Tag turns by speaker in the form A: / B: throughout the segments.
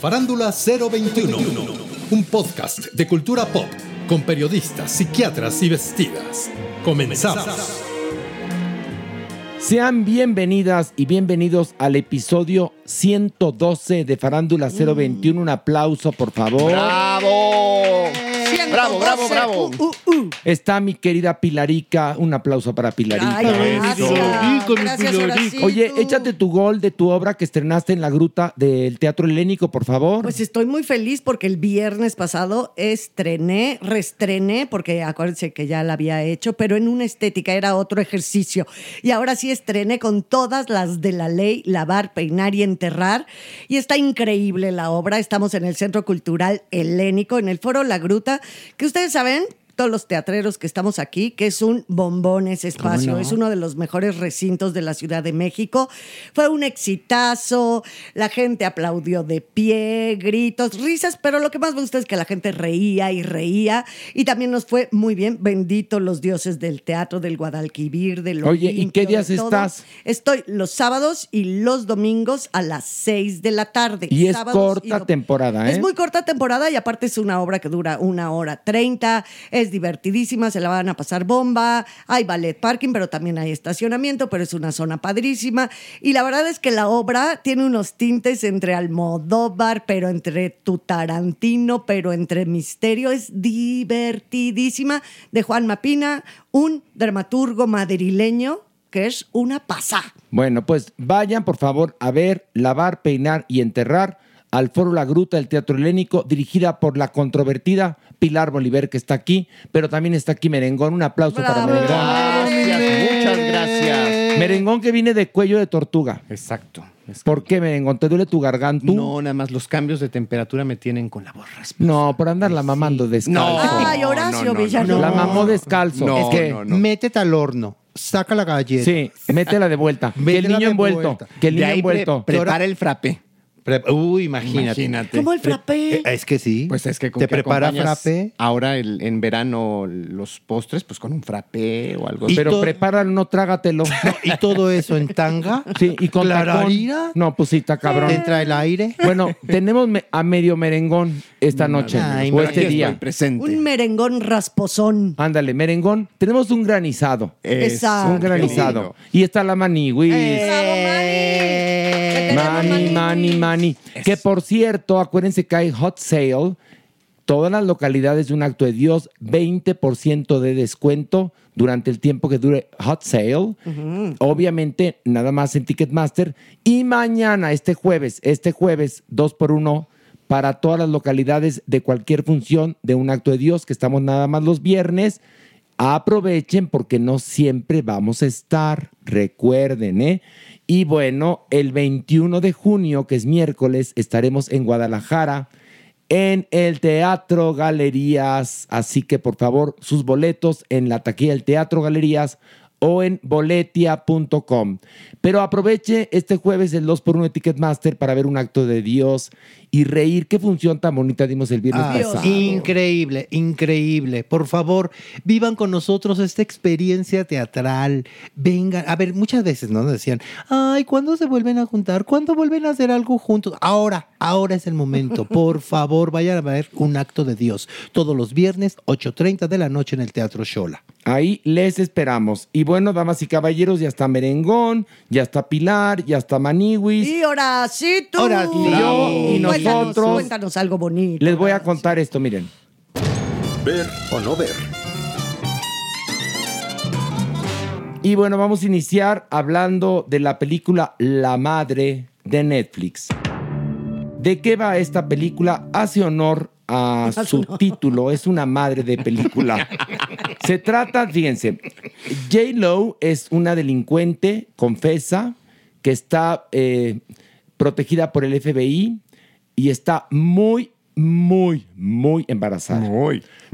A: Farándula 021, un podcast de cultura pop con periodistas, psiquiatras y vestidas. Comenzamos.
B: Sean bienvenidas y bienvenidos al episodio 112 de Farándula
C: Mm.
B: 021. Un aplauso, por favor.
D: ¡Bravo! ¡Bravo, bravo, bravo!
B: Está mi querida Pilarica. Un aplauso para Pilarica. Oye, échate tu gol de tu obra que estrenaste en la gruta del Teatro Helénico, por favor.
C: Pues estoy muy feliz porque el viernes pasado estrené, reestrené, porque acuérdense que ya la había hecho, pero en una estética era otro ejercicio. Y ahora sí estrené con todas las de la ley, lavar, peinar y enterrar. Y está increíble la obra. Estamos en el Centro Cultural Helénico, en el Foro La Gruta, que ustedes saben todos los teatreros que estamos aquí, que es un bombón ese espacio,
B: no?
C: es uno de los mejores recintos de la Ciudad de México. Fue un exitazo, la gente aplaudió de pie, gritos, risas, pero lo que más me gusta es que la gente reía y reía y también nos fue muy bien, bendito los dioses del teatro, del Guadalquivir, del
B: Oye, ¿y
C: Olimpio,
B: qué
C: de
B: días
C: todo.
B: estás?
C: Estoy los sábados y los domingos a las 6 de la tarde.
B: Y es
C: Sábados
B: corta
C: dom-
B: temporada, ¿eh?
C: Es muy corta temporada y aparte es una obra que dura una hora treinta, es divertidísima, se la van a pasar bomba, hay ballet parking, pero también hay estacionamiento, pero es una zona padrísima. Y la verdad es que la obra tiene unos tintes entre Almodóvar, pero entre tu Tarantino, pero entre Misterio, es divertidísima, de Juan Mapina, un dramaturgo madrileño que es una pasá.
B: Bueno, pues vayan por favor a ver, lavar, peinar y enterrar al Foro La Gruta del Teatro Helénico, dirigida por la controvertida Pilar Bolívar, que está aquí, pero también está aquí Merengón. Un aplauso para Merengón.
D: Gracias, muchas gracias.
B: Merengón que viene de cuello de tortuga.
D: Exacto.
B: ¿Por qué, Merengón? ¿Te duele tu garganta?
D: No, nada más los cambios de temperatura me tienen con la voz raspa.
B: No, por andarla mamando descalzo.
C: Ay, Horacio Villalobos.
B: La mamó descalzo.
D: No,
B: es que,
D: no, no.
E: Métete al horno, saca la galleta.
B: Sí, métela de vuelta. que el
E: Métela
B: niño
E: de
B: envuelto.
E: vuelta.
B: Que el
D: De
B: niño
D: ahí pre-
B: envuelto.
D: prepara el frappe.
E: Pre- Uy, imagínate.
D: Imagínate.
C: Como el frappé.
E: Eh, Es que sí.
D: Pues es que con
E: te
D: que
E: prepara
D: acompañas
E: frappé.
D: Ahora el- en verano los postres, pues con un frappé o algo así.
B: Pero
E: todo-
B: prepáralo, no trágatelo.
E: Y todo eso en tanga.
B: Sí, y con tacón.
E: clararira.
B: No, pues sí, está cabrón.
E: Te entra el aire.
B: Bueno, tenemos me- a medio merengón esta noche
E: Ay,
B: o
E: pero
B: este
D: Aquí
B: día.
D: estoy presente.
C: Un merengón rasposón.
B: Ándale, merengón. Tenemos un granizado.
D: Es
C: Exacto.
B: Un granizado. Y está la manigüis. Mani, mani, mani. Que por cierto, acuérdense que hay hot sale. Todas las localidades de un acto de Dios, 20% de descuento durante el tiempo que dure hot sale. Obviamente, nada más en Ticketmaster. Y mañana, este jueves, este jueves, 2 por 1 para todas las localidades de cualquier función de un acto de Dios, que estamos nada más los viernes. Aprovechen porque no siempre vamos a estar, recuerden, ¿eh? Y bueno, el 21 de junio, que es miércoles, estaremos en Guadalajara, en el Teatro Galerías. Así que por favor, sus boletos en la taquilla del Teatro Galerías o en boletia.com. Pero aproveche este jueves el 2x1 de Ticketmaster para ver un acto de Dios y reír. Qué función tan bonita dimos el viernes
E: Ah,
B: pasado.
E: increíble, increíble. Por favor, vivan con nosotros esta experiencia teatral. Vengan, a ver, muchas veces ¿no? nos decían, ay, ¿cuándo se vuelven a juntar? ¿Cuándo vuelven a hacer algo juntos? Ahora, ahora es el momento. Por favor, vayan a ver un acto de Dios. Todos los viernes, 8.30 de la noche en el Teatro Shola.
B: Ahí les esperamos. Y bueno, damas y caballeros, ya está Merengón, ya está Pilar, ya está Maniwis.
C: Y ahora sí tú.
B: Ahora sí. Y yo, y
C: Cuéntanos,
B: nosotros.
C: Cuéntanos algo bonito.
B: Les voy a contar esto, miren.
F: Ver o no ver.
B: Y bueno, vamos a iniciar hablando de la película La Madre de Netflix. ¿De qué va esta película? Hace honor a su título, es una madre de película. Se trata, fíjense, J. Lowe es una delincuente, confesa, que está eh, protegida por el FBI y está muy, muy, muy embarazada.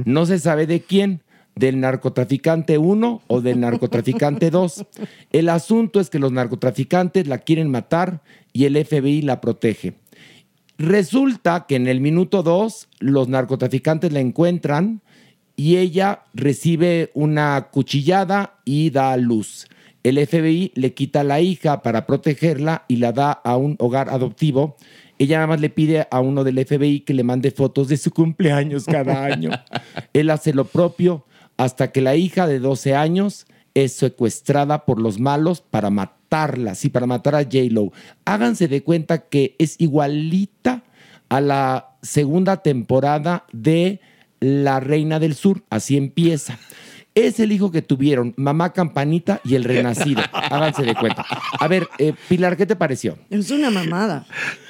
B: No se sabe de quién, del narcotraficante 1 o del narcotraficante 2. El asunto es que los narcotraficantes la quieren matar y el FBI la protege. Resulta que en el minuto 2 los narcotraficantes la encuentran y ella recibe una cuchillada y da a luz. El FBI le quita a la hija para protegerla y la da a un hogar adoptivo. Ella nada más le pide a uno del FBI que le mande fotos de su cumpleaños cada año. Él hace lo propio hasta que la hija de 12 años es secuestrada por los malos para matarla, sí, para matar a J-Lo. Háganse de cuenta que es igualita a la segunda temporada de La Reina del Sur. Así empieza. Es el hijo que tuvieron, mamá campanita y el renacido. Háganse de cuenta. A ver, eh, Pilar, ¿qué te pareció?
C: Es una mamada.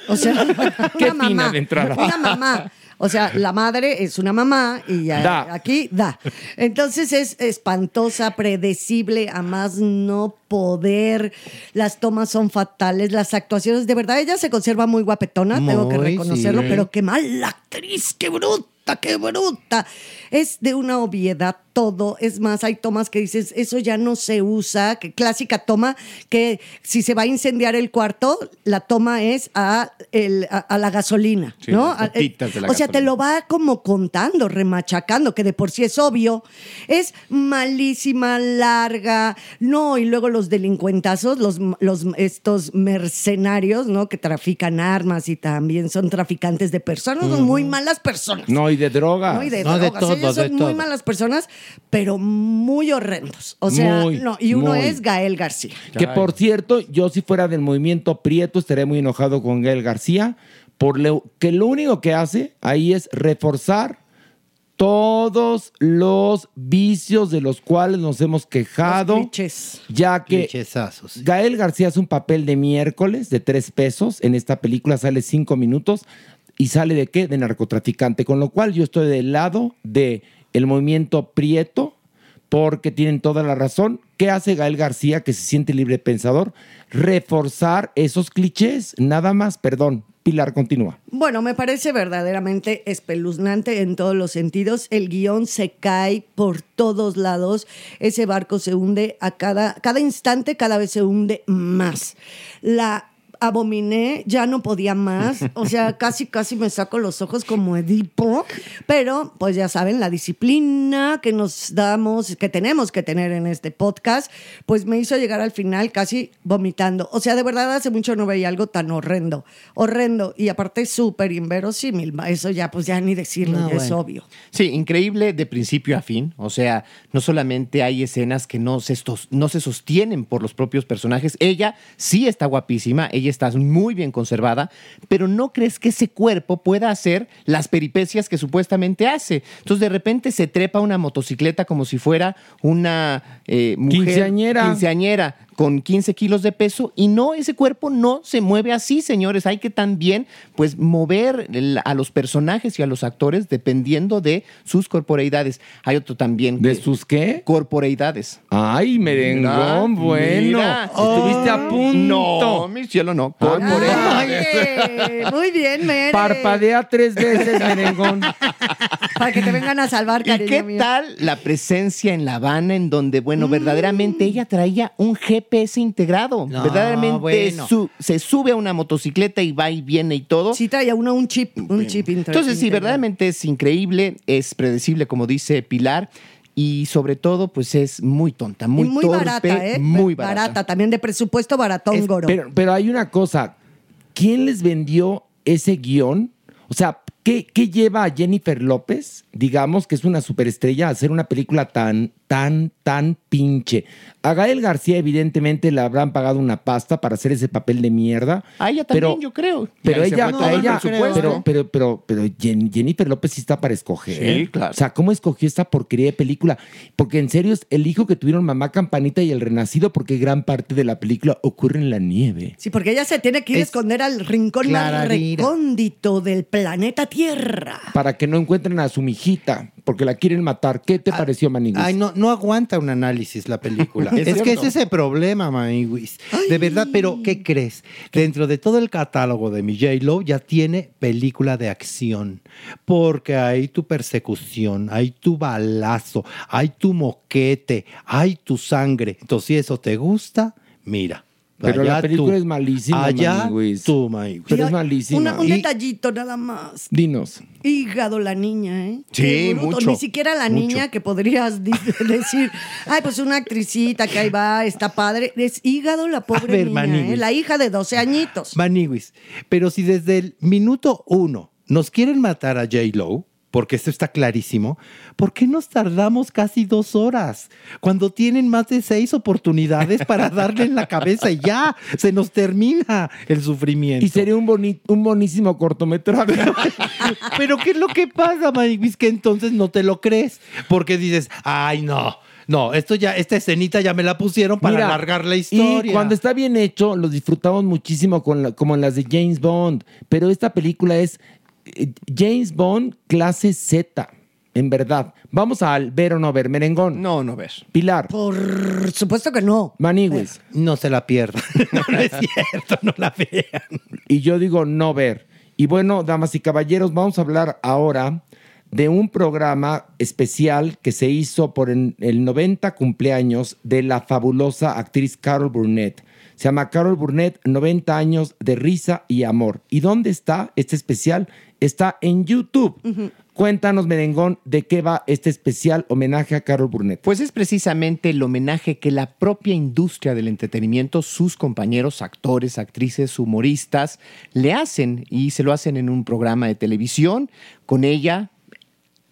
C: O sea, una
B: ¿Qué opina
C: mamá.
B: de entrada?
C: Una mamá. O sea, la madre es una mamá y ya
B: Da.
C: aquí da. Entonces es espantosa, predecible, a más no poder. Las tomas son fatales, las actuaciones. De verdad, ella se conserva muy guapetona, Ah, tengo que
E: Muy,
C: reconocerlo,
E: sí.
C: pero qué mala actriz, qué bruta, qué bruta. Es de una obviedad todo. Es más, hay tomas que dices, eso ya no se usa. Que clásica toma que si se va a incendiar el cuarto, la toma es a, el- a, a la gasolina,
D: Sí,
C: ¿no?
D: las
C: A- el-
D: gotitas de la
C: o sea, te
D: gasolina.
C: lo va como contando, remachacando, que de por sí es obvio. Es malísima, larga, no, y luego los delincuentazos, los, los estos mercenarios, ¿no? Que trafican armas y también son traficantes de personas, son muy malas personas.
B: No, y de droga.
C: No, y de drogas. Ellos son muy malas personas, pero muy horrendos. O sea,
B: Muy,
C: no, y uno
B: muy.
C: es Gael García.
B: Que por cierto, yo si fuera del movimiento Prieto estaría muy enojado con Gael García, por lo que lo único que hace ahí es reforzar todos los vicios de los cuales nos hemos quejado. Ya que Gael García hace un papel de miércoles de tres pesos. En esta película sale cinco minutos. ¿Y sale de qué? De narcotraficante. Con lo cual yo estoy del lado del el movimiento Prieto porque tienen toda la razón. ¿Qué hace Gael García que se siente libre pensador? Reforzar esos clichés, nada más, perdón. Pilar continúa.
C: Bueno, me parece verdaderamente espeluznante en todos los sentidos. El guión se cae por todos lados. Ese barco se hunde a cada, cada instante, cada vez se hunde más. La abominé, ya no podía más. O sea, casi, casi me saco los ojos como Edipo. Pero, pues ya saben, la disciplina que nos damos, que tenemos que tener en este podcast, pues me hizo llegar al final casi vomitando. O sea, de verdad hace mucho no veía algo tan horrendo. Horrendo. Y aparte súper inverosímil. Eso ya, pues ya ni decirlo,
D: No,
C: ya es
D: bueno.
C: obvio.
D: Sí, increíble de principio a fin. O sea, no solamente hay escenas que no se, estos- no se sostienen por los propios personajes. Ella sí está guapísima, ella está muy bien conservada, pero no crees que ese cuerpo pueda hacer las peripecias que supuestamente hace. Entonces, de repente se trepa a una motocicleta como si fuera una eh, mujer
B: Quinceañera.
D: quinceañera, con 15 kilos de peso y no, ese cuerpo no se mueve así, señores. Hay que también, pues, mover el- a los personajes y a los actores dependiendo de sus corporeidades. Hay otro también.
B: ¿De sus qué?
D: Corporeidades.
B: Ay, merengón,
D: Mira,
B: bueno.
D: mira.
B: Estuviste a punto. Ah,
D: No, mi cielo, no.
C: Eh, Muy bien, Mere.
B: Parpadea tres veces, merengón.
C: Para que te vengan a salvar, cariño
D: ¿Qué
C: mío.
D: tal la presencia en La Habana, en donde, bueno,
C: Mm.
D: verdaderamente ella traía un GPS integrado?
C: No,
D: verdaderamente
C: bueno.
D: su- se sube a una motocicleta y va y viene y todo.
C: Sí, traía uno un chip, un chip inter-
D: Entonces, sí,
C: integrado.
D: verdaderamente es increíble, es predecible, como dice Pilar, y sobre todo, pues es muy tonta, muy,
C: Y muy
D: torpe,
C: barata, ¿eh?
D: muy barata.
C: también de presupuesto baratón, Goro.
B: Pero, pero hay una cosa. ¿Quién les vendió ese guión? O sea, ¿qué, qué lleva a Jennifer López, digamos que es una superestrella, a hacer una película tan, tan, tan pinche? A Gael García, evidentemente, le habrán pagado una pasta para hacer ese papel de mierda.
D: A Ah, ella también,
B: pero,
D: yo creo.
B: Pero
D: Y ahí se
B: ella,
D: fue todo
B: a
D: el
B: ella-
D: presupuesto.
B: pero, pero, pero, pero Jen- Jennifer López sí está para escoger.
D: Sí, claro.
B: O sea, ¿cómo escogió esta porquería de película? Porque en serio es el hijo que tuvieron mamá Campanita y el Renacido, porque gran parte de la película ocurre en la nieve.
C: Sí, porque ella se tiene que ir a esconder al rincón más
B: Clararira.
C: recóndito del planeta Tierra.
B: Para que no encuentren a su mijita, porque la quieren matar. ¿Qué
C: Ah,
B: te pareció, Maniguis?
E: Ay, no, no aguanta un análisis la película.
B: Es
E: es que
B: cierto.
E: ese es el problema, Maniguis. De verdad, pero ¿qué crees? Dentro de todo el catálogo de mi J-Lo ya tiene película de acción. Porque hay tu persecución, hay tu balazo, hay tu moquete, hay tu sangre. Entonces, si eso te gusta, mira.
B: Pero la película es malísima,
E: Allá
B: Maniguis.
E: tú, Maniguis.
B: Pero es
C: Una-
B: malísima.
C: un
B: Y-
C: detallito nada más.
B: Dinos.
C: Hígado la niña, ¿eh?
B: Sí,
C: Qué bruto.
B: mucho,
C: Ni siquiera la
B: mucho.
C: niña que podrías di- decir, ay, pues una actricita que ahí va, está padre. Es hígado la pobre
E: ver,
C: niña,
E: Maniguis.
C: ¿eh? La hija de 12 añitos.
E: Maniwis, pero si desde el minuto uno nos quieren matar a J-Lo, porque esto está clarísimo, ¿por qué nos tardamos casi dos horas? Cuando tienen más de seis oportunidades para darle en la cabeza y ya, Ah, se nos termina el sufrimiento.
B: Y sería un, boni- un buenísimo cortometraje.
E: Pero ¿qué es lo que pasa, Maniwis? Que entonces no te lo crees, porque dices, ay no. No, esto ya, esta escenita ya me la pusieron para
B: Mira,
E: alargar la historia.
B: Y cuando está bien hecho, los disfrutamos muchísimo con la- como en las de James Bond. Pero esta película es eh, James Bond clase Z, en verdad. Vamos al ver o no ver, merengón.
D: No, no ver.
B: Pilar.
C: Por supuesto que no.
B: Manigües.
E: No se la pierdan.
B: Y yo digo no ver. Y bueno, damas y caballeros, vamos a hablar ahora de un programa especial que se hizo por en- el 90 cumpleaños de la fabulosa actriz Carol Burnett. Se llama Carol Burnett, 90 años de risa y amor. ¿Y dónde está este especial? Está en YouTube. Cuéntanos, Merengón, de qué va este especial homenaje a Carol Burnett.
D: Pues es precisamente el homenaje que la propia industria del entretenimiento, sus compañeros, actores, actrices, humoristas, le hacen y se lo hacen en un programa de televisión con ella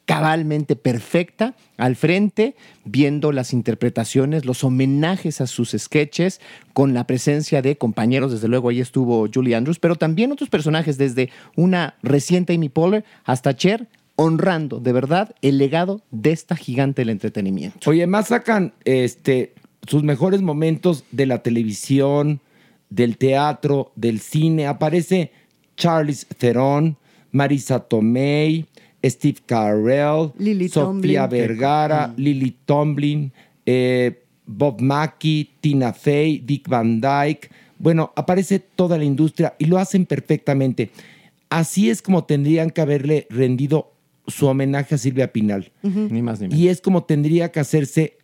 D: cabalmente perfecta al frente, viendo las interpretaciones, los homenajes a sus sketches, con la presencia de compañeros, desde luego ahí estuvo Julie Andrews, pero también otros personajes, desde una reciente Amy Poehler hasta Cher, honrando de verdad el legado de esta gigante del entretenimiento.
B: Oye, más sacan este, sus mejores momentos de la televisión, del teatro, del cine. Aparece Charles Theron, Marisa Tomei, Steve Carell, Sofía
G: Tomlin.
B: Vergara, Lily Tomlin, eh, Bob Mackie, Tina Fey, Dick Van Dyke. Bueno, aparece toda la industria y lo hacen perfectamente. Así es como tendrían que haberle rendido su homenaje a Silvia Pinal.
D: Ni más ni
B: Y es como tendría que hacerse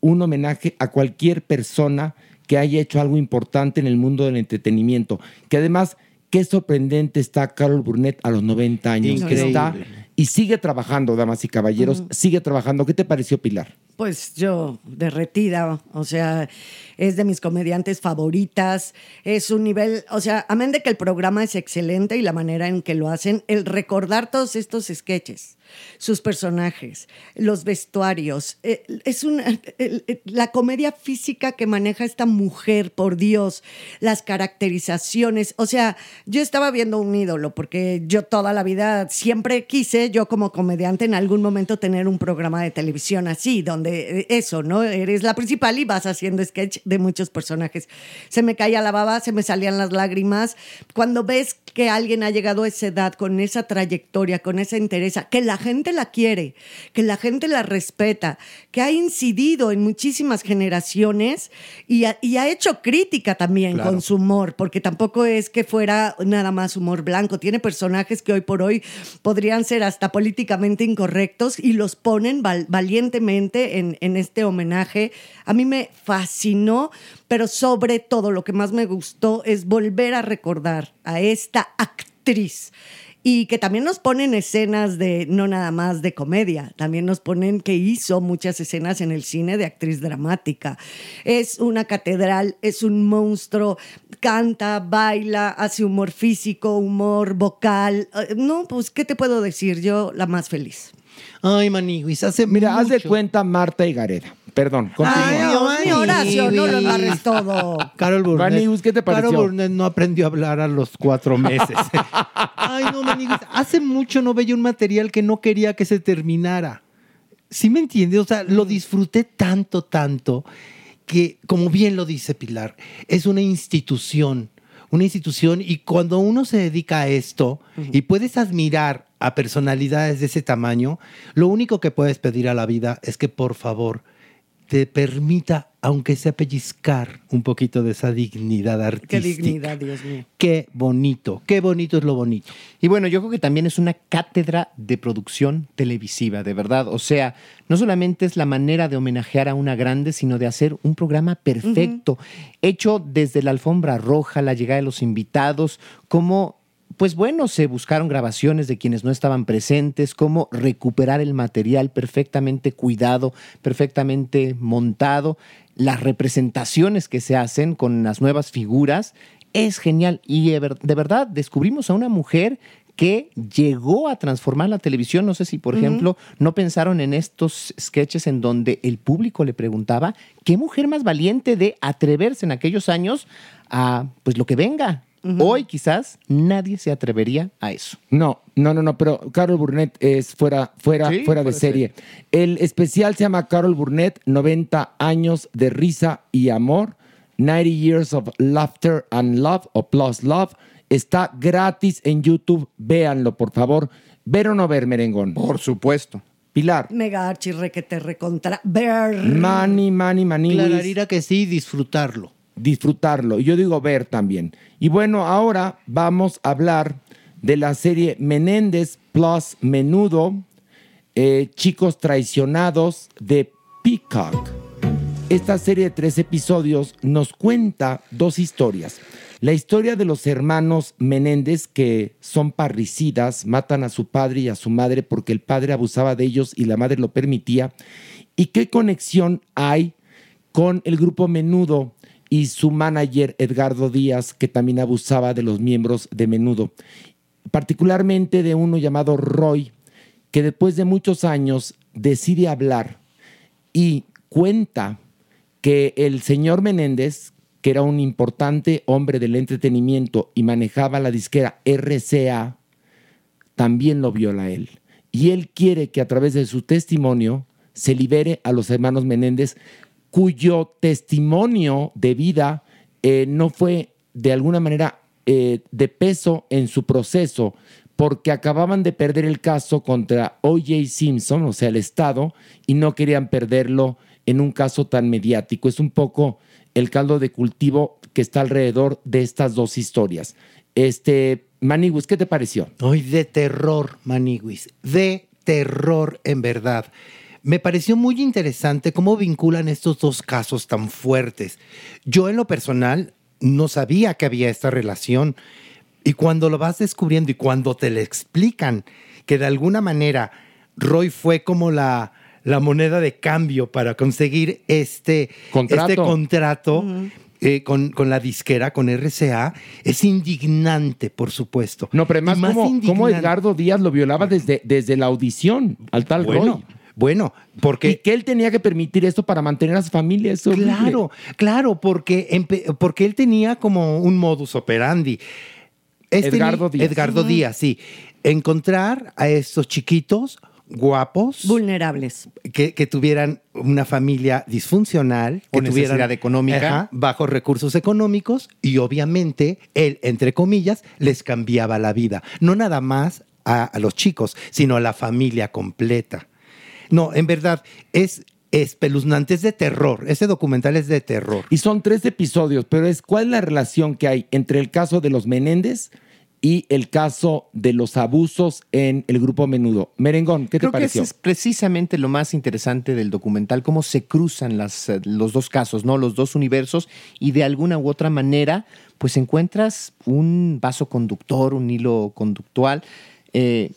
B: un homenaje a cualquier persona que haya hecho algo importante en el mundo del entretenimiento. Que además, qué sorprendente está Carol Burnett a los 90 años. que
C: Increíble.
B: está y sigue trabajando, damas y caballeros, sigue trabajando. ¿Qué te pareció, Pilar?
C: Pues yo, derretida, o sea, es de mis comediantes favoritas, es un nivel, o sea, amén de que el programa es excelente y la manera en que lo hacen, el recordar todos estos sketches. sus personajes, los vestuarios. Eh, es una, el- el- la comedia física que maneja esta mujer, por Dios, las caracterizaciones. O sea, yo estaba viendo un ídolo porque yo toda la vida siempre quise, yo como comediante, en algún momento tener un programa de televisión así, donde eh, eso, ¿no? Eres la principal y vas haciendo sketch de muchos personajes. Se me caía la baba, se me salían las lágrimas. Cuando ves que alguien ha llegado a esa edad, con esa trayectoria, con esa entereza, que la gente la quiere, que la gente la respeta, que ha incidido en muchísimas generaciones y ha, y ha hecho crítica también
G: Claro.
C: con su humor, porque tampoco es que fuera nada más humor blanco. Tiene personajes que hoy por hoy podrían ser hasta políticamente incorrectos y los ponen val- valientemente en, en este homenaje. A mí me fascinó, pero sobre todo lo que más me gustó es volver a recordar a esta actriz y que también nos ponen escenas de, no nada más de comedia, también nos ponen que hizo muchas escenas en el cine de actriz dramática. Es una catedral, es un monstruo, canta, baila, hace humor físico, humor vocal. Eh, No, pues, ¿qué te puedo decir? Yo la más feliz.
E: Ay, Maniguis, hace
B: Mira, haz de cuenta Marta y Gareda. Perdón, continúa.
C: Dios mío, Horacio, no lo embarres todo.
E: Carol Burnett.
B: Maniguis, ¿qué te pareció?
E: Carol Burnett no aprendió a hablar a los cuatro meses. Ay, no, Maniguis, hace mucho no veía un material que no quería que se terminara. ¿Sí me entiendes? O sea, lo
B: Mm.
E: disfruté tanto, tanto, que, como bien lo dice Pilar, es una institución. Una institución, y cuando uno se dedica a esto y puedes admirar a personalidades de ese tamaño, lo único que puedes pedir a la vida es que, por favor, te permita, aunque sea pellizcar un poquito de esa dignidad artística.
C: Qué dignidad, Dios mío.
E: Qué bonito, qué bonito es lo bonito.
D: Y bueno, yo creo que también es una cátedra de producción televisiva, de verdad. O sea, no solamente es la manera de homenajear a una grande, sino de hacer un programa perfecto, hecho desde la alfombra roja, la llegada de los invitados, cómo, pues bueno, se buscaron grabaciones de quienes no estaban presentes, cómo recuperar el material perfectamente cuidado, perfectamente montado, las representaciones que se hacen con las nuevas figuras es genial. Y de ver- de verdad, descubrimos a una mujer que llegó a transformar la televisión. No sé si, por
H: Ujú.
D: ejemplo, no pensaron en estos sketches en donde el público le preguntaba qué mujer más valiente de atreverse en aquellos años a pues lo que venga. Hoy quizás nadie se atrevería a eso.
B: No, no, no, no, pero Carol Burnett es fuera, fuera,
D: Sí,
B: fuera de
D: fuera de
B: serie. El especial se llama Carol Burnett, 90 años de risa y amor, 90 years of laughter and love, o plus love. Está gratis en YouTube, véanlo, por favor. ¿Ver o no ver, merengón? Por supuesto. Pilar,
C: Mega archirre que te recontra. Ver.
B: Mani, mani, mani.
E: Clararira que sí, disfrutarlo.
B: Disfrutarlo. Y Yo digo ver también. Y bueno, ahora vamos a hablar de la serie Menéndez Plus Menudo, eh, Chicos Traicionados de Peacock. Esta serie de tres episodios nos cuenta dos historias. La historia de los hermanos Menéndez que son parricidas, matan a su padre y a su madre porque el padre abusaba de ellos y la madre lo permitía. ¿Y qué conexión hay con el grupo Menudo y su manager Edgardo Díaz que también abusaba de los miembros de Menudo? Particularmente de uno llamado Roy que después de muchos años decide hablar y cuenta que el señor Menéndez, que era un importante hombre del entretenimiento y manejaba la disquera RCA, también lo viola él. Y él quiere que a través de su testimonio se libere a los hermanos Menéndez, cuyo testimonio de vida eh, no fue de alguna manera eh, de peso en su proceso, porque acababan de perder el caso contra O.J. Simpson, o sea, el Estado, y no querían perderlo en un caso tan mediático. Es un poco el caldo de cultivo que está alrededor de estas dos historias. Este, Maniguis, ¿qué te pareció?
E: Hoy de terror, Maniguis, de terror en verdad. Me pareció muy interesante cómo vinculan estos dos casos tan fuertes. Yo en lo personal no sabía que había esta relación y cuando lo vas descubriendo y cuando te le explican que de alguna manera Roy fue como la, la moneda de cambio para conseguir este
B: Contrato.
E: este contrato, eh, con, con la disquera, con RCA, es indignante, por supuesto.
B: No, pero además,
E: Y más
B: ¿cómo, cómo
E: indignante.
B: Edgardo Díaz lo violaba desde, desde la audición al tal
E: Bueno,
B: Roy? Bueno, porque... Y que él tenía que permitir esto para mantener a su familia. es horrible.
E: Claro, claro, porque, empe- porque él tenía como un modus operandi.
B: Edgardo Díaz.
E: Edgardo
B: Ajá.
E: Díaz, sí. Encontrar a estos chiquitos guapos.
C: Vulnerables.
E: Que, que tuvieran una familia disfuncional.
D: O
E: que tuvieran-
D: necesidad económica.
E: Ajá, bajos recursos económicos. Y obviamente él, entre comillas, les cambiaba la vida. No nada más a- a los chicos, sino a la familia completa. No, en verdad, es espeluznante, es de terror. Ese documental es de terror.
B: Y son tres episodios, pero es cuál es la relación que hay entre el caso de los Menéndez y el caso de los abusos en el grupo Menudo. Merengón, ¿qué
D: Creo
B: te pareció?
D: que ese es precisamente lo más interesante del documental, cómo se cruzan las, eh, los dos casos, ¿no? Los dos universos, y de alguna u otra manera, pues encuentras un vaso conductor, un hilo conductual, eh,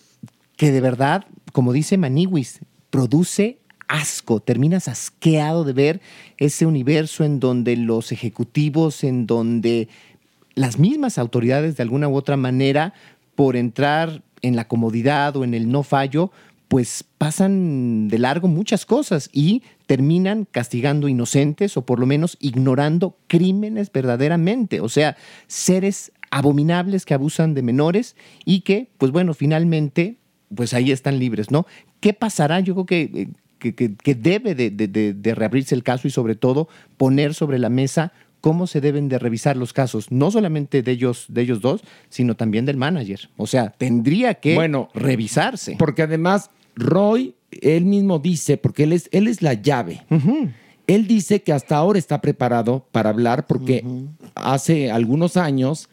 D: que de verdad, como dice Maniwis, produce asco, terminas asqueado de ver ese universo en donde los ejecutivos, en donde las mismas autoridades de alguna u otra manera, por entrar en la comodidad o en el no fallo, pues pasan de largo muchas cosas y terminan castigando inocentes o por lo menos ignorando crímenes verdaderamente, o sea, seres abominables que abusan de menores y que, pues bueno, finalmente, pues ahí están libres, ¿no? ¿Qué pasará? Yo creo que, eh, que, que- que debe de- de- de- de reabrirse el caso y sobre todo poner sobre la mesa cómo se deben de revisar los casos, no solamente de ellos, de ellos dos, sino también del manager. O sea, tendría que
B: Bueno,
D: revisarse.
B: Porque además, Roy, él mismo dice, porque él es, él es la llave. Él dice que hasta ahora está preparado para hablar porque hace algunos años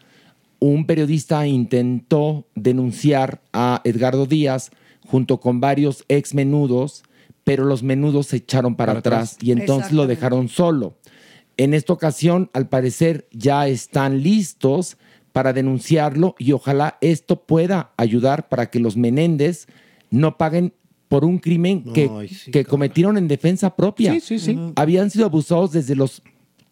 B: un periodista intentó denunciar a Edgardo Díaz junto con varios ex menudos, pero los menudos se echaron para,
G: Para
B: atrás,
G: atrás.
B: y entonces lo
G: Exactamente.
B: dejaron solo. En esta ocasión, al parecer, ya están listos para denunciarlo y ojalá esto pueda ayudar para que los Menéndez no paguen por un crimen que,
E: Ay, sí,
B: que cometieron en defensa propia.
D: Sí, sí, sí. Ujú.
B: Habían sido abusados desde los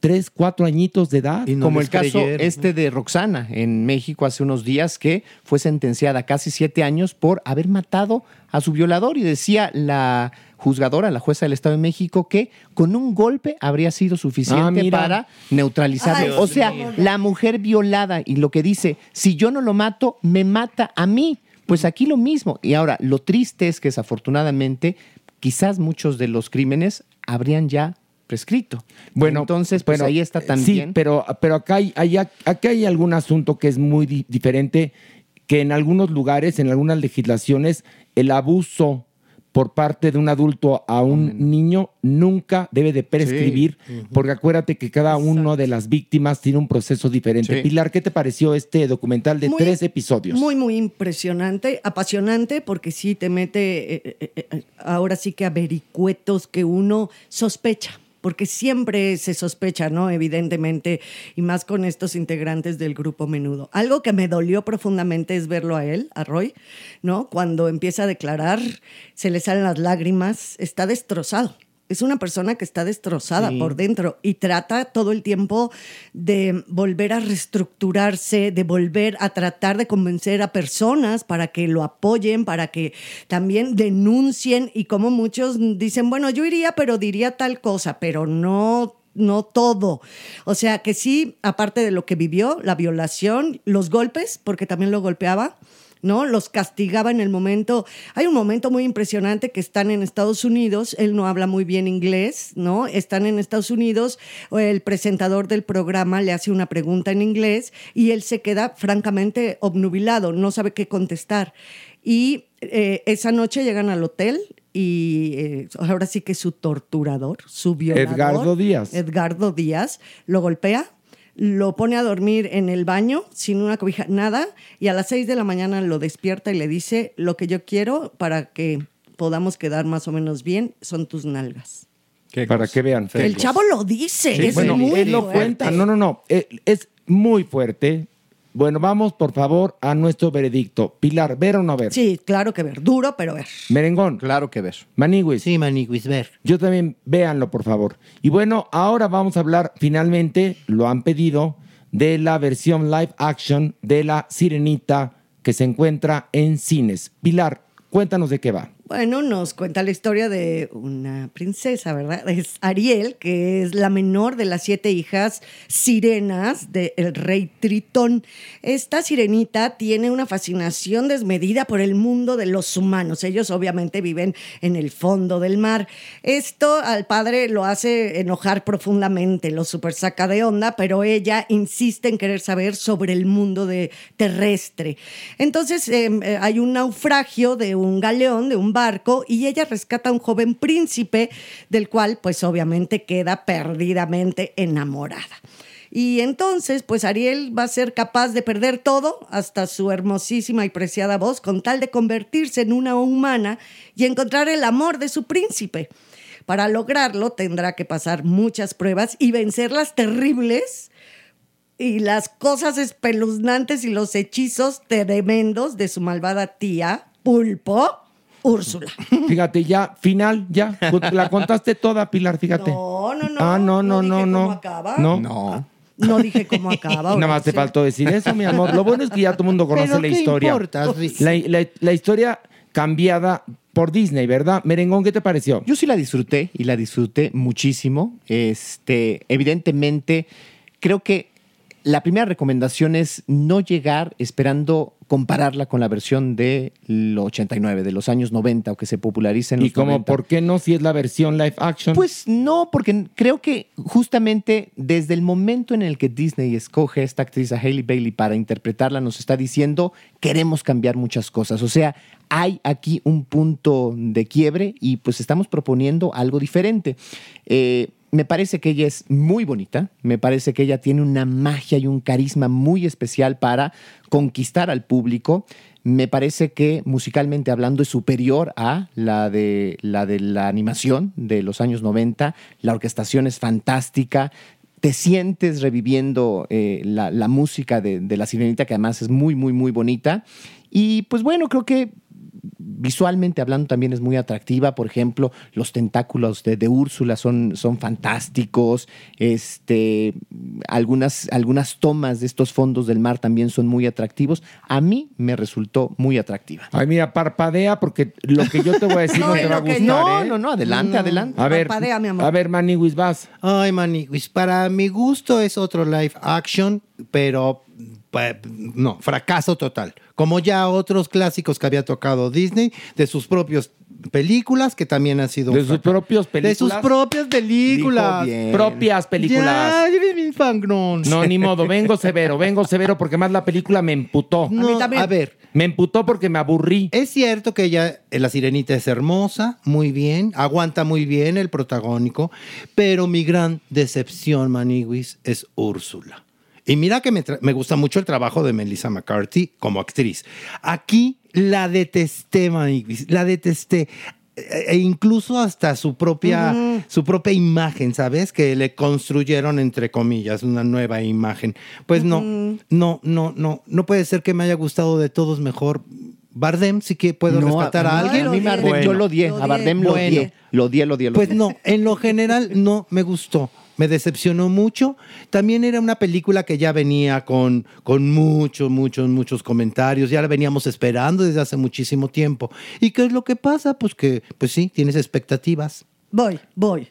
B: 3, 4 añitos de edad.
D: como el caso este de Roxana en México hace unos días que fue sentenciada a casi siete años por haber matado a su violador y decía la juzgadora, la jueza del Estado de México, que con un golpe habría sido
B: Ah,
D: suficiente
B: mira.
D: para neutralizarlo.
B: Ay,
D: o sea,
B: Dios mío.
D: la mujer violada y lo que dice, si yo no lo mato, me mata a mí. Pues aquí lo mismo. Y ahora, lo triste es que desafortunadamente quizás muchos de los crímenes habrían ya prescrito.
B: Bueno,
D: entonces pues
B: bueno,
D: ahí está
B: eh, Sí,
D: también.
B: pero, pero acá, hay, hay- acá hay algún asunto que es muy di- diferente, que en algunos lugares, en algunas legislaciones, el abuso por parte de un adulto a un niño nunca debe de prescribir, porque acuérdate que cada uno de las víctimas tiene un proceso diferente.
C: Sí.
B: Pilar, ¿qué te pareció este documental de
C: Muy-
B: tres episodios?
C: Muy, muy impresionante, apasionante, porque sí te mete, eh, eh, eh, ahora sí que a vericuetos que uno sospecha, porque siempre se sospecha, ¿no? Evidentemente, y más con estos integrantes del grupo menudo. Algo que me dolió profundamente es verlo a él, a Roy, ¿no? Cuando empieza a declarar, se le salen las lágrimas, está destrozado. Es una persona que está destrozada
H: Sí.
C: por dentro y trata todo el tiempo de volver a reestructurarse, de volver a tratar de convencer a personas para que lo apoyen, para que también denuncien y como muchos dicen, bueno, yo iría, pero diría tal cosa, pero no no todo. O sea, que sí, aparte de lo que vivió, la violación, los golpes, porque también lo golpeaba, ¿no? Los castigaba en el momento. Hay un momento muy impresionante que están en Estados Unidos, él no habla muy bien inglés, ¿no? Están en Estados Unidos, eh, el presentador del programa le hace una pregunta en inglés y él se queda francamente obnubilado, no sabe qué contestar. Y eh, esa noche llegan al hotel y eh, ahora sí que su torturador, su violador.
B: Edgardo Díaz.
C: Edgardo Díaz lo golpea, lo pone a dormir en el baño sin una cobija, nada, y a las 6 de la mañana lo despierta y le dice, lo que yo quiero para que podamos quedar más o menos bien son tus nalgas.
B: Para que vean.
C: El chavo lo dice,
B: Sí,
C: es
B: bueno,
C: muy
B: él lo
C: fuerte.
B: cuenta. No, no, no. Eh, Es muy fuerte. Bueno, vamos por favor a nuestro veredicto. Pilar, ¿ver o no ver?
C: Sí, claro que ver. Duro, pero ver.
B: Merengón.
D: Claro que ver.
B: Maniguis.
E: Sí, Maniguis, ver.
B: Yo también, véanlo, por favor. Y bueno, ahora vamos a hablar, finalmente, lo han pedido, de la versión live action de La Sirenita que se encuentra en cines. Pilar, cuéntanos de qué va.
C: Bueno, nos cuenta la historia de una princesa, ¿verdad? Es Ariel, que es la menor de las siete hijas sirenas del rey Tritón. Esta sirenita tiene una fascinación desmedida por el mundo de los humanos. Ellos obviamente viven en el fondo del mar. Esto al padre lo hace enojar profundamente, lo super saca de onda, pero ella insiste en querer saber sobre el mundo de- terrestre. Entonces eh, eh, hay un naufragio de un galeón, de un barco y ella rescata a un joven príncipe del cual pues obviamente queda perdidamente enamorada. Y entonces, pues Ariel va a ser capaz de perder todo, hasta su hermosísima y preciada voz, con tal de convertirse en una humana y encontrar el amor de su príncipe. Para lograrlo tendrá que pasar muchas pruebas y vencer las terribles y las cosas espeluznantes y los hechizos tremendos de su malvada tía, Pulpo, Úrsula.
B: Fíjate, ya, final, ya. Pues, La contaste toda, Pilar, fíjate.
C: No, no, no.
B: ah, no, no, no,
C: dije
B: no.
C: cómo acaba.
B: No.
C: No dije cómo acaba.
B: Nada más te faltó decir eso, mi amor. Lo bueno es que ya todo el mundo conoce
C: Pero
B: la
C: ¿qué
B: historia.
C: importa, sí.
B: la, la- la historia cambiada por Disney, ¿verdad? Merengón, ¿qué te pareció?
D: Yo sí la disfruté y la disfruté muchísimo. Este, evidentemente, creo que la primera recomendación es no llegar esperando compararla con la versión de los 89, de los años 90 o que se popularice en los
B: y como,
D: 90.
B: ¿por qué no si es la versión live action?
D: Pues no, porque creo que justamente desde el momento en el que Disney escoge a esta actriz, a Hailey Bailey, para interpretarla, nos está diciendo, queremos cambiar muchas cosas. O sea, hay aquí un punto de quiebre y pues estamos proponiendo algo diferente. Eh, me parece que ella es muy bonita, me parece que ella tiene una magia y un carisma muy especial para conquistar al público. Me parece que musicalmente hablando es superior a la de la, de la animación de los años 90. La orquestación es fantástica. Te sientes reviviendo eh, la, la música de, de La Sirenita, que además es muy, muy, muy bonita. Y pues bueno, creo que visualmente hablando también es muy atractiva. Por ejemplo, los tentáculos de, de Úrsula son, son fantásticos. Este, algunas, algunas tomas de estos fondos del mar también son muy atractivos. A mí me resultó muy atractiva.
B: Ay, mira, parpadea porque lo que yo te voy a decir no,
D: No,
B: Pues te
D: y
B: va a
D: lo que
B: gustar.
D: no,
B: ¿eh?
D: no, no, adelante, No. adelante.
B: A ver,
D: Parpadea, mi amor.
B: A ver, Maniwis, vas.
E: Ay, Maniwis, para mi gusto es otro live action, pero pa- no, fracaso total. Como ya otros clásicos que había tocado Disney, de sus propios películas, que también ha sido...
B: De sus propios películas.
E: De sus propias películas.
B: Dijo bien. Propias películas.
E: Ya, eres bien fangrón.
B: No, ni modo, vengo severo, vengo severo porque más la película me emputó.
E: No, a ver.
B: Me emputó porque me aburrí.
E: Es cierto que ella, eh, la sirenita es hermosa, muy bien, aguanta muy bien el protagónico, pero mi gran decepción, Maniwis, es Úrsula. Y mira que me, tra- me gusta mucho el trabajo de Melissa McCarthy como actriz. Aquí la detesté, Maniwis, la detesté. E e incluso hasta su propia,
C: Ujú.
E: su propia imagen, ¿sabes? Que le construyeron, entre comillas, una nueva imagen. Pues no,
C: Ujú.
E: no, no, no, no puede ser que me haya gustado de todos mejor. Bardem sí que puedo
D: No,
E: rescatar a
D: a-
E: alguien.
D: a mí Bardem, yo lo odié, Lo a Bardem lo odié. Lo odié, lo odié, lo
E: Pues
D: odié.
E: no, en lo general no me gustó. Me decepcionó mucho. También era una película que ya venía con, con muchos, muchos, muchos comentarios. Ya la veníamos esperando desde hace muchísimo tiempo. ¿Y qué es lo que pasa? Pues que, pues sí, tienes expectativas.
C: Voy, voy.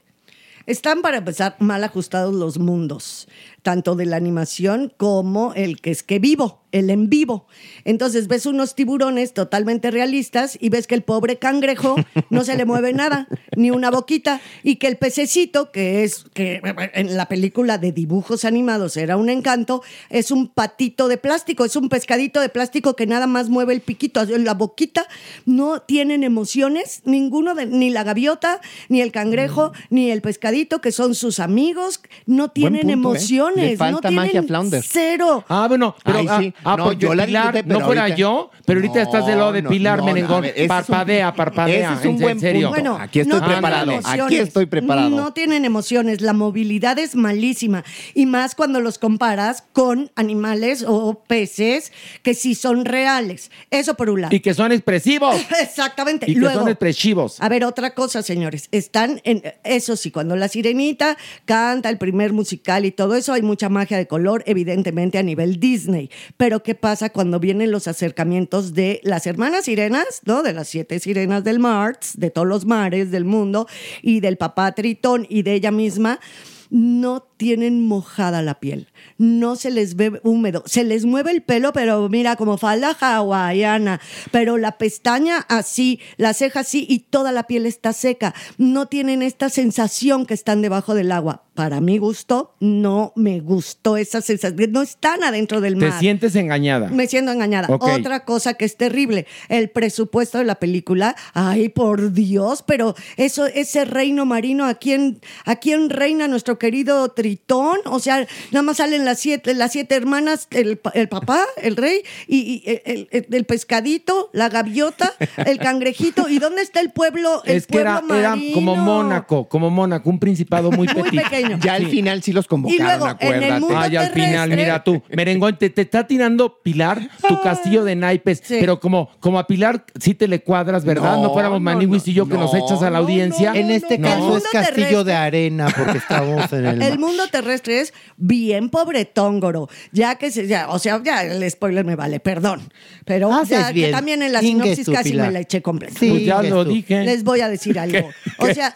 C: Están para empezar mal ajustados los mundos, tanto de la animación como el que es que vivo, el en vivo. Entonces ves unos tiburones totalmente realistas y ves que el pobre cangrejo no se le mueve nada, ni una boquita, y que el pececito, que es que en la película de dibujos animados era un encanto, es un patito de plástico, es un pescadito de plástico que nada más mueve el piquito, la boquita, no tienen emociones, ninguno de, ni la gaviota, ni el cangrejo,
E: Mm.
C: ni el pescadito, que son sus amigos, no tienen
D: punto, ¿eh?
C: emociones,
D: Le falta
C: no
D: magia
C: tienen
D: Flounder.
C: cero.
B: Ah, bueno, pero
D: Ay,
B: ah,
D: sí.
B: Ah,
D: No,
B: porque
D: yo la
B: Pilar,
D: disfruté,
B: no
D: pero
B: fuera
D: ahorita-
B: yo, pero ahorita
D: No,
B: estás del lado de
D: no,
B: Pilar
D: no, no,
B: Menengón.
D: a ver, ese es un-
B: parpadea, parpadea.
D: ese es un
B: en
D: buen
B: serio.
D: punto.
C: Bueno,
D: Aquí estoy
C: no tienen
D: preparado,
C: emociones.
D: aquí estoy preparado.
C: No tienen emociones. La movilidad es malísima. Y más cuando los comparas con animales o peces que sí son reales. Eso por un lado.
B: Y que son expresivos.
C: Exactamente.
B: Y que
C: Luego,
B: son expresivos.
C: a ver, otra cosa, señores. Están en. Eso sí, cuando la sirenita canta el primer musical y todo eso, hay mucha magia de color, evidentemente a nivel Disney. Pero, ¿qué pasa cuando vienen los acercamientos de las hermanas sirenas, ¿no? De las siete sirenas del mar, de todos los mares del mundo, y del papá Tritón y de ella misma? no tienen mojada la piel, no se les ve húmedo, se les mueve el pelo, pero mira, como falda hawaiana, pero la pestaña así, la ceja así y toda la piel está seca, no tienen esta sensación que están debajo del agua. Para mi gusto, no me gustó esa sensación, no están adentro del
B: Te
C: mar.
B: sientes engañada.
C: Me siento engañada.
B: Ok.
C: Otra cosa que es terrible, el presupuesto de la película. Ay, por Dios, pero eso, ese reino marino, ¿a quién, a quién reina nuestro querido Tritón? O sea, nada más salen las siete, las siete hermanas, el, pa- el papá, el rey, y, y el, el- el pescadito, la gaviota, el cangrejito. ¿Y dónde está el pueblo? El
B: es que era,
C: pueblo
B: era
C: marino?
B: como Mónaco, como Mónaco, un principado muy,
C: Muy
B: petit.
C: pequeño. Ya al final
D: sí los
C: convocaron, Y luego, en el acuérdate. mundo
B: Ay, al final,
C: terrestre-
B: mira tú, Merengón, te, te está tirando Pilar tu castillo de naipes, pero como, como a Pilar sí te le cuadras, ¿verdad? No,
E: No,
B: fuéramos Maniwis y yo que nos echas a la audiencia.
E: en este caso es castillo de arena porque estamos en el,
C: El
E: mar.
C: mundo terrestre es bien pobretóngoro, ya que se, ya, o sea, ya el spoiler me vale, perdón, pero
E: Haces
C: ya, que
E: bien.
C: también en la
E: Ingues
C: sinopsis
E: tú,
C: casi
E: Pilar.
C: me la eché completa.
E: Sí, Pues ya ingues lo tú. dije.
C: Les voy a decir algo. O sea,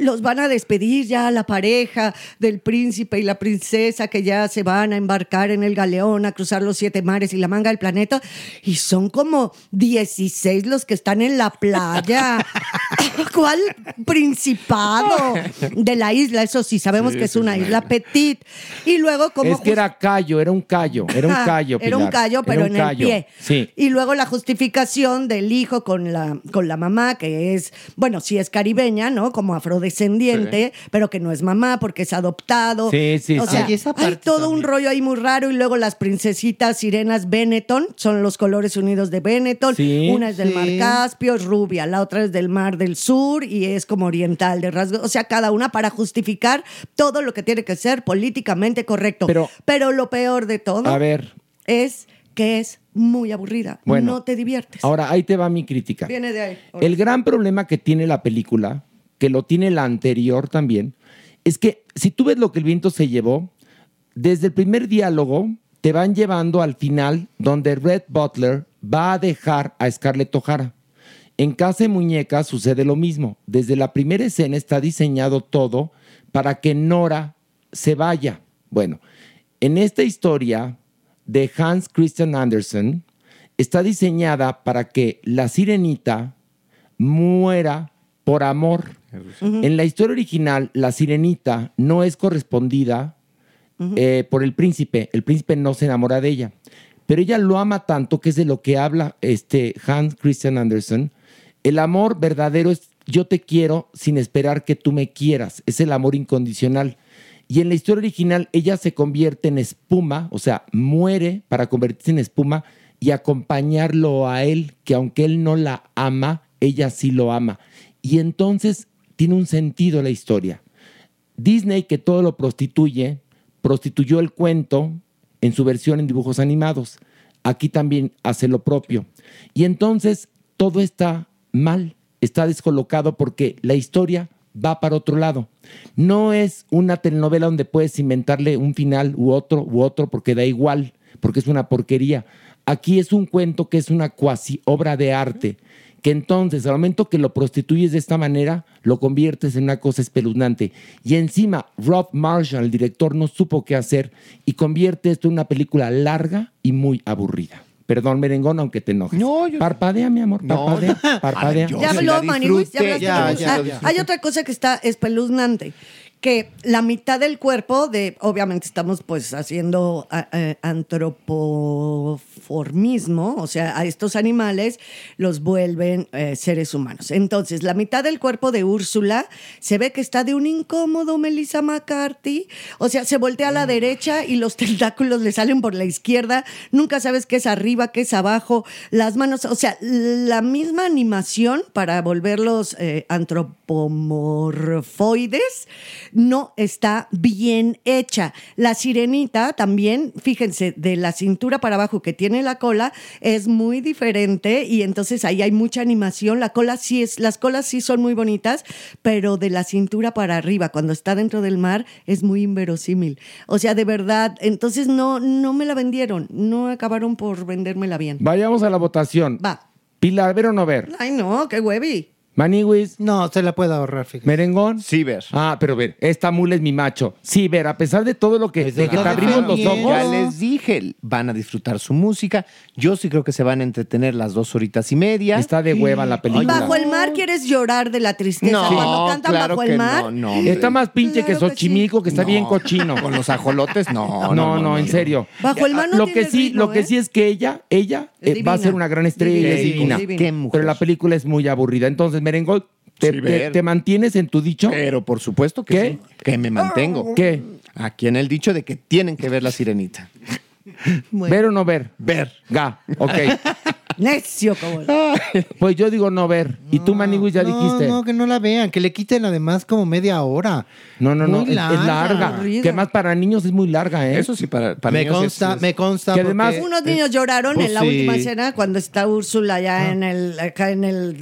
C: los van a despedir ya la pareja del príncipe y la princesa que ya se van a embarcar en el galeón a cruzar los siete mares y la manga del planeta y son como 16 los que están en la playa. ¿Cuál principado de la isla? Eso sí, sabemos
B: Sí,
C: que es
B: sí,
C: una
B: sí.
C: isla petit. Y luego como
B: es que era callo, era un callo, era un
C: Ajá,
B: callo,
C: era un
B: Pilar,
C: callo, pero
B: un
C: en el pie.
B: Sí.
C: Y luego la justificación del hijo con la, con la mamá, que es, bueno, sí es caribeña, ¿no? Como afrodescendiente, pero que no es mamá porque es adoptado.
B: Sí, sí,
C: o
B: sí.
C: Sea,
B: Ay, esa
C: hay todo un rollo ahí muy raro. Y luego las princesitas sirenas Benetton, son los colores unidos de Benetton.
B: Sí,
C: Una es del
B: sí.
C: mar Caspio, es rubia. La otra es del mar del sur y es como oriental de rasgo. O sea, cada una para justificar todo lo que tiene que ser políticamente correcto. Pero, lo peor de todo
B: A ver,
C: es que es muy aburrida.
B: Bueno.
C: no te diviertes.
B: ahora ahí te va mi crítica.
C: Viene de ahí.
B: El gran problema que tiene la película, que lo tiene la anterior también, es que si tú ves lo que el viento se llevó, desde el primer diálogo te van llevando al final donde Red Butler va a dejar a Scarlett O'Hara. En Casa de Muñecas sucede lo mismo. Desde la primera escena está diseñado todo para que Nora se vaya. Bueno, en esta historia de Hans Christian Andersen está diseñada para que la sirenita muera por amor.
G: Ujú.
B: En la historia original, la sirenita no es correspondida eh, por el príncipe. El príncipe no se enamora de ella. Pero ella lo ama tanto, que es de lo que habla este Hans Christian Andersen. El amor verdadero es yo te quiero sin esperar que tú me quieras. Es el amor incondicional. Y en la historia original, ella se convierte en espuma, o sea, muere para convertirse en espuma y acompañarlo a él, que aunque él no la ama, ella sí lo ama. Y entonces tiene un sentido la historia. Disney, que todo lo prostituye, prostituyó el cuento en su versión en dibujos animados. Aquí también hace lo propio. Y entonces todo está mal, está descolocado porque la historia va para otro lado. No es una telenovela donde puedes inventarle un final u otro u otro porque da igual, porque es una porquería. Aquí es un cuento que es una cuasi obra de arte que entonces al momento que lo prostituyes de esta manera, lo conviertes en una cosa espeluznante. Y encima, Rob Marshall, el director, no supo qué hacer y convierte esto en una película larga y muy aburrida. Perdón, merengón, aunque te enojes. No, Parpadea, mi amor, parpadea, parpadea.
C: ya habló Maniwis, ya hablaste tú. Ah, Hay otra cosa que está espeluznante, que la mitad del cuerpo de, obviamente estamos pues haciendo a- eh, antropoformismo, o sea, a estos animales los vuelven eh, seres humanos. Entonces, la mitad del cuerpo de Úrsula se ve que está de un incómodo Melissa McCarthy, o sea, se voltea a la derecha y los tentáculos le salen por la izquierda, nunca sabes qué es arriba, qué es abajo, las manos, o sea, la misma animación para volverlos eh, antropomorfoides no está bien hecha. La sirenita también, fíjense, de la cintura para abajo que tiene la cola es muy diferente y entonces ahí hay mucha animación. La cola sí es, las colas sí son muy bonitas, pero de la cintura para arriba, cuando está dentro del mar, es muy inverosímil. O sea, de verdad, entonces no, no me la vendieron, no acabaron por vendérmela bien.
B: Vayamos a la votación.
C: Va.
B: Pilar, ¿ver o no ver?
C: Ay, no, qué huevi.
B: Maniwis.
E: No, se la puedo ahorrar, fíjate.
B: ¿Merengón?
D: Sí, ver.
B: Ah, pero ver, esta mula es mi macho. Sí, ver, a pesar de todo lo que, de que te abrimos los ojos.
D: Ya les dije, van a disfrutar su música. Yo sí creo que se van a entretener las dos horitas y media. Está
B: de hueva la
C: Bajo el mar quieres llorar de la tristeza.
D: No,
C: cuando cantan
D: claro
C: bajo el
D: que
C: mar. eh,
D: no, no, hombre.
B: Está más pinche que Xochimilco, que está bien cochino. Con
D: los ajolotes, no.
B: No, no, en serio.
C: Bajo el mar no
B: lo
C: tiene
B: que sí,
C: ritmo,
B: Lo que
C: ¿eh?
B: sí es que ella, ella
C: Es
B: eh, va a
C: divina.
B: ser una gran estrella y
D: Divina,
B: es
D: es
B: divina.
D: divina. Qué mujer.
B: Pero la película es muy aburrida. Entonces, Merengol, te,
D: Sí,
B: te-
D: ver.
B: te mantienes en tu dicho?
D: Pero por supuesto que sí, que me mantengo.
B: ¿Qué?
D: Aquí en el dicho de que tienen que ver la sirenita.
B: ¿Ver o no ver?
D: Ver.
B: Ga, ok.
C: Necio, como
B: Pues yo digo no ver. y tú, Maniguis, ya
E: No,
B: dijiste.
E: no, que no la vean, que le quiten además como media hora.
B: No, no, no, es- es larga.
E: aburrida.
B: Que más para niños es muy larga, ¿eh?
D: Eso sí, para, para
E: me
B: niños
E: consta,
B: es- es-
E: me consta.
B: Que
E: porque-
B: además-
C: Unos niños lloraron
B: pues
C: en la
B: sí.
C: última escena cuando está Úrsula
E: Ah.
C: ya en el acá en el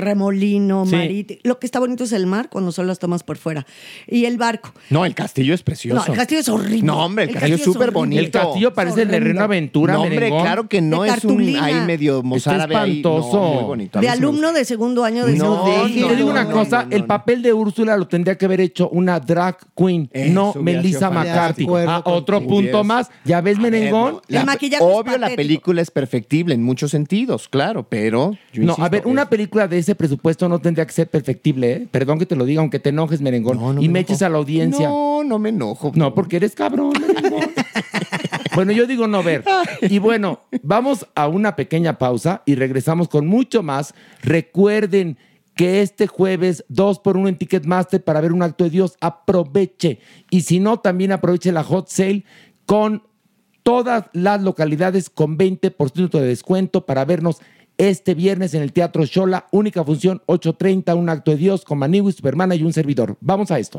C: remolino
D: Sí.
C: marítimo. Lo que está bonito es el mar cuando son las tomas por fuera y el barco.
D: No, el castillo es precioso.
C: No, el castillo es horrible.
D: No, hombre, el,
C: El
D: castillo,
C: castillo
D: es
C: es
D: súper bonito.
C: horrible. El castillo
B: parece el de Horrible. Reino Aventura,
D: No, hombre,
B: merengón.
D: claro que no
C: De
D: es un
C: cartulina.
D: ahí medio
B: Está
D: mozárabe ahí. No,
B: espantoso.
D: muy bonito. A mí
C: De
D: sí me gusta.
C: alumno de segundo año de
B: No,
C: secundaria.
B: y te digo una cosa, el papel de Úrsula lo tendría que haber hecho una drag queen, no
D: hubiera
B: Melissa
D: sido fantástico.
B: McCarthy.
D: De acuerdo
B: Ah, otro
D: contigo.
B: punto más, ya ves merengón.
D: La- obvio, la película es perfectible en muchos sentidos, claro, pero yo
B: No,
D: insisto,
B: a ver, una película de ese presupuesto no tendría que ser perfectible, ¿eh? Perdón que te lo diga, aunque te enojes, merengón, y me, eches a la audiencia.
D: No, no me enojo.
B: No, porque eres cabrón, merengón. bueno, yo digo no ver. Y bueno, vamos a una pequeña pausa y regresamos con mucho más. Recuerden que este jueves 2 por 1 en Ticketmaster para ver un acto de Dios, aproveche. Y si no, también aproveche la hot sale con todas las localidades con 20% de descuento para vernos este viernes en el Teatro Shola. Única función 8.30, un acto de Dios con Maniwi, Supermana y un servidor. Vamos a esto.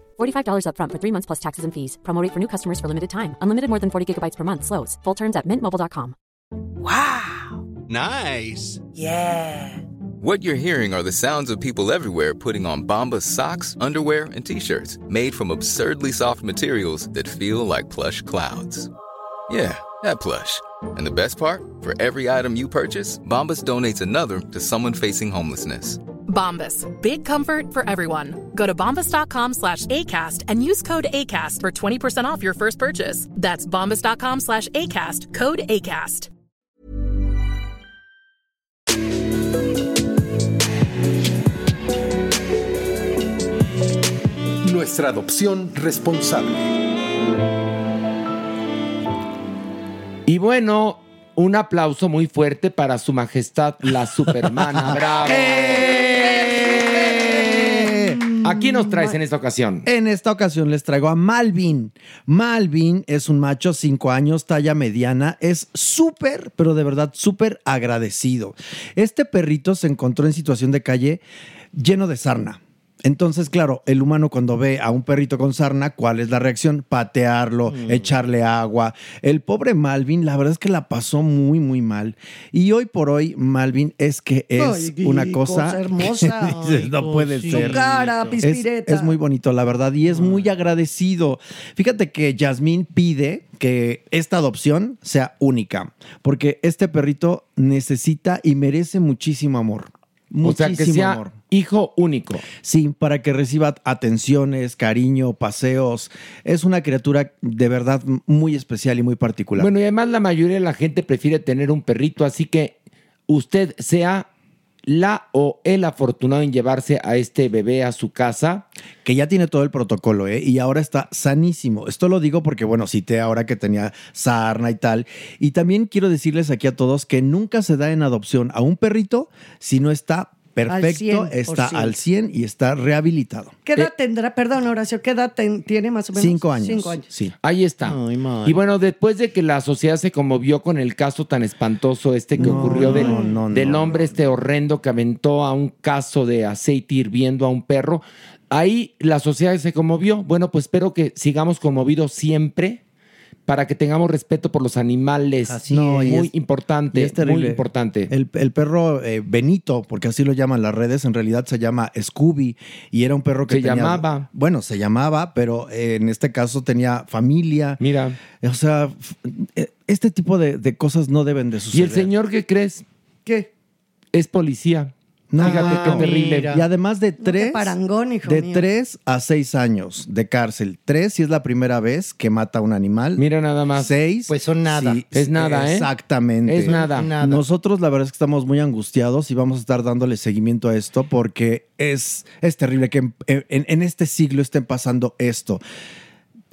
I: $45 upfront for three months plus taxes and fees. Promo rate for new customers for limited time. Unlimited more than 40 gigabytes per month. Slows. Full terms at mintmobile.com.
J: Nice.
G: Yeah.
J: What you're hearing are the sounds of people everywhere putting on Bombas socks, underwear, and t-shirts made from absurdly soft materials that feel like plush clouds. Yeah, that plush. And the best part? For every item you purchase, Bombas donates another to someone facing homelessness.
K: Bombas. Big comfort for everyone. Go to bombas.com slash ACAST and use code ACAST for 20% off your first purchase. That's bombas.com slash ACAST, code ACAST.
F: Nuestra adopción responsable.
B: Y bueno, un aplauso muy fuerte para su majestad la supermana. ¡Bravo! Aquí nos traes en esta ocasión.
G: En esta ocasión les traigo a Malvin. Malvin es un macho, 5 años, talla mediana. Es súper, pero de verdad súper agradecido. Este perrito se encontró en situación de calle lleno de sarna. Entonces, claro, el humano cuando ve a un perrito con sarna, ¿cuál es la reacción? Patearlo,
B: Mm.
G: echarle agua. El pobre Malvin, la verdad es que la pasó muy, muy mal. Y hoy por hoy, Malvin es que es
C: Ay, qué
G: una cosa...
C: cosa hermosa.
G: Dices, no puede
C: Su
G: ser.
C: cara,
G: Es-
C: pispireta.
G: Es, muy bonito, la verdad, y es muy agradecido. Fíjate que Yasmín pide que esta adopción sea única, porque este perrito necesita y merece muchísimo amor.
B: O sea,
G: Muchísimo
B: que sea
G: amor.
B: Hijo único.
G: Sí, para que reciba atenciones, cariño, paseos. Es una criatura de verdad muy especial y muy particular.
B: Bueno, y además la mayoría de la gente prefiere tener un perrito, así que usted sea la o el afortunado en llevarse a este bebé a su casa.
G: que ya tiene todo el protocolo, ¿eh? Y ahora está sanísimo. Esto lo digo porque, bueno, cité ahora que tenía sarna y tal. Y también quiero decirles aquí a todos que nunca se da en adopción a un perrito si no está perfecto,
C: 100%.
G: está al 100 y está rehabilitado. Eh,
C: ¿Qué edad tendrá? Perdón, Horacio, ¿qué edad ten- tiene más o menos? Cinco años.
B: Ahí está. y bueno, después de que la sociedad se conmovió con el caso tan espantoso este que ocurrió del, del hombre este horrendo que aventó a un caso de aceite hirviendo a un perro, ahí la sociedad se conmovió. Bueno, pues espero que sigamos conmovidos siempre para que tengamos respeto por los animales.
G: No, y
B: muy
G: es-
B: importante,
G: y es terrible.
B: muy importante.
G: El, el perro eh, Benito, porque así lo llaman las redes, en realidad se llama Scooby y era un perro que
B: Se
G: tenía-
B: llamaba.
G: Bueno, se llamaba, pero eh, en este caso tenía familia.
B: Mira.
G: O sea, f- eh, este tipo de, de cosas no deben de suceder.
B: ¿Y el señor qué crees?
C: ¿Qué?
B: Es policía. Fíjate qué terrible.
G: Y además de tres,
C: parangón, hijo
G: de
C: mío.
G: tres a seis años de cárcel. Tres si es la primera vez que mata a un animal.
B: Mira nada más.
G: Seis. Pues son
B: nada. Es nada, ¿eh?
G: Exactamente.
B: Es nada. Nada.
G: Nosotros la verdad es que estamos muy angustiados y vamos a estar dándole seguimiento a esto porque es, es terrible que en, en- en este siglo estén pasando esto.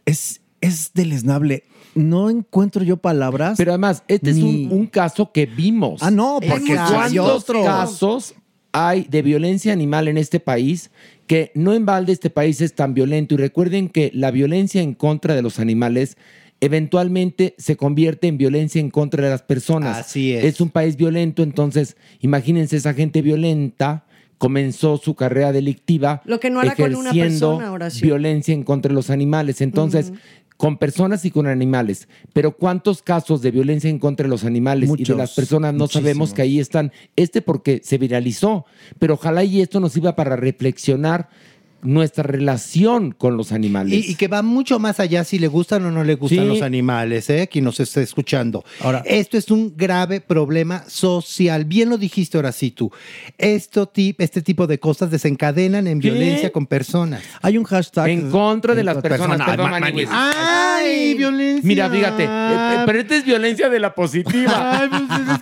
G: Es, es deleznable. No encuentro yo palabras.
B: Pero además, este es un- caso que vimos.
G: Ah, no, porque hay
B: ¿Cuántos
G: otro.
B: casos hay de violencia animal en este país que no en balde este país es tan violento? Y recuerden que la violencia en contra de los animales eventualmente se convierte en violencia en contra de las personas.
E: Así es.
B: Es un país violento, entonces imagínense esa gente violenta comenzó su carrera delictiva
C: Lo que no hará con una
B: ejerciendo
C: persona, Horacio.
B: violencia en contra de los animales. Entonces, con personas y con animales. Pero ¿cuántos casos de violencia en contra de los animales y de
G: Muchos,
B: las personas no sabemos
G: muchísimos.
B: que ahí están? Este porque se viralizó. Pero ojalá y esto nos sirva para reflexionar nuestra relación con los animales.
E: Y, y que va mucho más allá si le gustan o no le gustan
B: Sí.
E: los animales, ¿eh? Quien nos está escuchando. esto es un grave problema social. Bien lo dijiste ahora sí tú. Esto tip, este tipo de cosas desencadenan en
G: ¿Qué?
E: violencia con personas.
G: Hay un hashtag.
E: En
B: contra de las personas. Perdón, Manny, güey.
E: ¡Ay, violencia!
B: Mira, fíjate, eh, eh, pero esta es violencia de la positiva.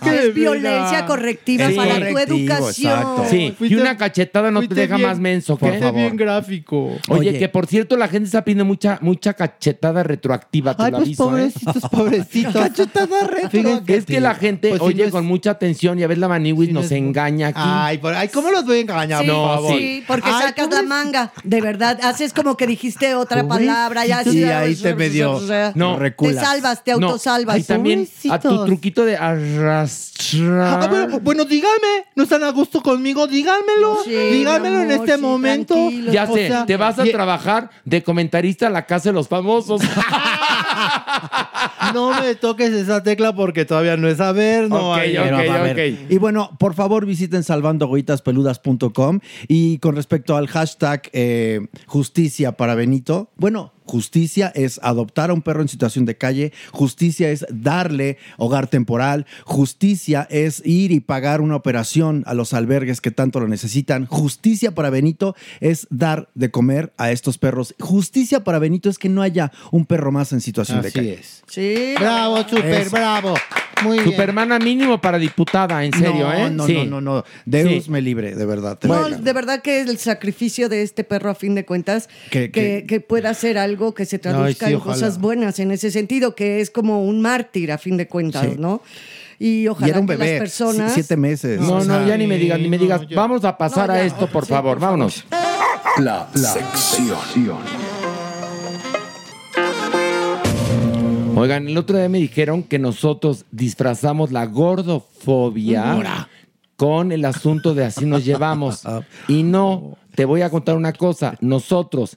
G: Pues
C: Es violencia correctiva
B: Sí.
C: para tu
B: Correctivo,
C: educación.
B: Sí, y una cachetada no te
E: fuiste
B: deja
E: bien-
B: más menso,
E: fuiste
B: por favor.
E: bien gráfico.
B: Oye,
E: Oye.
B: que por cierto, la gente está pidiendo mucha, mucha cachetada retroactiva, te
E: Ay,
B: lo
E: pues,
B: aviso. ¿eh?
E: pobrecitos, pobrecitos. Cachetada retroactiva.
B: Es que la gente
E: Pues, si
B: oye
E: no es-
B: con mucha atención y a veces la Maniwis nos engaña aquí.
E: Ay, por- ay, ¿cómo los voy a engañar,
C: Sí,
E: por favor?
C: sí, porque sacas la manga. De verdad, haces como que dijiste otra
E: Pobrecito.
C: palabra. Ya,
E: Sí, ahí te medio
B: No,
C: Te salvas, te
B: No.
C: autosalvas.
B: Y también a tu truquito de arrastrar.
E: Ah, bueno, bueno, díganme, ¿no están a gusto conmigo? Díganmelo, díganmelo en este momento.
B: Ya
E: O
B: sé,
E: sea,
B: te vas a
E: y-
B: trabajar de comentarista a la casa de los famosos.
E: No me toques esa tecla porque todavía no es saber, no
B: Ok,
E: hay.
B: ok,
E: pero va a
B: ok.
E: haber.
G: Y bueno, por favor visiten salvandogoitaspeludas.com y con respecto al hashtag eh, justicia para Benito, bueno, Justicia es adoptar a un perro en situación de calle. Justicia es darle hogar temporal. Justicia es ir y pagar una operación a los albergues que tanto lo necesitan. Justicia para Benito es dar de comer a estos perros. Justicia para Benito es que no haya un perro más en situación de
E: Así
G: calle.
E: es. Bravo, Super,
G: Eso.
E: bravo. Muy bien.
B: Supermana mínimo para diputada, en serio,
G: no,
B: ¿eh?
G: No,
B: Sí.
G: no, no, no. Deus
B: Sí.
G: me libre, de verdad. te lo
C: No,
G: digo.
C: de verdad que el sacrificio de este perro, a fin de cuentas,
G: Que-
C: que,
G: que-
C: que pueda hacer algo que se traduzca
G: Ay, sí,
C: en
G: ojalá.
C: cosas buenas en ese sentido, que es como un mártir, a fin de cuentas,
G: Sí.
C: ¿no? Y ojalá
G: Y era un
C: que
G: bebé,
C: las personas.
G: si- siete meses.
B: No,
G: O sea,
B: no, ya ni me digas, ni me digas. Vamos a pasar
C: No,
B: a
C: ya.
B: esto, por favor, vámonos.
F: La, sección.
B: Oigan, el otro día me dijeron que nosotros disfrazamos la gordofobia
E: Ahora.
B: con el asunto de así nos llevamos.
C: Ah.
B: Y no, te voy a contar una cosa. Nosotros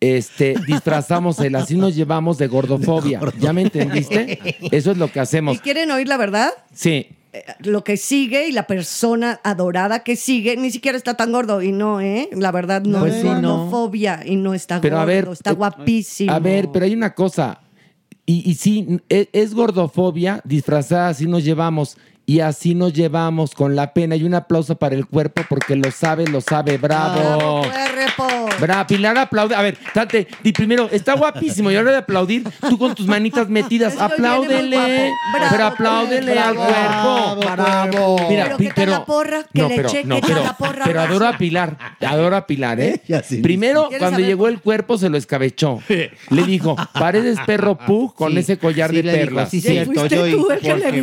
B: este, disfrazamos el así nos llevamos de gordofobia. ¿Ya me entendiste? Eso es lo que
C: ¿Y
B: hacemos.
C: quieren oír la verdad?
B: Sí.
C: Eh, Lo que sigue y la persona adorada que sigue ni siquiera está tan gordo y no, ¿eh? La verdad no
B: Pues
C: es
B: sí, no.
C: gordofobia y no está gordo, está
B: eh,
C: guapísimo.
B: A ver, pero hay una cosa. Y, y sí, e- es, gordofobia disfrazada, así nos llevamos. Y así nos llevamos con la pena. Y un aplauso para el cuerpo porque lo sabe, lo sabe. Bravo.
C: Repo.
B: Bra, Pilar aplaude. A ver, trate. Di primero, está guapísimo. Y ahora de aplaudir, tú con tus manitas metidas,
C: Es que hoy viene
B: apláudele.
C: muy guapo. Bravo,
B: pero apláudele
C: Pilar,
B: al
C: bravo,
B: cuerpo.
C: bravo. Pero que
B: Pi-
C: te haga porra, que le eche, que te haga porra,
B: pero
C: macho.
B: adoro a Pilar. Adoro a Pilar, ¿eh? Primero,
C: ¿Quieres
B: cuando
C: saber?
B: llegó el cuerpo, se lo escabechó. Le dijo, paredes perro pug con
E: Sí,
B: ese collar
E: sí,
B: de
E: le dijo,
B: perlas.
E: sí, cierto, yo y-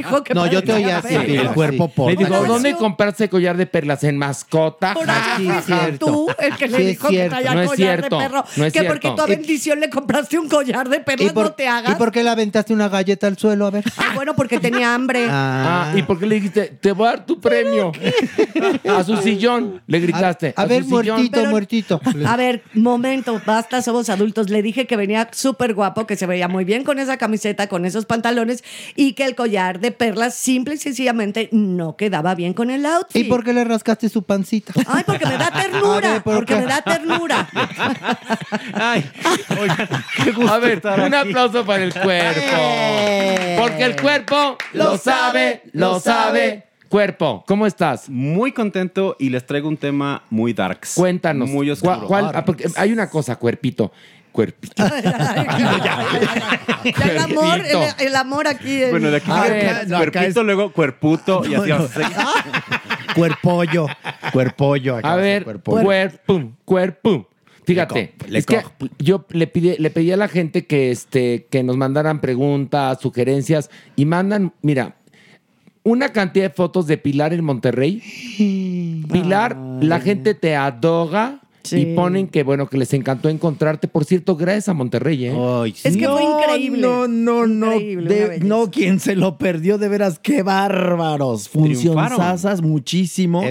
E: porque- No, yo te oí así, el cuerpo por.
B: Le digo, ¿dónde compraste el collar de perlas? ¿En mascota?
E: Ah, Sí,
B: Ja, ja, ja.
C: Tú, el que le
B: Sí, es
C: dijo que
B: cierto.
C: traía
B: No es
C: collar
B: cierto,
C: de perro.
B: no es
C: que porque
B: cierto.
C: tú a bendición le compraste un collar de perro, no te hagas.
E: ¿Y por qué le aventaste una galleta al suelo? A ver.
C: Ah, bueno, porque tenía hambre.
B: Ah, ¿y por qué le dijiste, te voy a dar tu premio? A su sillón, le gritaste.
C: A- a ver,
B: su sillón.
C: muertito, Pero-
E: muertito.
C: A ver, momento, basta, somos adultos. Le dije que venía súper guapo, que se veía muy bien con esa camiseta, con esos pantalones y que el collar de perlas simple y sencillamente no quedaba bien con el
E: ¿Y
C: outfit.
E: por qué le rascaste su pancita?
C: Ay, porque me da ternura, porque me da ternura.
B: Ay, a ver,
E: estar
B: un
E: aquí.
B: aplauso para el cuerpo. Porque el cuerpo
E: Lo
B: lo sabe, lo sabe. Cuerpo, ¿cómo estás?
H: Muy contento y les traigo un tema muy darks.
B: Cuéntanos.
H: Muy oscuro. pues.
B: ¿Cuál- cuál- ah, porque hay una cosa, cuerpito. Cuerpito.
C: Ya el amor,
B: Cuerpito.
C: el, el amor aquí. el-
H: Bueno, de aquí cuerpito, cuerpito, luego cuerputo y así. así.
E: Cuerpollo. Cuerpollo.
B: A ver,
E: cuerpo.
B: cuerpum, cuerpum. Fíjate,
E: Le co- le
B: es que yo le pedí, le pedí a la gente que, este, que nos mandaran preguntas, sugerencias y mandan, mira, una cantidad de fotos de Pilar en Monterrey. Pilar, la gente te adoga y ponen que, bueno, que les encantó encontrarte. Por cierto, gracias a Monterrey, ¿eh?
C: Es que fue increíble.
G: No, no, no.
C: Increíble,
G: de-
C: una belleza.
G: no, quien se lo perdió, de veras, qué bárbaros. Funcionzasas muchísimo.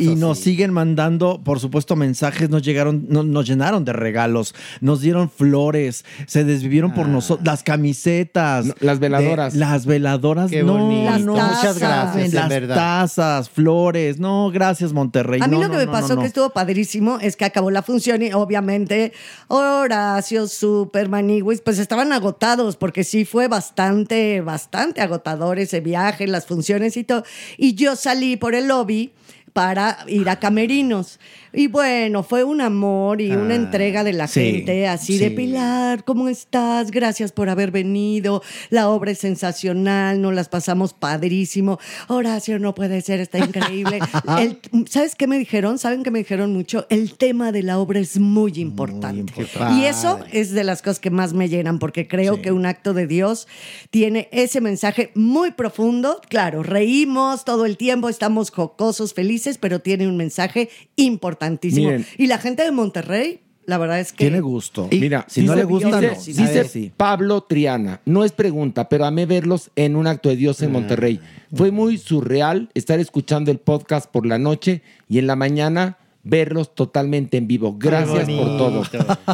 G: Y nos siguen mandando, por supuesto, mensajes. Nos llegaron, no- nos llenaron de regalos. Nos dieron flores. Se desvivieron por nosotros. Las camisetas. las
B: veladoras.
G: las veladoras.
E: Qué
G: no,
E: bonito.
G: no,
E: Las Muchas tazas. gracias, en
G: Las
E: verdad.
G: tazas, flores. No, gracias, Monterrey.
C: A mí
G: No,
C: lo que
G: no,
C: me
G: no,
C: pasó
G: no,
C: que
G: no.
C: estuvo padrísimo es que acabó la función y obviamente Horacio, Superman y Wiz, pues estaban agotados porque sí fue bastante, bastante agotador ese viaje, las funciones y todo. Y yo salí por el lobby para ir a camerinos. Y bueno, fue un amor y una entrega de la
L: Ah, sí,
C: gente así de
L: sí.
C: Pilar, ¿cómo estás? Gracias por haber venido. La obra es sensacional, nos las pasamos padrísimo. Horacio, no puede ser, está increíble. El- ¿Sabes qué me dijeron? ¿Saben qué me dijeron mucho? El tema de la obra es muy
L: Mm.
C: importante. Y eso
M: eh,
C: es de las cosas que más me llenan, porque creo que un acto de Dios tiene ese mensaje muy profundo. Claro, reímos todo el tiempo, estamos jocosos, felices, pero tiene un mensaje importantísimo.
B: Miren.
C: Y la gente de Monterrey, la verdad es que...
G: gusto.
B: Mira,
G: si no
B: dice-
G: le gusta,
B: dice,
G: no.
B: dice
G: A ver, sí.
B: Pablo Triana, no es pregunta, pero amé verlos en un acto de Dios en Monterrey.
C: Ah.
B: Fue muy surreal estar escuchando el podcast por la noche y en la mañana verlos totalmente en vivo. Gracias por todo.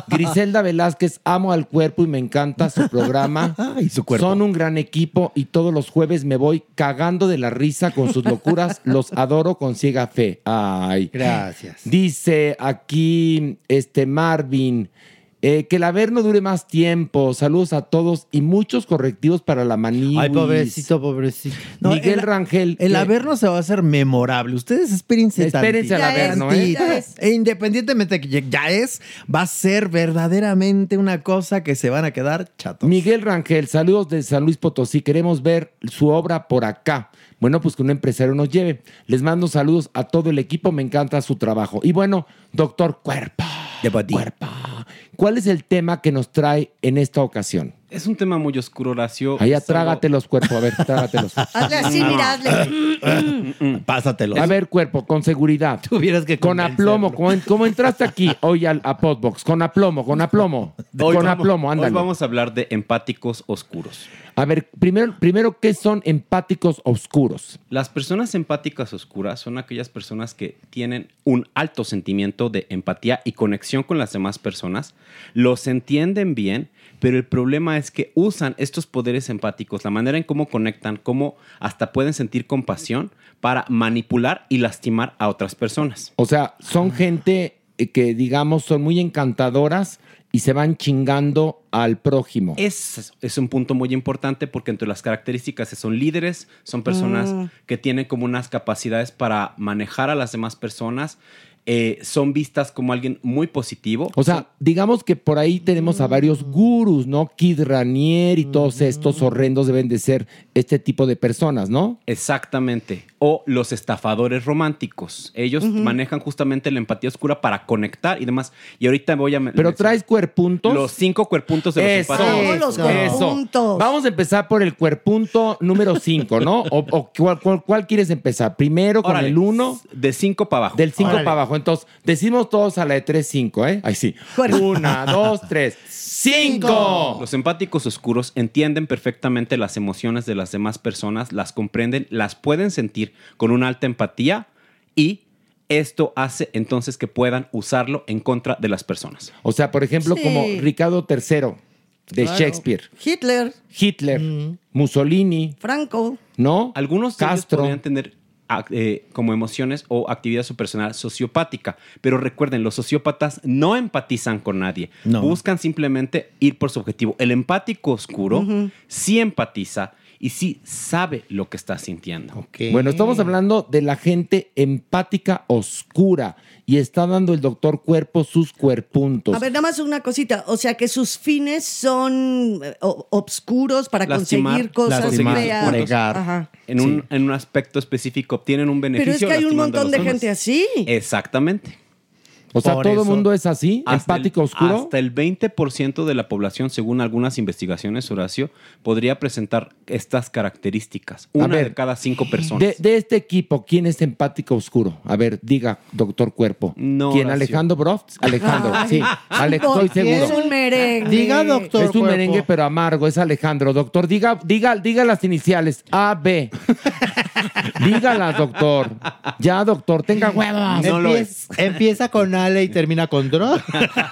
B: Griselda Velázquez, amo al cuerpo y me encanta su programa. Son un gran equipo y todos los jueves me voy cagando de la risa con sus locuras. Los adoro con ciega fe. Ay.
E: Gracias.
B: Dice aquí este Marvin. Eh, que el haber no dure más tiempo. Saludos a todos y muchos correctivos para la manía.
E: Ay, pobrecito, pobrecito.
G: No,
B: Miguel
G: el-
B: Rangel.
G: El
B: que-
G: Averno se va a hacer memorable. Ustedes espérense
B: Espérense al Ya es, Averno, ¿eh? ya es.
G: E independientemente de que ya- ya es, va a ser verdaderamente una cosa que se van a quedar chatos.
B: Miguel Rangel, saludos de San Luis Potosí. Queremos ver su obra por acá. Bueno, pues que un empresario nos lleve. Les mando saludos a todo el equipo. Me encanta su trabajo. Y bueno, doctor Cuerpa.
G: De
B: ¿Cuál es el tema que nos trae en esta ocasión?
H: Es un tema muy oscuro, Horacio.
B: Allá, trágate los cuerpos. A ver, trágatelos.
C: Hazle así, mira, hazle.
G: Pásatelos.
B: A ver, cuerpo, con seguridad.
G: Tuvieras que
B: Con aplomo. ¿Cómo, entraste aquí hoy al, a Podbox? Con aplomo, con aplomo.
H: Hoy
B: con
H: vamos-
B: aplomo, ándale.
H: Hoy vamos a hablar de empáticos oscuros.
B: A ver, primero, primero, ¿qué son empáticos oscuros?
H: Las personas empáticas oscuras son aquellas personas que tienen un alto sentimiento de empatía y conexión con las demás personas, los entienden bien, pero el problema es que usan estos poderes empáticos, la manera en cómo conectan, cómo hasta pueden sentir compasión para manipular y lastimar a otras personas.
B: O sea,
H: Ah.
B: son gente eh, que, digamos, son muy encantadoras y se van chingando al prójimo.
H: Es, es un punto muy importante porque entre las características son líderes, son personas
B: Ah.
H: que tienen como unas capacidades para manejar a las demás personas, eh, son vistas como alguien muy positivo.
B: O sea, digamos que por ahí tenemos a varios gurús, ¿no? Kid Ranier y todos estos horrendos deben de ser este tipo de personas, ¿no?
H: Exactamente. O los estafadores románticos. Ellos
B: Ujú.
H: manejan justamente la empatía oscura para conectar y demás. Y ahorita voy a...
B: Pero traes cuerpuntos.
H: Los cinco cuerpuntos de los
B: Eso,
H: empáticos.
B: eso. Vamos a empezar por el cuerpunto número 5, ¿no? ¿O, o cuál, cuál- cuál quieres empezar? Primero con
H: Órale.
B: el 1.
H: De 5 para abajo.
B: Del 5
H: Órale.
B: para abajo. Entonces, decimos todos a la de 3, 5, ¿eh? Ahí sí. Una, dos, tres. ¡Cinco!
H: Los empáticos oscuros entienden perfectamente las emociones de las demás personas, las comprenden, las pueden sentir con una alta empatía y esto hace entonces que puedan usarlo en contra de las personas.
B: O sea, por ejemplo,
C: Sí.
B: como Ricardo III de
C: Claro.
B: Shakespeare,
C: Hitler, Mm.
B: Hitler, Mussolini,
C: Franco.
B: ¿no?
H: Algunos de ellos
B: Castro.
H: podrían tener ac- eh, como emociones o actividad personal sociopática, pero recuerden, los sociópatas no empatizan con nadie,
G: No.
H: buscan simplemente ir por su objetivo. El empático oscuro
B: Ujú.
H: sí empatiza y sí sabe lo que está sintiendo.
B: Bueno, estamos hablando de la gente empática oscura y está dando el doctor cuerpo sus cuerpuntos.
C: A ver, nada más una cosita. O sea, que sus fines son eh, o- obscuros para conseguir cosas feas. Ajá.
H: En, un, en un aspecto específico obtienen un beneficio.
C: Pero es que hay un
H: lastimando a
C: montón
H: los
C: de
H: demás.
C: gente así.
H: Exactamente.
B: O sea, todo el mundo es así,
H: Hasta
B: empático
H: el-
B: oscuro.
H: Hasta el 20% de la población, según algunas investigaciones, Horacio, podría presentar estas características. Una
B: ver,
H: de cada cinco personas.
B: De, de este equipo, ¿quién es empático oscuro? A ver, diga, doctor Cuerpo.
H: No,
B: ¿Quién?
H: Horacio.
B: Alejandro Broft. Alejandro,
C: Ay.
B: sí. Alex, estoy
C: Porque
B: seguro.
C: Es un merengue.
B: Es un merengue, pero amargo. Es Alejandro. Doctor, diga, diga, diga las iniciales. A, B. Dígalas, doctor. Ya, doctor, tenga huevos.
E: Empie- Empieza con Ale y termina con Dro.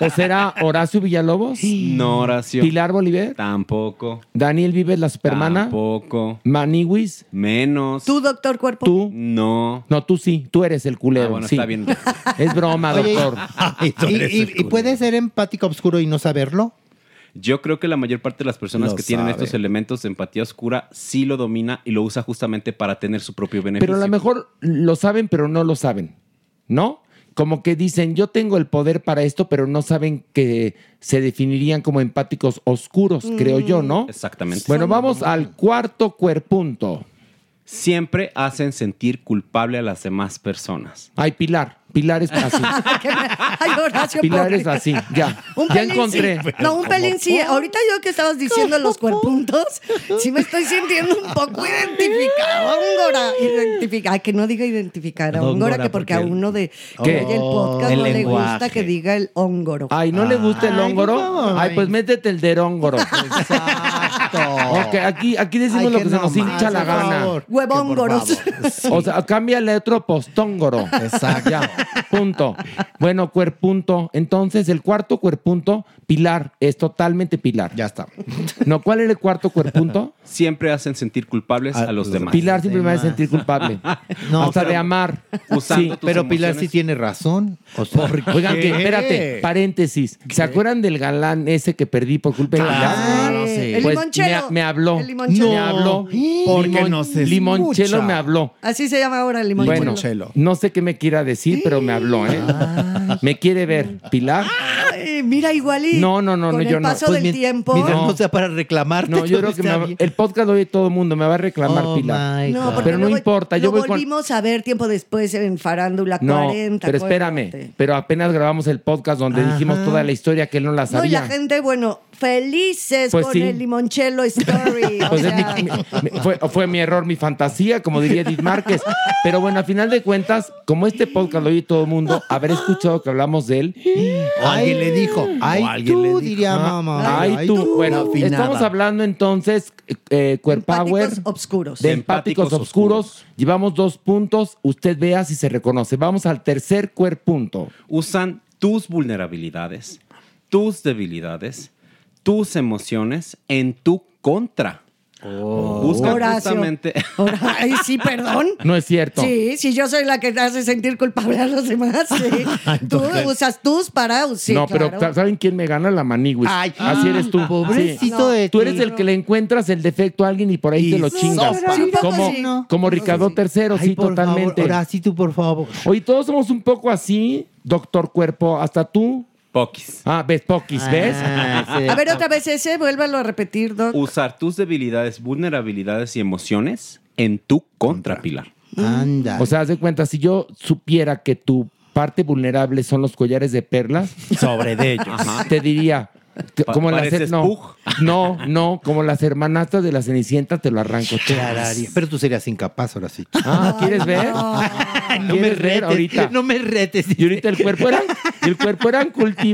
B: ¿O será Horacio Villalobos?
H: No, Horacio.
B: ¿Pilar Bolívar?
H: Tampoco.
B: ¿Daniel Vives, la supermana?
H: Tampoco.
B: ¿Maniwis?
H: Menos.
C: ¿Tú, doctor Cuerpo?
B: ¿Tú?
H: No.
B: No, tú sí. Tú eres el culero.
H: Ah, bueno,
B: sí.
H: está bien.
B: Es broma,
E: Oye,
B: doctor.
E: y, y- y puede ser empático oscuro y no saberlo.
H: Yo creo que la mayor parte de las personas
E: Lo
H: que tienen
E: sabe.
H: estos elementos de empatía oscura sí lo domina y lo usa justamente para tener su propio beneficio.
B: Pero a lo mejor lo saben, pero no lo saben, ¿no? Como que dicen, yo tengo el poder para esto, pero no saben que se definirían como empáticos oscuros,
C: Mm.
B: creo yo, ¿no?
H: Exactamente.
B: Bueno, vamos al cuarto cuerpunto.
H: Siempre hacen sentir culpable a las demás personas.
B: Ay, Pilar. Pilar es así.
C: Ay, Horacio,
B: Pilar
C: pobre.
B: es así. Ya.
C: Un
B: ya
C: pelín
B: encontré.
C: sí. No, un pelín sí. Ahorita yo que estabas diciendo los cuerpuntos, sí me estoy sintiendo un poco identificada. Góngora. Identifica. Ay, que no diga identificar a
B: Góngora,
C: Góngora, que porque a
B: porque-
C: uno de
B: ¿Qué?
C: que oye el podcast
B: El
C: no le gusta
B: lenguaje.
C: que diga el hongoro.
B: Ay, ¿no le gusta el
C: Ay,
B: hongoro?
C: no.
B: Ay, pues métete el deróngoro.
E: Exacto.
B: Ok, aquí, aquí decimos
E: Ay,
B: lo
E: que
B: que se
E: no
B: nos
E: manches,
B: hincha la
E: por
B: gana.
E: favor.
C: Huevóngoros.
B: O sea, cámbiale otro postóngoro. Exacto. punto. Bueno, cuerpunto. Entonces, el cuarto cuerpunto, pilar, es totalmente pilar. Ya
G: está.
B: No, ¿cuál era el cuarto cuerpunto?
H: Siempre hacen sentir culpables a, los demás.
B: Pilar siempre me va a sentir culpable.
H: No,
B: Hasta
H: pero-
B: de amar.
H: Usando tus
E: pero Pilar sí tiene razón. O sea,
B: Oigan, que, espérate, paréntesis. ¿Se acuerdan del galán ese que perdí por culpa de Pilar?
E: Claro, sí. El
B: Pues
C: Ah, limonchelo.
B: Me, me habló.
C: El limonchelo.
B: Me habló.
C: porque
B: Limon-
C: nos escucha.
B: Limonchelo me habló.
C: Así se llama ahora el limón.
B: Bueno, no sé qué me quiera decir, pero me habló, ¿eh? Me quiere ver. ¿Pilar?
C: Ay, mira, igual y.
B: No, no, no,
C: con
B: no,
C: el
B: yo no.
C: paso
E: Pues
C: del tiempo.
B: sea
E: para reclamarte.
B: No, yo
E: todo
B: creo que me
E: está
B: va-
E: bien.
B: el podcast lo oye todo el mundo, me va a reclamar
E: Oh
B: Pilar.
E: my No, God. porque
B: pero no
C: luego
B: importa, yo
C: lo
B: voy con
C: volvimos a ver tiempo después en Farándula
B: No,
C: 40.
B: pero espérame,
C: acuérdate.
B: pero apenas grabamos el podcast donde dijimos toda la historia que él no la
C: No, y
B: sabía.
C: la gente, bueno, felices
B: Pues
C: con
B: sí.
C: el limonchelo story. o
B: Pues es
C: sea,
B: mi- mi- mi- fue, fue mi error, mi fantasía, como diría Edith Márquez. Pero bueno, a final de cuentas, como este podcast lo oye todo el mundo, habré escuchado que hablamos de él.
E: alguien le dijo, ay, tú, diría mamá.
B: Ay, tú. Bueno,
E: Afinada.
B: estamos hablando entonces, eh, Cuerpower.
C: Obscuros.
B: De empáticos, obscuros. Llevamos dos puntos. Usted vea si se reconoce. Vamos al tercer cuerpunto.
H: usan tus vulnerabilidades, tus debilidades, tus emociones en tu contra.
E: Oh.
H: Buscan
C: Horacio.
H: justamente.
C: ahora- Ay, sí, perdón.
B: No es cierto.
C: Sí, sí, yo soy la que te hace sentir culpable a los demás. sí. Tú
B: Entonces-
C: usas tus para sí,
B: no, pero
C: claro.
B: ¿sa- ¿saben quién me gana? La manigüis.
C: Ay,
B: Así eres tú.
C: pobrecito de
B: Tú
C: ti.
B: eres el que le encuentras el defecto a alguien y por ahí te lo
E: No,
B: chingas.
E: pero sí, un poco
B: como,
E: sí. No.
B: como Ricardo III,
E: Ay,
B: sí,
E: por
B: totalmente.
E: favor, ahora sí, tú, por favor.
B: Hoy todos somos un poco así, doctor cuerpo, hasta tú.
H: Poquis.
B: Ah, ves, poquis, ¿ves?
C: A ver, otra vez ese, vuélvalo a repetir, Doc.
H: Usar tus debilidades, vulnerabilidades y emociones en tu contra, Pilar.
B: O sea, haz de cuenta, si yo supiera que tu parte vulnerable son los collares de perlas,
E: sobre de ellos.
B: te diría. que-
E: Pa-
B: como las,
E: pareces
B: no,
E: Pug.
B: no, no, como las hermanastas de la Cenicienta te lo arranco.
E: Clararia. Pero tú serías incapaz ahora sí.
B: Ah, ¿quieres ver?
E: No me
B: ¿Quieres ver
E: retes,
B: ahorita?
E: no me retes.
B: Y ahorita el cuerpo eran, el cuerpo eran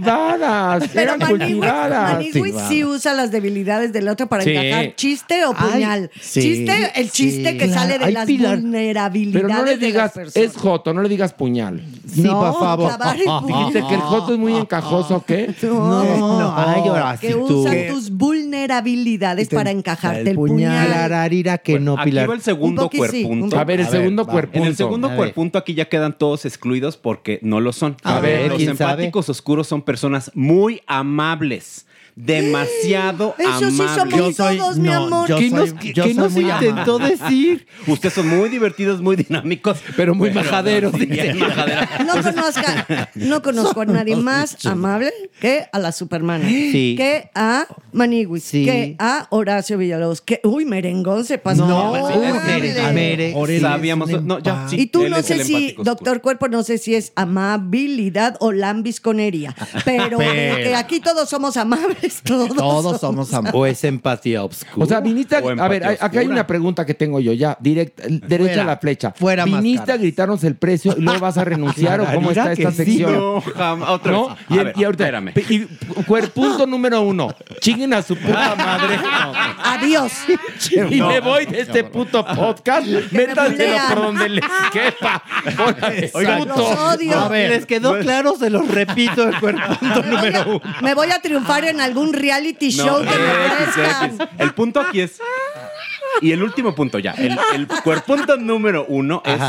B: cultivadas,
C: Pero
B: eran
C: Manigüis
B: cultivadas.
C: Manigüis sí usa las debilidades del otro para
B: Sí.
C: encajar chiste o
B: Ay,
C: puñal.
B: sí,
C: chiste,
B: sí.
C: el chiste que
B: Claro.
C: sale de
B: Ay,
C: las
B: Pilar.
C: vulnerabilidades
B: Pero no le
C: de las
B: digas,
C: personas.
B: es joto, no le digas puñal.
E: Sí, No, por favor. clavar el puñal.
B: Dijiste que el joto es
E: Ah.
B: muy encajoso, ¿o ¿qué?
E: No, no, ay, ahora sí
C: que
E: tú.
C: usan tus vulnerabilidades para encajarte el, puñal.
E: Clararira que no,
H: Aquí
E: Pilar.
H: va el segundo
C: poquito sí, un
H: cuerpunto.
C: poquito. A ver, el
E: segundo
H: va.
E: cuerpunto.
H: En el segundo
E: A ver.
H: cuerpunto aquí ya quedan todos excluidos porque no lo son.
E: A ver,
H: los
E: ¿quién sabe?
H: empáticos oscuros son personas muy amables. Demasiado
C: Eso sí
H: amables.
C: somos todos, mi amor.
H: ¿Qué nos, qué nos intentó decir? Ustedes son muy divertidos, muy dinámicos, pero muy majaderos. bien majaderos.
C: No conozca, no conozco a nadie más amable que a la Supermana,
H: Sí.
C: que a Maniguis,
H: Sí.
C: que a Horacio Villalobos, que uy, merengón se pasó.
H: Sabíamos. No, ya, sí,
C: y tú
H: él
C: no
H: es el
C: sé si,
H: empático
C: doctor Cuerpo, no sé si es amabilidad o lambisconería, pero de que aquí todos somos amables, todos.
E: Todos somos amores. O es empatía obscura.
B: O sea, viniste a, a ver, hay- acá hay una pregunta que tengo yo ya, directa, derecha
E: Fuera.
B: a la flecha.
E: Fuera
B: ¿Viniste a gritarnos el precio y luego vas a renunciar o cómo
H: Claro
B: está
H: que
B: esta
H: sí.
B: sección?
H: No, jamás, otra
B: ¿No?
H: vez.
B: Y,
H: A
B: el-
H: ver,
B: y ahorita,
H: espérame.
B: pe- y cuer- punto número uno, chinguen a su puta madre.
C: Adiós.
B: y me voy de este puto podcast, métanselo
E: bulean.
B: por donde les quepa. Oigan,
E: Oigan,
B: puto.
E: A ver, Pues- les quedó claro, se los repito el cuerpunto número uno.
C: Me voy a triunfar en algún reality
H: No,
C: show que me
H: X,
C: ofrezcan.
H: X. El punto aquí es. Y el último punto ya. El, el cuerpunto número uno es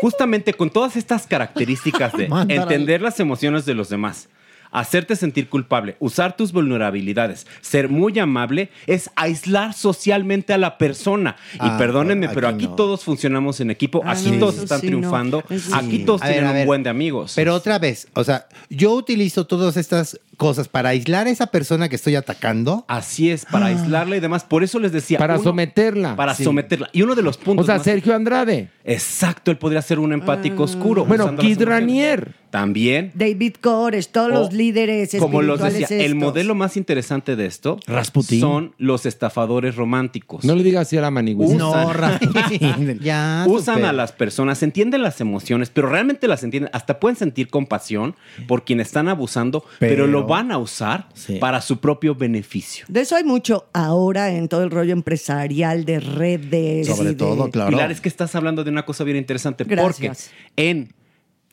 H: justamente con todas estas características de
E: Mándala.
H: entender las emociones de los demás. Hacerte sentir culpable, usar tus vulnerabilidades, ser muy amable, es aislar socialmente a la persona. Y
E: Ah,
H: perdónenme,
E: aquí
H: pero aquí
E: no.
H: todos funcionamos en equipo,
E: Ah,
H: aquí
E: no,
H: todos
E: eso
H: están
E: sí, no.
H: triunfando,
E: Eso
H: aquí
E: sí.
H: todos
E: A ver,
H: tienen
E: a
H: un
E: ver.
H: buen de amigos.
E: Pero otra vez, o sea, yo utilizo todas estas cosas para aislar a esa persona que estoy atacando.
H: Así es, para aislarla y demás. Por eso les decía.
B: Para
H: uno-
B: someterla.
H: Para
B: Sí.
H: someterla. Y uno de los puntos.
B: O sea,
H: más-
B: Sergio Andrade.
H: Exacto, él podría ser un empático
C: Mm.
H: oscuro.
B: Bueno,
H: usando las
B: Kid
H: emociones.
B: Ranier.
H: También.
C: David Cores, todos los
H: O,
C: líderes
H: Como los decía,
C: espirituales
H: el
C: estos.
H: modelo más interesante de esto
B: Rasputín.
H: son los estafadores románticos.
B: No le digas así a la manigüis.
H: No,
E: ya.
H: Usan
E: supera.
H: a las personas, entienden las emociones, pero realmente las entienden. Hasta pueden sentir compasión por quienes están abusando, pero,
E: Pero-
H: lo van a usar para su propio beneficio.
C: De eso hay mucho ahora en todo el rollo empresarial de redes. y de-
H: Pilar, es que estás hablando de una cosa bien interesante.
C: Gracias.
H: Porque en,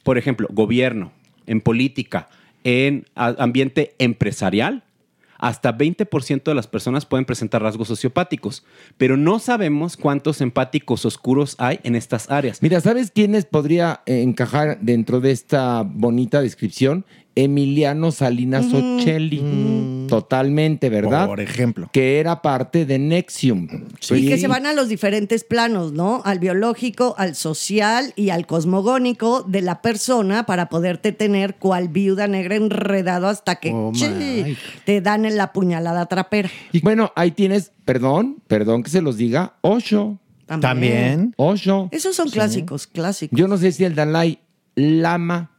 H: por ejemplo, gobierno, en política, en a- ambiente empresarial, hasta 20% de las personas pueden presentar rasgos sociopáticos, pero no sabemos cuántos empáticos oscuros hay en estas áreas.
B: Mira, ¿sabes quiénes podría eh, encajar dentro de esta bonita descripción? Emiliano Salinas
G: Ujú.
B: Ocelli. Totalmente, ¿verdad?
G: Por ejemplo.
B: Que era parte de Nexium.
C: Y que se van a los diferentes planos, ¿no? Al biológico, al social y al cosmogónico de la persona para poderte tener cual viuda negra enredado hasta que ¡chi! te dan en la puñalada trapera.
B: Y bueno, ahí tienes, perdón, perdón que se los diga, Osho.
C: También. También.
B: Osho.
C: Esos son
B: Sí.
C: clásicos, clásicos.
B: Yo no sé si el Dalai Lama.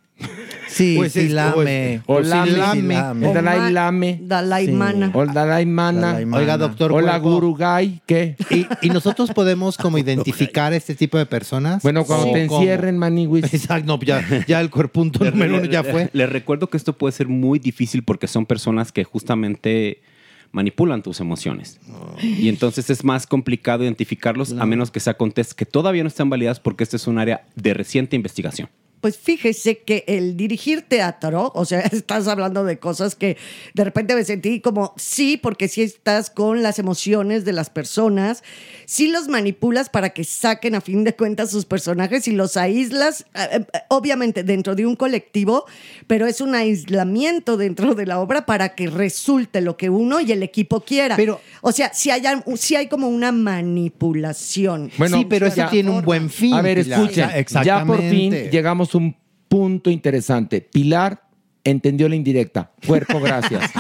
E: Sí, sí
B: es-
E: lame.
B: O,
E: Pues
B: es-
E: sí
B: o lame.
E: lame.
B: El Dalai
C: Ma-
B: Lame.
C: Dalai Mana.
B: O el Dalai Mana.
E: Dalai Mana. Oiga, doctor
B: Hola,
E: Cuervo.
B: Guru Gai. ¿Qué?
E: Y, y nosotros podemos como identificar este tipo de personas.
B: Bueno, cuando
E: ¿O
B: te
E: cómo?
B: encierren, Maniwis.
E: Exacto, no, ya, ya el cuerpo punto número uno ya fue.
H: Les recuerdo que esto puede ser muy difícil porque son personas que justamente manipulan tus emociones. Y entonces es más complicado identificarlos a menos que sea con test que todavía no están validadas porque este es un área de reciente investigación.
C: Pues fíjese que el dirigir teatro, o sea, estás hablando de cosas que de repente me sentí como, sí, porque sí estás con las emociones de las personas, sí los manipulas para que saquen a fin de cuentas sus personajes y los aíslas, eh, eh, obviamente dentro de un colectivo, pero es un aislamiento dentro de la obra para que resulte lo que uno y el equipo quiera.
E: Pero-
C: o sea, si hay, si hay como una manipulación.
B: Bueno,
C: Sí,
E: pero ese
B: ya-
E: tiene un buen fin.
B: A ver,
E: Pilar.
B: escuchen. Ya por fin llegamos a un punto interesante. Pilar entendió la indirecta. Cuerpo, gracias.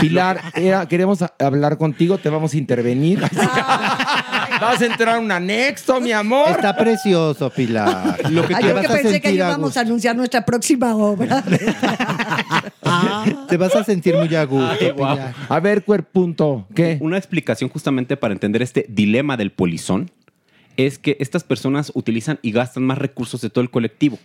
B: Pilar, era- queremos a- hablar contigo, te vamos a intervenir. Vas a entrar a un anexo, mi amor.
E: Está precioso, Pilar.
B: Lo que
C: Ay,
B: te
C: Ah, yo
B: vas
C: que
B: a
C: pensé que
B: sentir a
C: íbamos a anunciar nuestra próxima obra.
E: Te vas a sentir muy a gusto. Pilar.
B: A ver, cuerpunto, ¿qué?
H: Una explicación justamente para entender este dilema del polizón es que estas personas utilizan y gastan más recursos de todo el colectivo.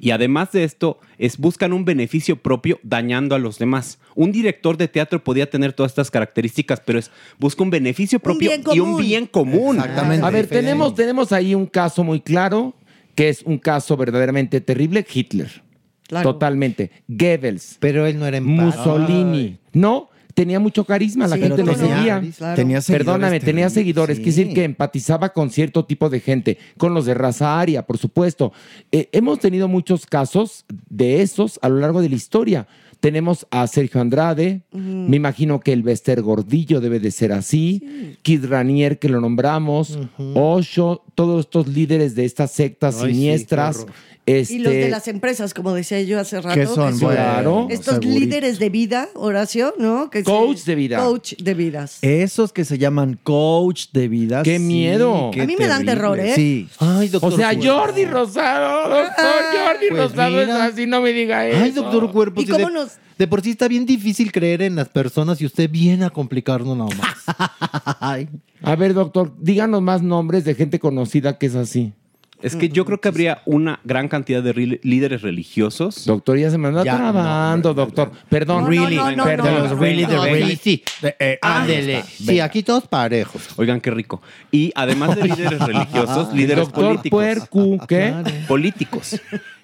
H: Y además de esto, es buscan un beneficio propio dañando a los demás. Un director de teatro podía tener todas estas características, pero es busca un beneficio propio
B: bien
H: y un
B: común.
H: bien común. Ah, Exactamente.
B: A ver, tenemos, tenemos ahí un caso muy claro, que es un caso verdaderamente terrible, Hitler.
E: Claro.
B: Totalmente. Goebbels.
E: Pero él no era empático.
B: Mussolini. No, tenía mucho carisma, la
E: Sí,
B: gente
E: pero
B: lo
E: tenía-
B: seguía.
E: claro. tenía seguidores
C: este,
B: Perdóname, tenía
E: terribles,
B: seguidores. Quiere decir que empatizaba con cierto tipo de gente, con los de raza aria, por supuesto. Eh, hemos tenido muchos casos de esos a lo largo de la historia. Tenemos a Sergio Andrade, me imagino que el Bester Gordillo debe de ser así, Kid Ranier, que lo nombramos, Osho, todos estos líderes de estas sectas
C: Ay, sí, qué
B: siniestras.
C: horror.
B: este,
C: Y los de las empresas, como decía yo hace rato.
B: ¿Qué son?
C: que
B: Claro,
C: Estos
G: segurito.
C: líderes de vida, Horacio, ¿no? Que se-
G: Coach de vida.
C: Coach de vidas.
G: Esos que se llaman coach de vida.
B: ¡Qué miedo!
C: A mí me dan terror, ¿eh?
G: Sí. Ay,
B: O sea,
G: Cuervo.
B: Jordi
H: Ah.
B: Rosado, doctor Jordi
E: Pues
B: Rosado es
E: mira.
B: así, no me diga eso.
E: Ay, doctor Cuerpo.
B: ¿Y
E: si
B: cómo
E: de,
B: nos-
E: de por sí está bien difícil creer en las personas y usted viene a complicarnos nada más.
B: A ver, doctor, díganos más nombres de gente conocida que es así.
H: Es que yo creo que habría una gran cantidad de ri- líderes religiosos.
B: Doctor, ya se me anda trabando, doctor. Perdón.
H: No, no, Really, no, no, perdón. no, no, no, Ah, no, no, no.
E: sí. De- eh,
H: Ah,
E: ándele.
H: está.
E: Sí,
H: Venga.
E: aquí todos parejos.
H: Oigan, qué rico. Y además de líderes religiosos, líderes
B: Doctor
H: políticos.
B: Puercu, ¿qué? Claro.
H: ¿Eh? Políticos.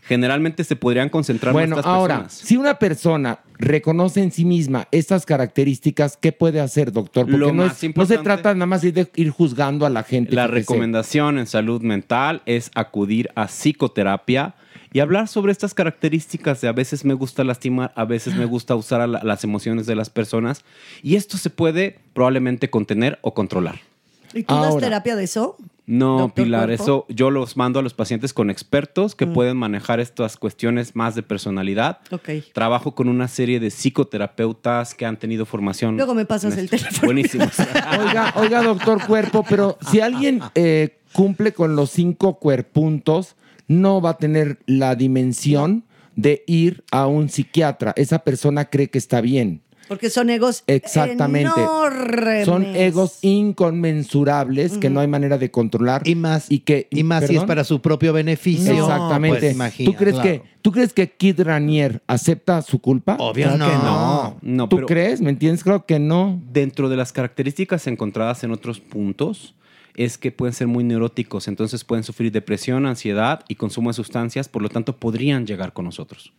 H: Generalmente se podrían concentrar
B: Bueno,
H: nuestras
B: ahora,
H: personas.
B: si una persona reconoce en sí misma estas características, ¿qué puede hacer, doctor? Porque
H: Lo
B: no,
H: más
B: es- no se trata nada más de ir juzgando a la gente.
H: La
B: porque se-
H: recomendación en salud mental es acudir a psicoterapia y hablar sobre estas características de a veces me gusta lastimar, a veces me gusta usar a la- las emociones de las personas. Y esto se puede probablemente contener o controlar.
C: ¿Y tú das
H: Ahora.
C: terapia de eso?
H: No, Pilar,
C: Cuerpo?
H: eso yo los mando a los pacientes con expertos
C: Mm.
H: que pueden manejar estas cuestiones más de personalidad.
C: Ok.
H: Trabajo con una serie de psicoterapeutas que han tenido formación.
C: Luego me pasas
H: en
C: el
H: esto.
C: teléfono.
H: Buenísimo.
B: Oiga, oiga, doctor Cuerpo, pero si alguien eh, cumple con los cinco cuerpuntos, no va a tener la dimensión de ir a un psiquiatra. Esa persona cree que está bien.
C: Porque son egos
B: Exactamente.
C: enormes.
B: Son egos inconmensurables que no hay manera de controlar. Y más. Y, que, y
E: más si es para su propio beneficio.
B: Exactamente.
E: No, pues, imagina,
B: ¿Tú, crees
E: claro.
B: que, ¿Tú crees que Kid Ranier acepta su culpa?
C: Oh,
H: Obvio
B: Claro que
H: no. No,
B: ¿Tú
H: pero-
B: crees? ¿Me entiendes? Creo que no.
H: Dentro de las características encontradas en otros puntos es que pueden ser muy neuróticos, entonces pueden sufrir depresión, ansiedad y consumo de sustancias, por lo tanto podrían llegar con nosotros.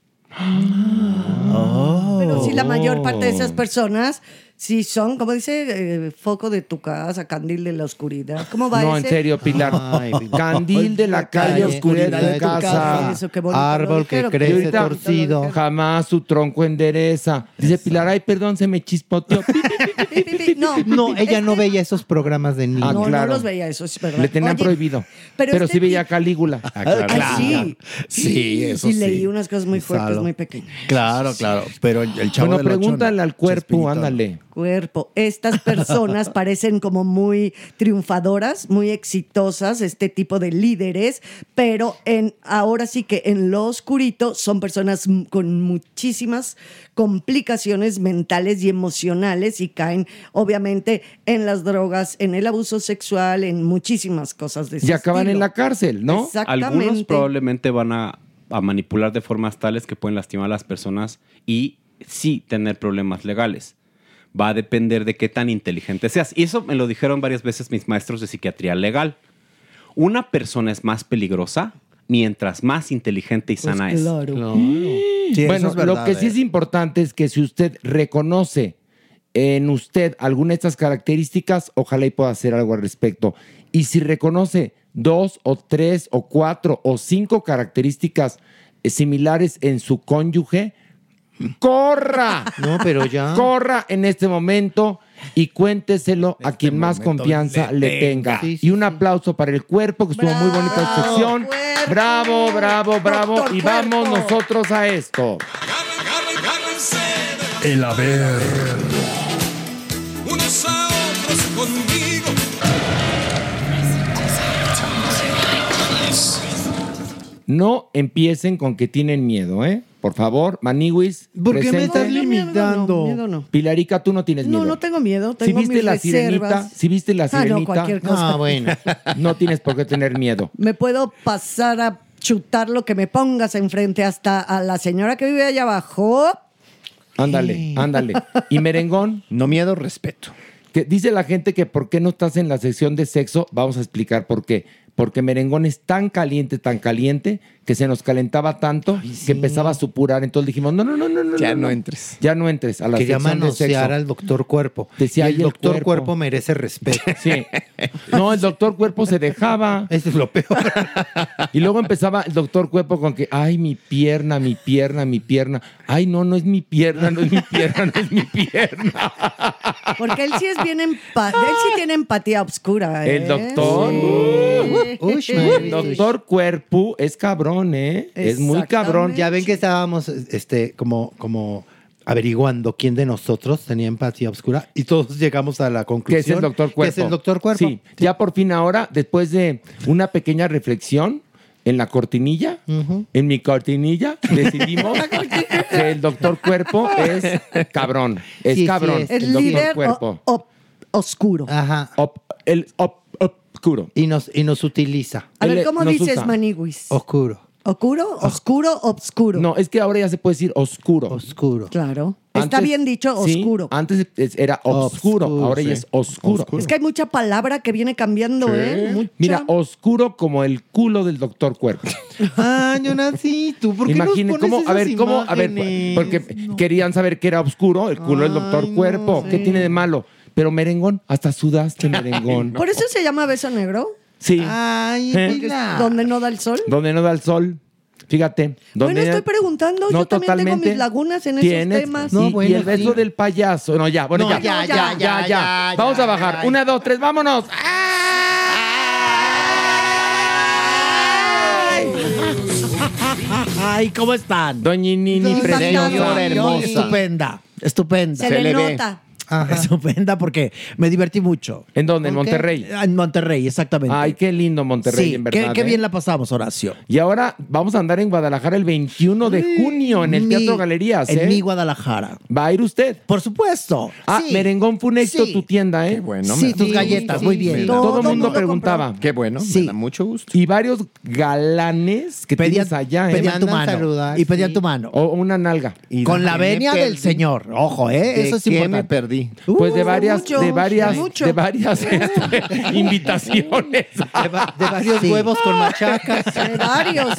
C: Pero sí, la mayor
H: Oh.
C: parte de esas personas sí son, como dice, eh, foco de tu casa, candil de la oscuridad. ¿Cómo va
B: No, en
C: ese?
B: serio, Pilar. Candil de la calle, oscuridad de tu casa.
C: Eso, qué bonito lo dijeron.
B: Y ahorita, Jamás su tronco endereza. Dice Pilar, ay, perdón, se me chispoteó.
C: No,
E: No, ella no veía esos programas de niños.
B: Ah,
C: no,
B: claro.
C: no los veía, eso es verdad.
B: Le tenían
C: Oye,
B: prohibido.
C: pero
B: Pero,
C: este
B: sí veía Calígula.
C: claro. Ah, sí.
G: Sí, eso
C: y
G: sí.
C: leí unas cosas muy fuertes,
B: Ah.
G: Salo.
C: muy pequeñas.
G: Claro, claro. Pero el, el chavo
B: Bueno,
G: del Ocho
B: pregúntale
G: no.
B: al cuerpo, ándale.
C: cuerpo. Estas personas parecen como muy triunfadoras, muy exitosas, este tipo de líderes, pero en ahora sí que en lo oscurito son personas m- con muchísimas complicaciones mentales y emocionales y caen obviamente en las drogas, en el abuso sexual, en muchísimas cosas de ese
B: Y acaban en
C: estilo.
B: la cárcel, ¿no?
C: Exactamente.
H: Algunos probablemente van a, a manipular de formas tales que pueden lastimar a las personas y sí tener problemas legales. Va a depender de qué tan inteligente seas. Y eso me lo dijeron varias veces mis maestros de psiquiatría legal. Una persona es más peligrosa mientras más inteligente y sana es.
B: Sí, bueno, lo
C: eh.
B: que sí
E: eh.
B: es importante es que si usted reconoce en usted alguna de estas características, ojalá y pueda hacer algo al respecto. Y si reconoce dos o tres o cuatro o cinco características eh, similares en su cónyuge, corra.
E: No, pero
C: Ah.
E: ya.
B: Corra en este momento y cuénteselo a quien más confianza le, tenga. Y un aplauso para el cuerpo, que estuvo muy bonita la sección. Bravo, bravo, bravo. y vamos nosotros a esto.
F: El haber.
L: Unos a otros conmigo.
B: No empiecen con que tienen miedo, ¿eh? Por favor, Maniwis.
E: ¿Por qué me estás
C: No, miedo no, limitando? miedo no.
B: Pilarica, tú no tienes
C: No,
B: miedo.
C: no tengo miedo, tengo
B: si viste
C: mis
B: la
C: reservas.
B: sirenita, si viste la
C: Ah, no,
B: sirenita,
C: cualquier cosa. Ah, bueno.
B: no tienes por qué tener miedo.
C: me puedo pasar a chutar lo que me pongas enfrente hasta a la señora que vive allá abajo.
B: Ándale, ándale. ¿Y merengón? No miedo, respeto. Que dice la gente que por qué no estás en la sección de sexo, vamos a explicar por qué. Porque merengón es tan caliente, tan caliente, que se nos calentaba tanto que empezaba a supurar. Entonces dijimos, no, no, no, no, no.
E: Ya no
B: entres. Ya no entres a la
E: que ya
B: sección de sexo.
E: manosear al doctor cuerpo.
B: Decía,
E: Y
B: "Ay,
E: el
B: el
E: doctor cuerpo.
B: cuerpo
E: merece respeto.
B: Sí. No, el doctor cuerpo se dejaba.
E: Eso es lo peor.
B: Y luego empezaba el doctor cuerpo con que, ay, mi pierna, mi pierna, mi pierna. Ay, no, no es mi pierna, no es mi pierna, no es mi pierna.
C: Porque él sí es bien empa- él sí tiene empatía obscura. ¿eh?
B: El doctor.
C: Ush,
B: el doctor cuerpo es cabrón, ¿eh? Es muy cabrón.
E: Ya ven que estábamos este, como, como averiguando quién de nosotros tenía empatía oscura y todos llegamos a la
B: Que es
E: conclusión.
B: el doctor cuerpo.
E: Que es el doctor cuerpo.
B: Sí, ya por fin ahora, después de una pequeña reflexión en la cortinilla, en mi cortinilla, decidimos que el doctor cuerpo es cabrón. Es
C: Sí, sí,
B: cabrón.
C: es. El
B: el doctor
C: líder
B: cuerpo.
C: oscuro.
E: Ajá.
B: el oscuro.
E: Y nos, y nos utiliza.
C: A ver, ¿cómo dices, Maniguis?
E: Oscuro.
C: ¿Oscuro? ¿Oscuro? ¿Obscuro?
B: No, es que ahora ya se puede decir oscuro.
E: Oscuro.
C: Claro. Está
B: Antes-
C: bien dicho,
B: sí,
C: oscuro.
B: antes es- era oscuro,
E: Obscuro,
B: ahora
E: sí.
B: ya es oscuro.
C: Es que hay mucha palabra que viene cambiando, ¿eh? Mucha.
B: Mira, oscuro como el culo del doctor cuerpo.
E: Ah, Jonathan, ¿tú por qué
B: Imaginen
E: nos pones
B: cómo, a ver,
E: esas
B: cómo, a ver,
E: imágenes?
B: porque querían saber que era oscuro el culo del doctor cuerpo. ¿Qué tiene de malo? Pero merengón, hasta sudaste merengón.
C: ¿Por eso se llama beso negro? Ah,
B: Sí.
E: Ay,
B: ¿Eh?
C: mira. ¿Donde no da el sol?
B: Donde no da el sol. Fíjate.
C: Bueno,
B: Donde
C: estoy preguntando.
B: No,
C: Yo también tengo
B: totalmente.
C: mis lagunas en
B: ¿Tienes?
C: esos temas.
B: No, y el beso del payaso. No, ya, bueno,
C: No,
B: ya.
C: ya, ya, ya,
B: ya, Vamos a bajar. Una, dos, tres, vámonos.
N: Ay, ¿cómo están?
B: Doña Nini,
C: preciosa.
N: Señora hermosa.
C: Estupenda,
N: Estupenda.
C: Se, le, nota.
G: se ofenda porque me divertí mucho.
B: ¿En dónde? ¿En
G: ¿Por qué?
B: Monterrey?
G: Ah, En Monterrey, exactamente.
B: Ay, qué lindo Monterrey,
G: Sí,
B: en
G: qué-
B: verdad.
G: qué
B: ¿eh?
G: bien la pasamos, Horacio.
B: Y ahora vamos a andar en Guadalajara el 21 de junio en el
G: mi-
B: Teatro Galerías.
G: en
B: ¿eh?
G: mi Guadalajara.
B: ¿Va a ir usted?
G: Por supuesto.
B: Ah,
G: Sí.
B: Merengón fue un éxito
G: Sí.
B: tu tienda, ¿eh?
G: bueno, Sí, me- tus galletas, muy bien.
B: Todo,
G: Todo
B: el mundo
G: mundo
B: preguntaba. Qué bueno, me da mucho gusto. Y varios galanes que
G: Pedían-
B: pedías allá, ¿eh?
G: pedían tu mano. y pedían tu mano.
B: O una nalga.
G: Con la venia del señor. Ojo, ¿eh? Eso es importante.
B: perdí? Pues de
G: Uh,
B: varias,
G: mucho,
B: de varias,
G: mucho.
B: de varias este, invitaciones. De,
E: varios huevos con machacas.
C: De varios.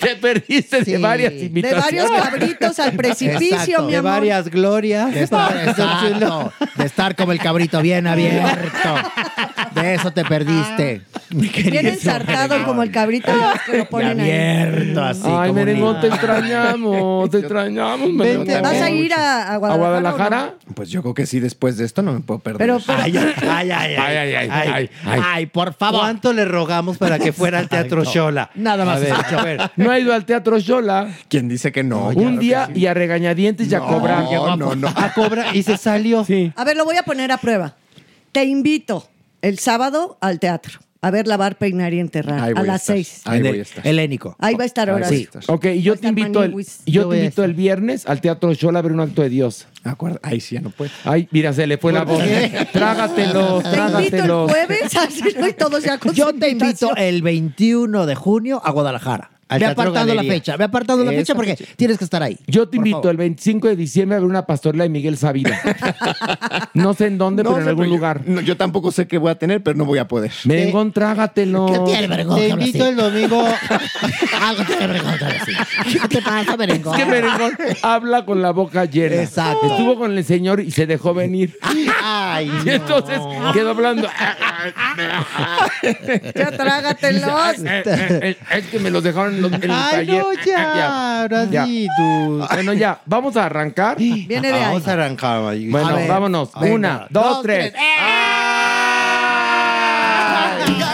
B: Te perdiste de varias
C: De
B: invitaciones.
C: varios cabritos al precipicio,
G: Exacto.
C: mi amor.
E: glorias.
G: De estar, exacto, de estar como el cabrito bien abierto. De eso te perdiste.
E: Ah.
G: Mi querido
C: Bien ensartado como el cabrito que lo ponen ahí.
G: abierto, así
B: Ay,
G: como
B: Merengón,
G: ni-
B: te extrañamos, te extrañamos, Merengón.
C: ¿Te vas a ir a, a Guadalajara? o no?
N: Pues yo creo que sí, después de esto no me puedo perder.
C: Pero-
E: pues,
C: pero-
N: ay, ay, ay, ay,
B: Ay, ay, ay, ay, ay.
G: por favor.
E: ¿Cuánto le rogamos para que fuera al Teatro Shola?
G: Nada
E: más escucho.
B: No ha ido al Teatro Yola.
N: ¿Quién dice que no?
B: Un día y a regañadientes y a cobrar.
N: no, no.
E: A cobrar y se salió.
B: Sí.
C: A ver, lo voy a poner a prueba. Te invito el sábado al teatro. A ver, lavar, peinar y enterrar.
B: Ahí
C: a
B: voy a
C: las
B: estar.
C: seis.
B: Ahí voy a
C: pues,
B: estar.
G: Helénico.
C: Ahí va a estar ahora sí.
B: Ok, y yo te invito, el,
C: Maniwis.
B: y
C: Yo
B: yo
C: voy
B: te
C: a
B: invito el viernes al Teatro Shola a ver un acto de Dios.
N: Acuerdo. Ay, sí, ya no puedo.
B: Ay, mira, se le fue la voz. Trágatelos,
C: Te invito el
B: trágatelos.
C: jueves. así no, y todos ya con
G: Yo
C: su
G: te invito
C: invitación.
G: el 21 de junio a Guadalajara.
B: Al
G: Ve
B: Teatro
G: apartando la
B: Galería.
G: fecha, ve apartando la
B: Esa
G: fecha porque tienes que estar ahí.
B: Yo te invito el 25 de diciembre a ver una pastorela de Miguel Sabina. no sé en dónde,
N: No
B: pero en
N: sé,
B: algún
N: pero yo-
B: lugar.
N: no, yo tampoco sé qué voy a tener, pero no voy a poder.
B: Merengón, trágatelo.
G: ¿Qué tiene Merengón?
E: Oh, Te invito el domingo.
G: Algo tiene Merengón. ¿Qué te pasa, Merengón?
B: Es que Merengón habla con la boca llena.
G: Exacto.
B: Estuvo con el señor y se dejó venir.
G: Ay,
B: Y entonces quedó hablando.
C: Ya trágatelos.
B: Eh, eh, eh, es que me los dejaron en, los, en el
E: Ay,
B: taller.
E: no,
B: Eh, eh,
E: ya, ahora sí,
B: Bueno, ya, vamos a arrancar.
C: Viene de ahí.
E: Ah, Vamos a arrancar.
B: Bueno,
E: A ver,
B: vámonos.
E: venga.
B: Una, dos, tres.
G: ¡Eh!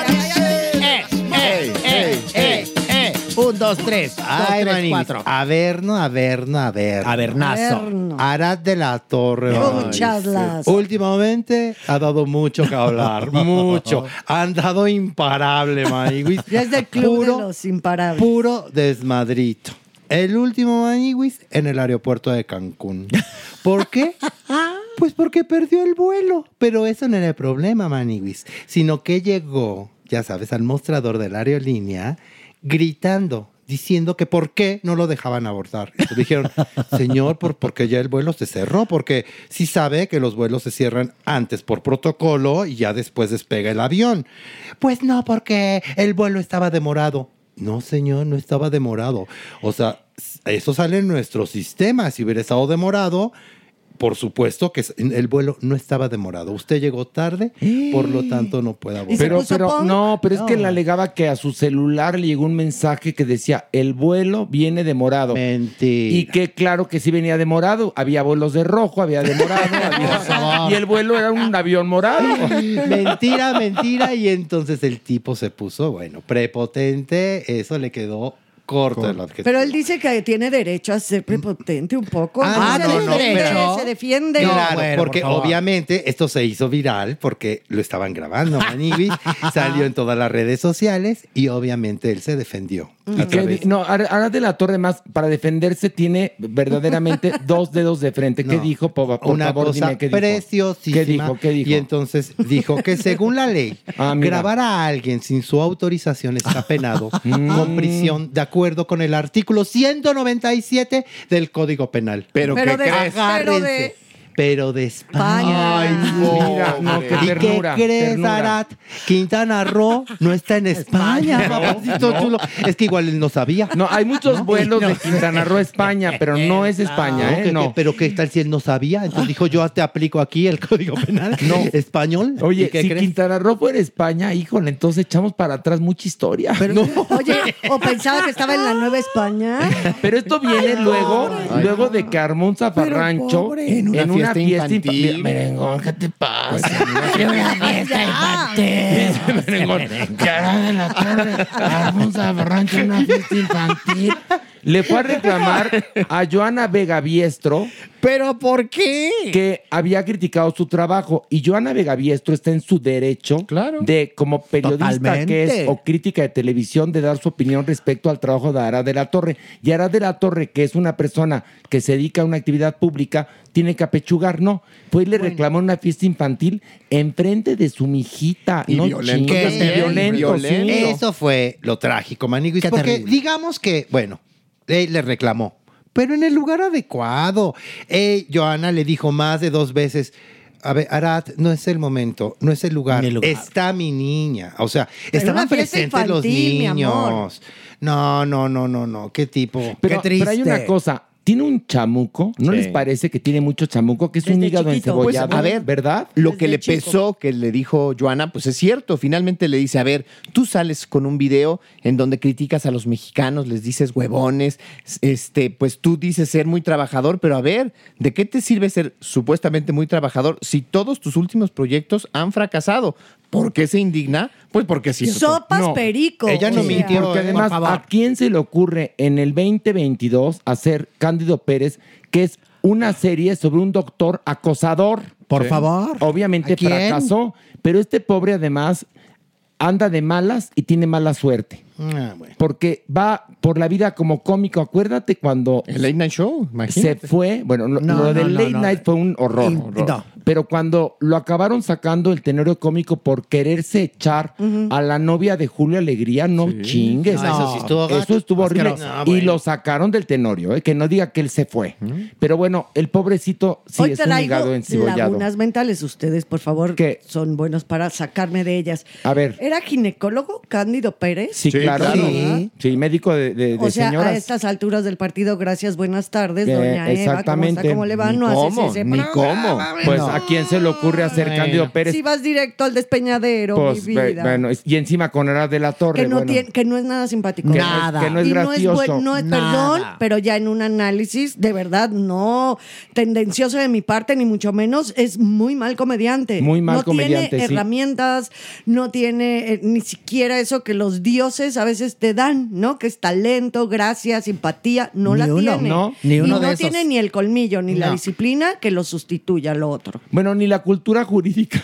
G: ¡Eh! ¡Ey, ey, ey, ey! ¡Eh! Un, dos, tres.
E: Ay,
G: Ay, dos, tres,
E: manis.
G: cuatro.
E: Averno, averno, averno.
B: Ah,
G: Avernazo.
C: Averno.
E: Arad de la Torre.
C: Muchas
E: Ay,
C: las-
E: sí. Últimamente ha dado mucho que hablar. mucho. Ha andado imparable, Maniguis.
C: Ya es del club
E: Puro,
C: de los imparables.
E: puro desmadrito. El último Maniguis en el aeropuerto de Cancún. ¿Por qué? Pues porque perdió el vuelo. Pero eso no era el problema, Maniguis. Sino que llegó, ya sabes, al mostrador de la aerolínea gritando, diciendo que por qué no lo dejaban abordar. Le dijeron, señor, por, porque ya el vuelo se cerró, porque sí sabe que los vuelos se cierran antes por protocolo y ya después despega el avión. Pues no, porque el vuelo estaba demorado. No, señor, no estaba demorado. O sea, eso sale en nuestro sistema. Si hubiera estado demorado, por supuesto que el vuelo no estaba demorado. Usted llegó tarde, por lo tanto no puede abordar.
B: Pero, pero no, pero es que él alegaba que a su celular le llegó un mensaje que decía el vuelo viene demorado.
E: Mentira.
B: Y que claro que sí venía demorado. Había vuelos de rojo, había demorado. había- y el vuelo era un avión morado.
E: mentira, mentira. Y entonces el tipo se puso, bueno, prepotente. Eso le quedó corto el objetivo.
C: Pero él dice que tiene derecho a ser prepotente un poco.
E: Ah,
C: se
E: no, no,
C: defiende,
E: pero-
C: Se defiende.
E: Claro, porque obviamente esto se hizo viral porque lo estaban grabando, Maniguis. salió en todas las redes sociales y obviamente él se defendió.
G: Mm.
B: Y que- no, Ar- Arad de la Torre más, para defenderse, tiene verdaderamente dos dedos de frente. ¿Qué
E: No.
B: dijo, Poba? Por
E: una
B: favor,
E: cosa
B: dime qué dijo.
E: preciosísima.
B: ¿Qué dijo? ¿Qué dijo?
E: Y entonces dijo que según la ley,
B: Ah, mira.
E: grabar a alguien sin su autorización está penado con prisión de acuerdo con el artículo 197 del Código Penal.
N: Pero,
C: Pero ¿qué de- crees? pero de-
E: Agárrense. Pero de España.
B: Mira, no, qué
E: ¿Y
B: ternura.
E: qué crees,
B: ternura.
E: Arat? Quintana Roo no está en España, papacito chulo. Es que igual él no sabía.
B: No, hay muchos vuelos de Quintana Roo a España, pero no es España,
E: No,
B: ¿eh?
E: que-
B: No.
E: que- pero qué tal si él no sabía? Entonces dijo, yo te aplico aquí el código penal español. ¿Y
B: Oye,
E: qué
B: si
E: crees?
B: Quintana Roo fuera España, híjole, entonces echamos para atrás mucha historia. no.
C: Oye, o pensaba que estaba en la Nueva España.
B: Pero esto viene luego, luego de que armó un zafarrancho
C: pobre.
B: en una, fiesta,
N: infantil.
B: infantil. Pues, Merengón, ¿qué te pasa? Dice Merengón, que Arad de la Torre armó un zafarrancho en una fiesta infantil. le fue a reclamar a Joana Vega Biestro.
D: ¿Pero por qué?
B: Que había criticado su trabajo. Y Joana Vega Biestro está en su derecho de, como periodista que
D: Totalmente.
B: es o crítica de televisión, de dar su opinión respecto al trabajo de Ara de la Torre. Y Ara de la Torre, que es una persona que se dedica a una actividad pública, tiene que apechugar. No, pues le reclamó en una fiesta infantil enfrente de su mijita. no chingas, y violento, sí.
D: Eso fue lo trágico, Maniguis.
E: Qué
D: Porque
E: terrible.
D: digamos que, bueno, él le reclamó, pero en el lugar adecuado. Eh, Joana le dijo más de dos veces. A ver, Arat, no es el momento, no es el lugar. Está mi niña. O sea,
E: Pero
D: estaban
E: una fiesta
D: presentes los
E: infantil, mi amor.
D: niños. No, no, no, no, no. Qué tipo.
B: Pero,
D: qué triste.
B: pero hay una cosa. Tiene un chamuco, ¿no
D: Sí.
B: les parece que tiene mucho chamuco? Que es un hígado encebollado,
N: Pues, a ver,
B: ¿verdad?
N: Lo que le pesó, que le dijo Joana, pues es cierto. Finalmente le dice, a ver, tú sales con un video en donde criticas a los mexicanos, les dices huevones, este, pues tú dices ser muy trabajador, pero a ver, ¿de qué te sirve ser supuestamente muy trabajador si todos tus últimos proyectos han fracasado? ¿Por qué se indigna? Pues porque es cierto.
C: Sopas perico.
N: Ella no
C: o sea.
N: mintió,
B: Porque
N: eh, por
B: además, ah,
N: favor.
B: ¿a quién se le ocurre en el 2022 hacer Cándido Pérez, que es una serie sobre un doctor acosador?
E: Por favor.
B: Obviamente
E: ¿A quién?
B: fracasó, pero este pobre además anda de malas y tiene mala suerte.
D: Ah, bueno.
B: Porque va por la vida como cómico. Acuérdate cuando.
N: El Late Night Show,
B: Se fue. Bueno, lo,
E: No,
B: lo
E: no,
B: del
E: no,
B: Late
E: no.
B: Night fue un horror.
E: In-
B: Horror.
E: no.
B: Pero cuando lo acabaron sacando el tenorio cómico por quererse echar a la novia de Julio Alegría, no chingues.
E: No, eso sí estuvo gacho.
B: Eso estuvo horrible.
E: Asqueroso. No, bueno.
B: Y lo sacaron del tenorio, eh, que no diga que él se fue. Pero bueno, el pobrecito sí
C: Hoy
B: es un hígado
C: traigo
B: encebollado.
C: lagunas mentales. Ustedes, por favor, son buenos para sacarme de ellas.
B: A ver.
C: ¿Era ginecólogo Cándido Pérez?
B: Sí, claro. Sí. Sí, médico de, de- de
C: O sea, a
B: señoras.
C: estas alturas del partido, gracias, buenas tardes,
B: Que-
C: doña Eva. ¿Cómo está?
B: exactamente.
C: ¿Cómo le va?
B: Ni
C: No
B: cómo,
C: haces ese
B: ni
C: programa,
B: cómo.
C: hombre,
B: Pues
C: no.
B: a quién se le ocurre hacer Cándido Pérez.
C: Si vas directo al despeñadero,
B: Pues,
C: mi vida.
B: ve- bueno, y encima con Ara de la Torre.
C: que, no
B: bueno.
C: tiene- que no es nada simpático.
B: Que no es- Nada. que no es
C: y No es,
B: gracioso.
C: no es-
B: Nada.
C: perdón, pero ya en un análisis, de verdad, no tendencioso de mi parte, ni mucho menos, es muy mal comediante.
B: Muy mal
C: no
B: comediante,
C: tiene
B: sí.
C: herramientas, no tiene eh, ni siquiera eso que los dioses a veces te dan, ¿no? Que es talento, gracia, simpatía, no
B: Ni
C: la
B: uno,
C: tiene.
B: no, ni
C: Y
B: uno
C: no
B: de esos.
C: tiene ni el colmillo, ni la
B: No.
C: disciplina que lo sustituya a lo otro.
B: Bueno, ni la cultura jurídica.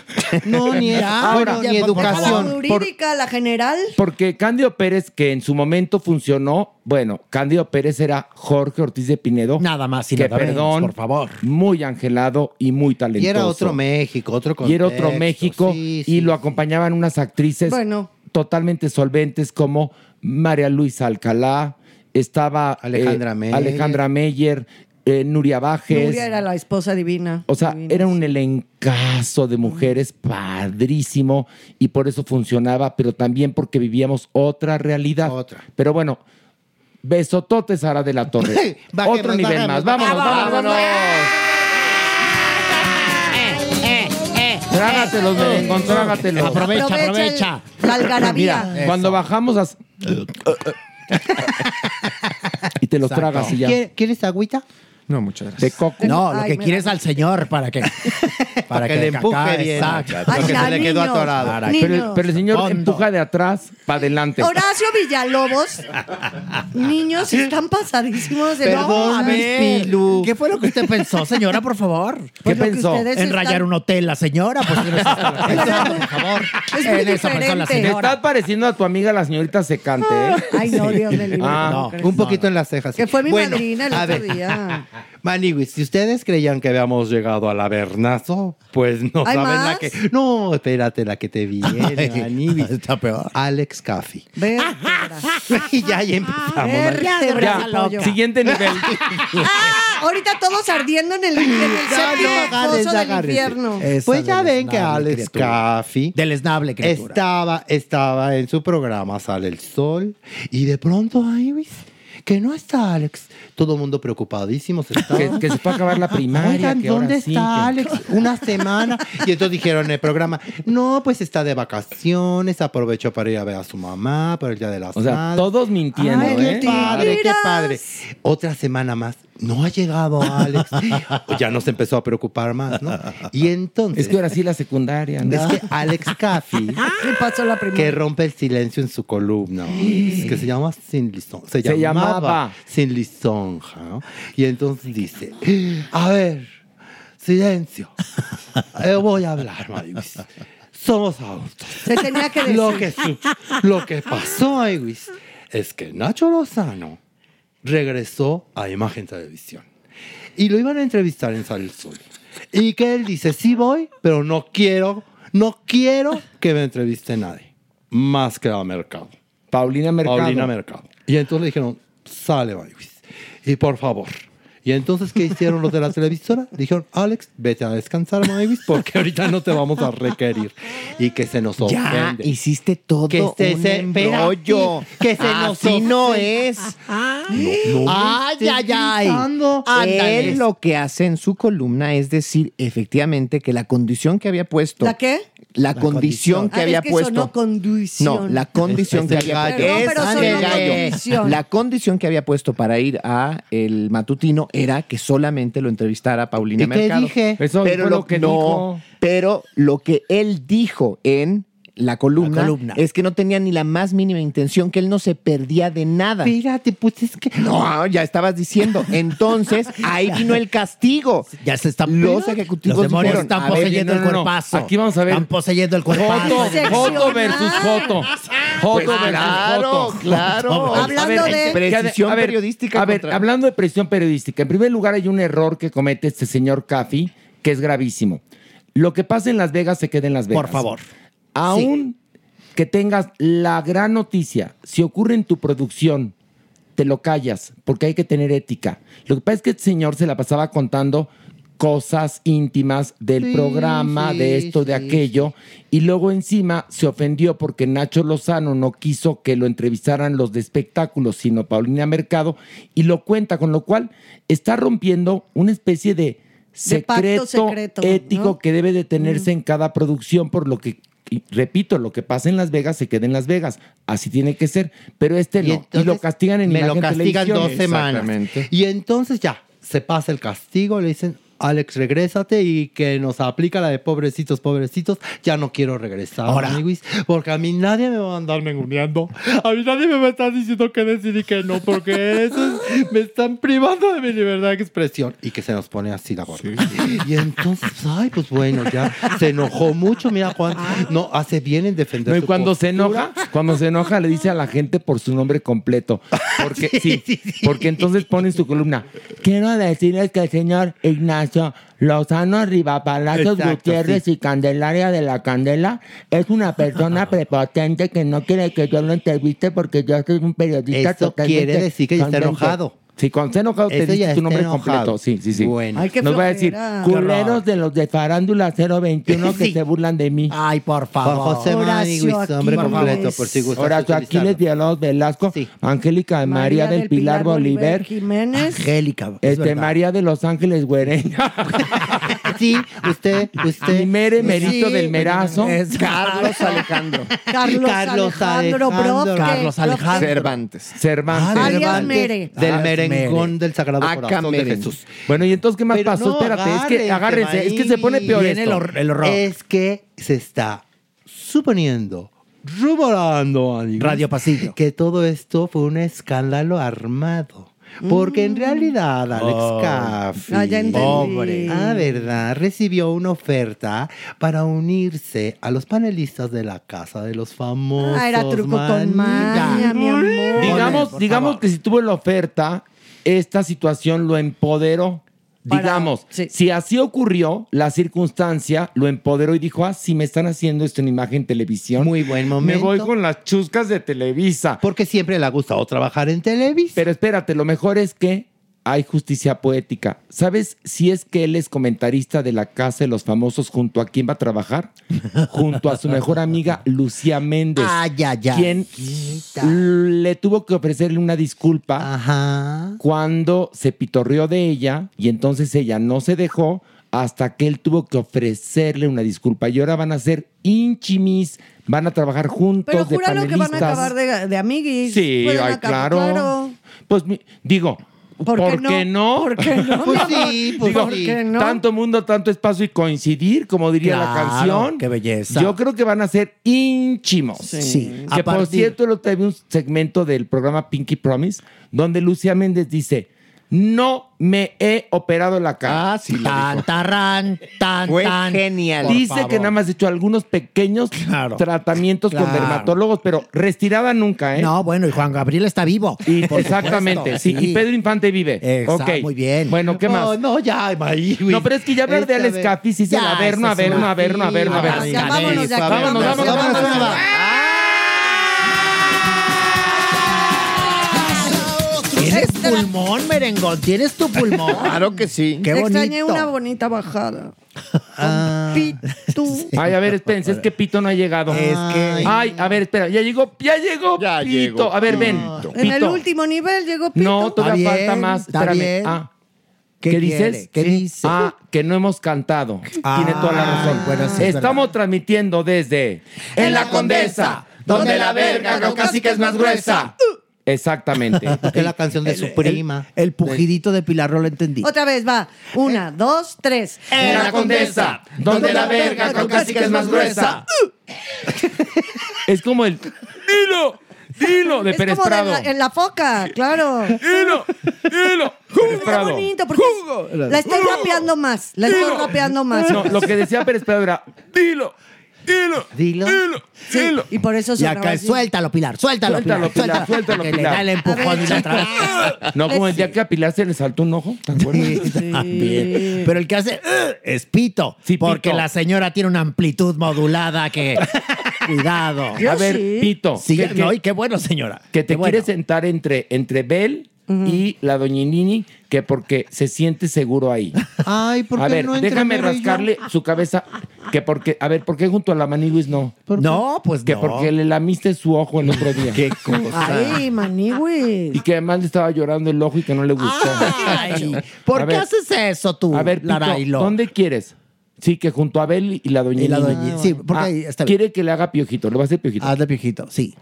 C: No, ni
E: eso,
B: Ahora,
E: ni
C: La
B: educación. Por-
C: jurídica, la general.
B: porque Cándido Pérez, que en su momento funcionó, bueno, Cándido Pérez era Jorge Ortiz de Pinedo. Nada más,
E: y
B: que,
E: nada menos,
B: perdón,
E: por favor.
B: Muy angelado y muy talentoso.
E: Y era otro México, otro
B: Y era otro
E: contexto,
B: México.
E: sí,
B: y lo acompañaban unas actrices
E: Bueno.
B: totalmente solventes como María Luisa Alcalá, estaba eh,
E: Alejandra Meyer.
B: Alejandra Meyer, eh, Nuria Bajes.
C: Nuria era la esposa divina.
B: O sea, era un elencazo de mujeres padrísimo y por eso funcionaba, pero también porque vivíamos otra realidad. Pero bueno, besototes Sara de la Torre.
E: Bajemos,
B: Otro nivel
E: bajemos,
B: más. Vámonos,
E: bajemos.
B: vámonos. Trágatelos, merengón, trágatelos.
E: Aprovecha, Aprovecha aprovecha.
C: el- Eh, la algarabía.
B: Mira,
E: Eso.
B: eh, cuando bajamos as- y te los tragas y ya.
E: ¿Quiere- ¿Quieres agüita?
N: No, muchas gracias.
B: De coco.
E: No, lo
B: Ay,
E: que
B: me
E: quieres al señor para que para
B: que
E: que
B: le
E: acá-
B: empuje bien.
E: Exacto,
B: Ay,
E: porque
B: ya,
E: se le quedó
B: niños,
E: atorado.
B: Para- Pero, pero el señor empuja de atrás para adelante.
C: Horacio Villalobos, niños están pasadísimos de
E: Perdón,
C: No, a ver.
E: ¿Qué fue lo que usted pensó, señora, por favor?
C: Pues lo que pensó? ustedes
E: En rayar
C: están-
E: un hotel, la señora, pues en eso- por favor.
C: Es muy
E: En eso pensó la
C: diferente.
B: Te
E: señora.
B: estás pareciendo a tu amiga la señorita secante,
E: Ah,
B: ¿eh?
C: Ay, no, Dios me libre.
B: Ah,
C: ¿cómo
B: no,
C: crees?
E: Un poquito en las cejas.
C: Que fue mi
E: Bueno,
C: madrina el
E: a
C: otro
E: ver.
C: día.
E: Maniwis, si ustedes creían que habíamos llegado al avernazo, pues no
C: ¿Hay
E: saben
C: más?
E: la que. No, espérate, la que te viene, Maniwis. Está peor. Alex Caffey. Ah, y ya, ya empezamos.
C: Vértebras al hoyo.
B: Siguiente nivel.
C: Ah, ahorita todos ardiendo en el, en el séptimo pozo del infierno.
E: Pues ya ven que
C: deleznable
E: Alex Caffey estaba, estaba en su programa Sale el Sol y de pronto ahí ¿ves? que no está Alex. Todo el mundo preocupadísimo. Se está...
B: Que- que se fue a acabar la primaria,
E: Oigan,
B: que ahora
E: ¿dónde
B: sí,
E: está
B: que-
E: Alex? Una semana. Y entonces dijeron en el programa, no, pues está de vacaciones, aprovechó para ir a ver a su mamá, para el Día de las
B: O sea,
E: Madres".
B: todos mintiendo,
E: Ay,
B: ¿eh?
E: qué padre, qué
B: Mentiras.
E: padre. Otra semana más. no ha llegado Alex. ya nos empezó a preocupar más, ¿no? Y entonces...
B: Es que ahora sí la secundaria, ¿no?
E: Es que Alex Caffey,
C: pasó la primera?
E: que rompe el silencio en su columna, es que se llama Sin Lisonja. Se,
B: Se
E: llamaba,
B: llamaba.
E: Sin Lisonja, ¿no? Y entonces dice, a ver, silencio, yo voy a hablar, Maywis. Somos adultos.
C: Se tenía que decir.
E: Lo que, su- lo que pasó, Maywis, es que Nacho Lozano regresó a Imagen Televisión. Y lo iban a entrevistar en Sal el Sol. Y que él dice, sí voy, pero no quiero, no quiero que me entreviste nadie. Más que a Mercado.
B: Paulina Mercado.
E: Paulina Mercado. Y entonces le dijeron, sale, Maywis. Y por favor. Y entonces, ¿qué hicieron los de la televisora? Dijeron, Alex, vete a descansar, Mavis, porque ahorita no te vamos a requerir. Y que se nos
N: Ya
E: ofende.
N: hiciste todo
E: que se,
N: un
E: se-
N: embrollo. Ah,
E: espérate, Que se nos
N: Así no
E: ofende.
N: es.
E: No, no.
N: ay,
E: Estoy
N: ay, ay.
E: gritando. Ándale.
N: Él lo que hace en su columna es decir efectivamente que la condición que había puesto.
C: ¿La qué?
N: La, condición, que
C: Ah,
N: había
C: es que
N: puesto.
C: Sonó
N: No,
C: condición.
N: la condición que
C: Es de
N: había
C: gallo. Perdón, pero sonó
N: de gallo.
C: condición.
N: este, La condición que había puesto para ir a el matutino era que solamente lo entrevistara Paulina
E: ¿Y qué
N: Mercado.
E: dije? Eso fue lo que
N: no,
E: dijo.
N: pero lo que él dijo en la columna,
E: La columna.
N: es que no tenía ni la más mínima intención, que él no se perdía de nada.
E: Espérate, pues es que.
N: No, ya estabas diciendo. Entonces, ahí vino el castigo.
O: Ya se están
N: Los ejecutivos
O: Los demonios
N: dijeron,
O: están
N: a ver,
O: poseyendo
N: no,
O: el
N: no, no.
O: cuerpazo.
N: Aquí vamos a ver.
O: Están poseyendo el cuerpazo.
B: Joto, Joto versus Joto. Joto
N: Pues
B: versus
N: claro,
B: Joto.
N: claro.
B: A
N: Hablando
B: ver,
N: de-
B: que a ver,
N: Precisión
B: a ver,
N: periodística
B: A ver,
N: contra-
B: hablando de precisión periodística, en primer lugar hay un error que comete este señor Caffi que es gravísimo. Lo que pasa en Las Vegas se queda en Las Vegas.
O: Por favor.
B: Aún que tengas la gran noticia, si ocurre en tu producción, te lo callas, porque hay que tener ética. Lo que pasa es que este señor se la pasaba contando cosas íntimas del
E: Sí,
B: programa,
E: sí,
B: de esto, de
E: sí,
B: aquello, y luego encima se ofendió porque Nacho Lozano no quiso que lo entrevistaran los de espectáculos, sino Paulina Mercado, y lo cuenta, con lo cual está rompiendo una especie de secreto,
C: pacto secreto,
B: ético
C: ¿no? Mm.
B: que debe de tenerse en cada producción, por lo que, y repito, lo que pasa en Las Vegas se queda en Las Vegas. Así tiene que ser. Pero este no. y lo castigan en
E: me lo
B: Imagen
E: castigan
B: Televisión.
E: dos semanas. Y entonces ya, se pasa el castigo, le dicen, Alex, regrésate y que nos aplica la de pobrecitos, pobrecitos, ya no quiero regresar,
O: Ahora.
E: amiguis, porque a mí nadie me va a andar menguneando, a mí nadie me va a estar diciendo que decir y que no, porque eso es- me están privando de mi libertad de expresión. Y que se nos pone así la gorra. Y entonces, ay, pues bueno, ya se enojó mucho, mira cuánto, no, hace bien en defender
B: No, y
E: su
B: cuando se
E: postura.
B: enoja, cuando se enoja le dice a la gente por su nombre completo. Porque sí, porque entonces pone en su columna, quiero decirles que el señor Ignacio Lozano Rivapalacios
E: Exacto,
B: Gutiérrez y Candelaria de la Candela es una persona prepotente que no quiere que yo lo entreviste porque yo soy un periodista
E: Eso
B: totalmente
E: quiere decir que ya está
B: candente".
E: enojado.
B: Sí, cuando está enojado te
E: Eso Ah, ya
B: dice tu
E: está
B: nombre
E: enojado.
B: completo. Sí, sí, sí.
E: Bueno. Ay, qué
B: Nos va a decir,
E: flojera. Qué horror.
B: culeros de los de Farándula 021 que
E: Sí.
B: se burlan de mí.
O: Ay, por
E: Juan José Maniguis, hombre completo, por si gusta.
B: Horacio Aquiles, Villalobos Velasco, Angélica de María, del, Pilar, Bolívar,
C: Jiménez.
O: Angélica. es
B: este,
O: verdad.
B: María de Los Ángeles Güereña,
E: Sí, usted, usted.
B: Mere Merito del Merazo,
O: Es
N: Carlos Alejandro.
C: Carlos,
E: Carlos
C: Alejandro,
E: Alejandro.
C: Broque.
O: Carlos Alejandro.
N: Cervantes.
B: Cervantes.
C: Alias Mere.
E: Del
O: Ah,
E: merengón
O: Mere.
E: del Sagrado
N: Acá
E: Corazón de
N: Mere.
E: Jesús.
B: Bueno, y entonces, ¿qué más
E: Pero
B: pasó?
E: no,
B: Espérate, es que agárrense, es que se pone peor
O: Viene el,
B: esto.
O: hor- el horror.
E: Es que se está suponiendo, rumorando, amigos,
O: Radio Pasillo.
E: que todo esto fue un escándalo armado. Porque
B: Mm.
E: en realidad Alex
O: Oh.
E: Caffi,
C: Ah, ya entendí. Pobre.
E: ah, verdad, recibió una oferta para unirse a los panelistas de la Casa de los Famosos.
C: Ah, era truco
E: manita.
C: con maña, mi amor.
B: Digamos, digamos que si tuvo la oferta, esta situación lo empoderó.
C: Para-
B: digamos,
C: sí.
B: si así ocurrió, la circunstancia lo empoderó y dijo, ah, si me están haciendo esto en imagen televisión,
E: Muy buen momento.
B: me voy con las chuscas de Televisa.
E: Porque siempre le ha gustado trabajar en Televisa.
B: Pero espérate, lo mejor es que hay justicia poética. ¿Sabes si es que él es comentarista de la Casa de los Famosos junto a quién va a trabajar? junto a su mejor amiga Lucía Méndez.
E: Ah,
O: Ay, ay, ay.
B: Quien le tuvo que ofrecerle una disculpa
E: Ajá.
B: cuando se pitorreó de ella y entonces ella no se dejó hasta que él tuvo que ofrecerle una disculpa. Y ahora van a ser inchimis, van a trabajar juntos
C: Pero
B: de
C: júralo que
B: panelistas.
C: van a acabar de, de amiguis.
B: Sí,
C: Pueden
B: ay,
C: acabar,
B: claro. Pues mi- digo, ¿Por, qué no?
C: ¿Por qué no,
B: Pues
C: mi amor?
B: sí, pues
C: ¿Por
B: sí.
C: qué no?
B: Tanto mundo, tanto espacio y coincidir, como diría la
G: Claro,
B: canción.
G: qué belleza.
B: Yo creo que van a ser ínchimos.
G: Sí.
B: Que
G: A
B: por
G: partir-
B: cierto, el otro día vi un segmento del programa Pinky Promise, donde Lucía Méndez dice: No me he operado la cara. Ah, sí,
O: Tan, tarán, tan,
B: Fue
O: tan.
B: genial. Dice que nada más he hecho algunos pequeños tratamientos con
O: Claro.
B: dermatólogos, pero retirada nunca, ¿eh?
O: No, bueno, y Juan Gabriel está vivo. por
B: Exactamente, sí.
O: supuesto,
B: Y Pedro Infante vive.
O: Exacto,
B: Ok.
O: muy bien.
B: Bueno, ¿qué más?
O: No, no, ya, ahí, güey.
B: No, pero es que ya hablar de
O: Esta
B: Alex
O: de-
B: Cafis es el
O: Ya,
B: averno,
O: esa es
B: averno,
O: una-
B: averno, averno,
O: Ya,
B: averno.
O: ya, vámonos, ya,
B: Vámonos,
O: vámonos,
B: vámonos,
O: vámonos,
B: vámonos.
O: vámonos.
C: Tienes
O: Este pulmón, merengón, tienes tu pulmón.
N: Claro que sí.
O: Qué
C: Extrañé
O: bonito. Ah.
C: una bonita bajada.
B: Ay, a ver, espérense, es que Pito no ha llegado. Es que. Ay, a ver, espera, ya llegó, ya llegó Pito.
C: llegó
B: a ver, ven.
C: En el
B: Pito.
C: último nivel llegó Pito.
B: No, todavía falta más. Espérame. Ah. ¿Qué,
C: quiere?
B: dices?
C: ¿Qué
B: Sí. Ah, que no hemos cantado. Tiene toda la razón. Estamos transmitiendo desde. En la Condesa,
O: donde la verga caucásica es más gruesa.
B: Exactamente.
O: Es la canción de su prima. El, pujidito de Pilar no lo entendí.
C: Otra vez, va. Una, dos, tres.
O: En la Condesa, donde la verga caucásica es más gruesa.
B: Es como el. ¡Dilo! ¡Dilo! De Pérez
C: Como de
B: Prado.
C: la- en la foca, claro.
B: ¡Dilo! ¡Dilo! Pérez Prado.
C: Bonito, porque la estoy rapeando más. La estoy rapeando más.
B: No, lo que decía Pérez Prado era. ¡Dilo! ¡Dilo!
O: Dilo.
C: Sí, Y por eso
O: Y
C: sonaba
O: acá,
C: así.
O: suéltalo, Pilar, suéltalo,
B: Suéltalo, Pilar, suéltalo,
O: Que le
B: Pilar.
O: da el empujón y la atrás.
B: No, como el día que a Pilar se le saltó un ojo. ¿Te acuerdas?
O: Bien. Pero el que hace "Ugh", es pito. porque
B: Pito.
O: la señora tiene una amplitud modulada que. Cuidado.
B: A ver, Pito.
O: Sí,
B: que- que-
O: no, y qué bueno, señora.
B: que te
O: Qué bueno.
B: quiere sentar entre, entre Bel y la doñinini, que porque se siente seguro ahí.
E: Ay, ¿por qué
B: a ver,
E: no entra
B: déjame
E: Moro y yo? Ah.
B: rascarle su cabeza. Que porque, a ver, ¿por qué junto a la maniguis no?
O: No, pues
B: Que
O: no.
B: porque le lamiste su ojo el otro día. Qué
C: Ay,
E: Pues.
C: manigüe.
B: Y que además le estaba llorando el ojo y que no le gustó.
E: Ah.
O: Ay, ¿por
B: A
O: qué
B: ver.
O: haces eso tú,
B: a ver, Pito,
O: Larailo?
B: ¿dónde quieres? Sí, que junto a Bel y la doñinini.
O: Y la doñi- sí, porque ahí está bien. Ah.
B: Quiere que le haga piojito, le va a hacer piojito.
E: Ah,
O: Hazle piojito, sí.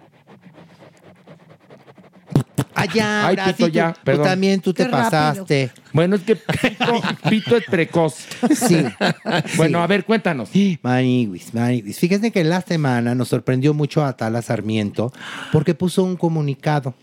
E: Allá,
B: Ay, Pito, ya,
E: tú
B: perdón.
E: también tú te
B: Qué rápido.
E: pasaste.
B: Bueno, es que Pito, Pito es precoz.
E: Sí.
B: Bueno, a ver, cuéntanos.
E: Maniguis, maniguis. Fíjense que la semana nos sorprendió mucho a Tala Sarmiento porque puso un comunicado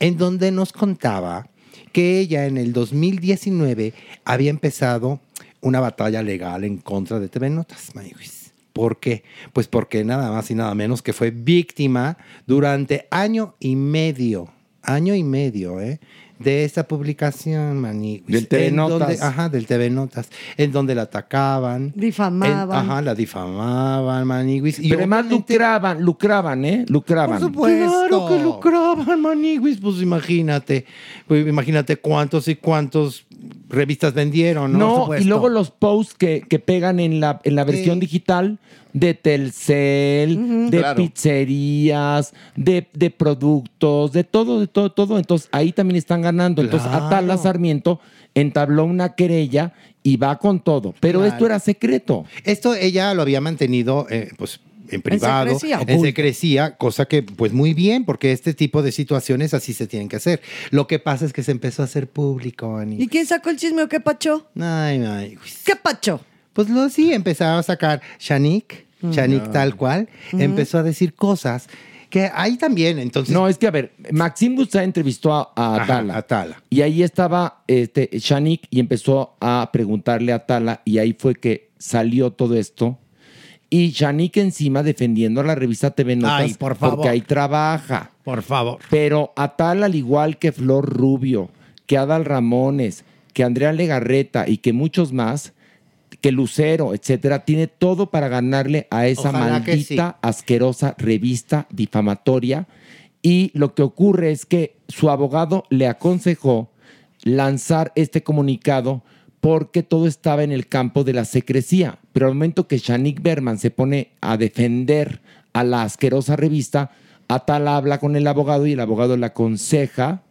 E: en donde nos contaba que ella en el 2019 había empezado una batalla legal en contra de TV Notas, maniguis. ¿Por qué? Pues porque nada más y nada menos que fue víctima durante año y medio, año y medio, ¿eh? De esa publicación, maniguis.
B: Del TV
E: en donde-
B: Notas.
E: ajá, del TV Notas, en donde la atacaban.
C: Difamaban.
E: En- ajá, la difamaban, maniguis.
B: Pero además lucraban, lucraban, ¿eh? Lucraban.
E: Por supuesto. Claro que lucraban, maniguis. Pues imagínate. Pues imagínate cuántos y cuántos revistas vendieron, ¿no?
B: No, y luego los posts que, que pegan en la, en la versión
E: Sí.
B: digital de Telcel,
E: Ujú.
B: de
E: Claro.
B: pizzerías, de, de productos, de todo, de todo, todo. Entonces ahí también están ganando. Entonces
E: Claro.
B: Atala Sarmiento entabló una querella y va con todo. Pero
E: Claro.
B: esto era secreto.
E: Esto ella lo había mantenido, eh, pues, en privado,
B: secrecía.
E: en
B: Oculto.
E: secrecía, cosa que, pues, muy bien, porque este tipo de situaciones así se tienen que hacer. Lo que pasa es que se empezó a hacer público, Ani.
C: ¿Y quién sacó el chisme o qué pacho?
E: Ay, ay, güey.
C: ¿Qué pacho?
E: Pues lo sí, empezaba a sacar Shanik,
G: Mm.
E: Shanik
B: Ujú.
E: tal cual,
B: Ujú.
E: empezó a decir cosas que ahí también, entonces...
B: No, es que a ver, Maxim Busta entrevistó a, a
E: Ajá,
B: Atala.
E: Atala.
B: Y ahí estaba este, Shanik y empezó a preguntarle a Atala y ahí fue que salió todo esto. Y Shanik encima defendiendo a la revista TV Notas
O: Ay, por favor.
B: porque ahí trabaja.
O: Por favor.
B: Pero Atala, al igual que Flor Rubio, que Adal Ramones, que Andrea Legarreta y que muchos más, que Lucero, etcétera, tiene todo para ganarle a esa
E: Ojalá que
B: maldita, asquerosa revista difamatoria. Y lo que ocurre es que su abogado le aconsejó lanzar este comunicado porque todo estaba en el campo de la secrecía. Pero al momento que Shanik Berman se pone a defender a la asquerosa revista, Atala habla con el abogado y el abogado le aconseja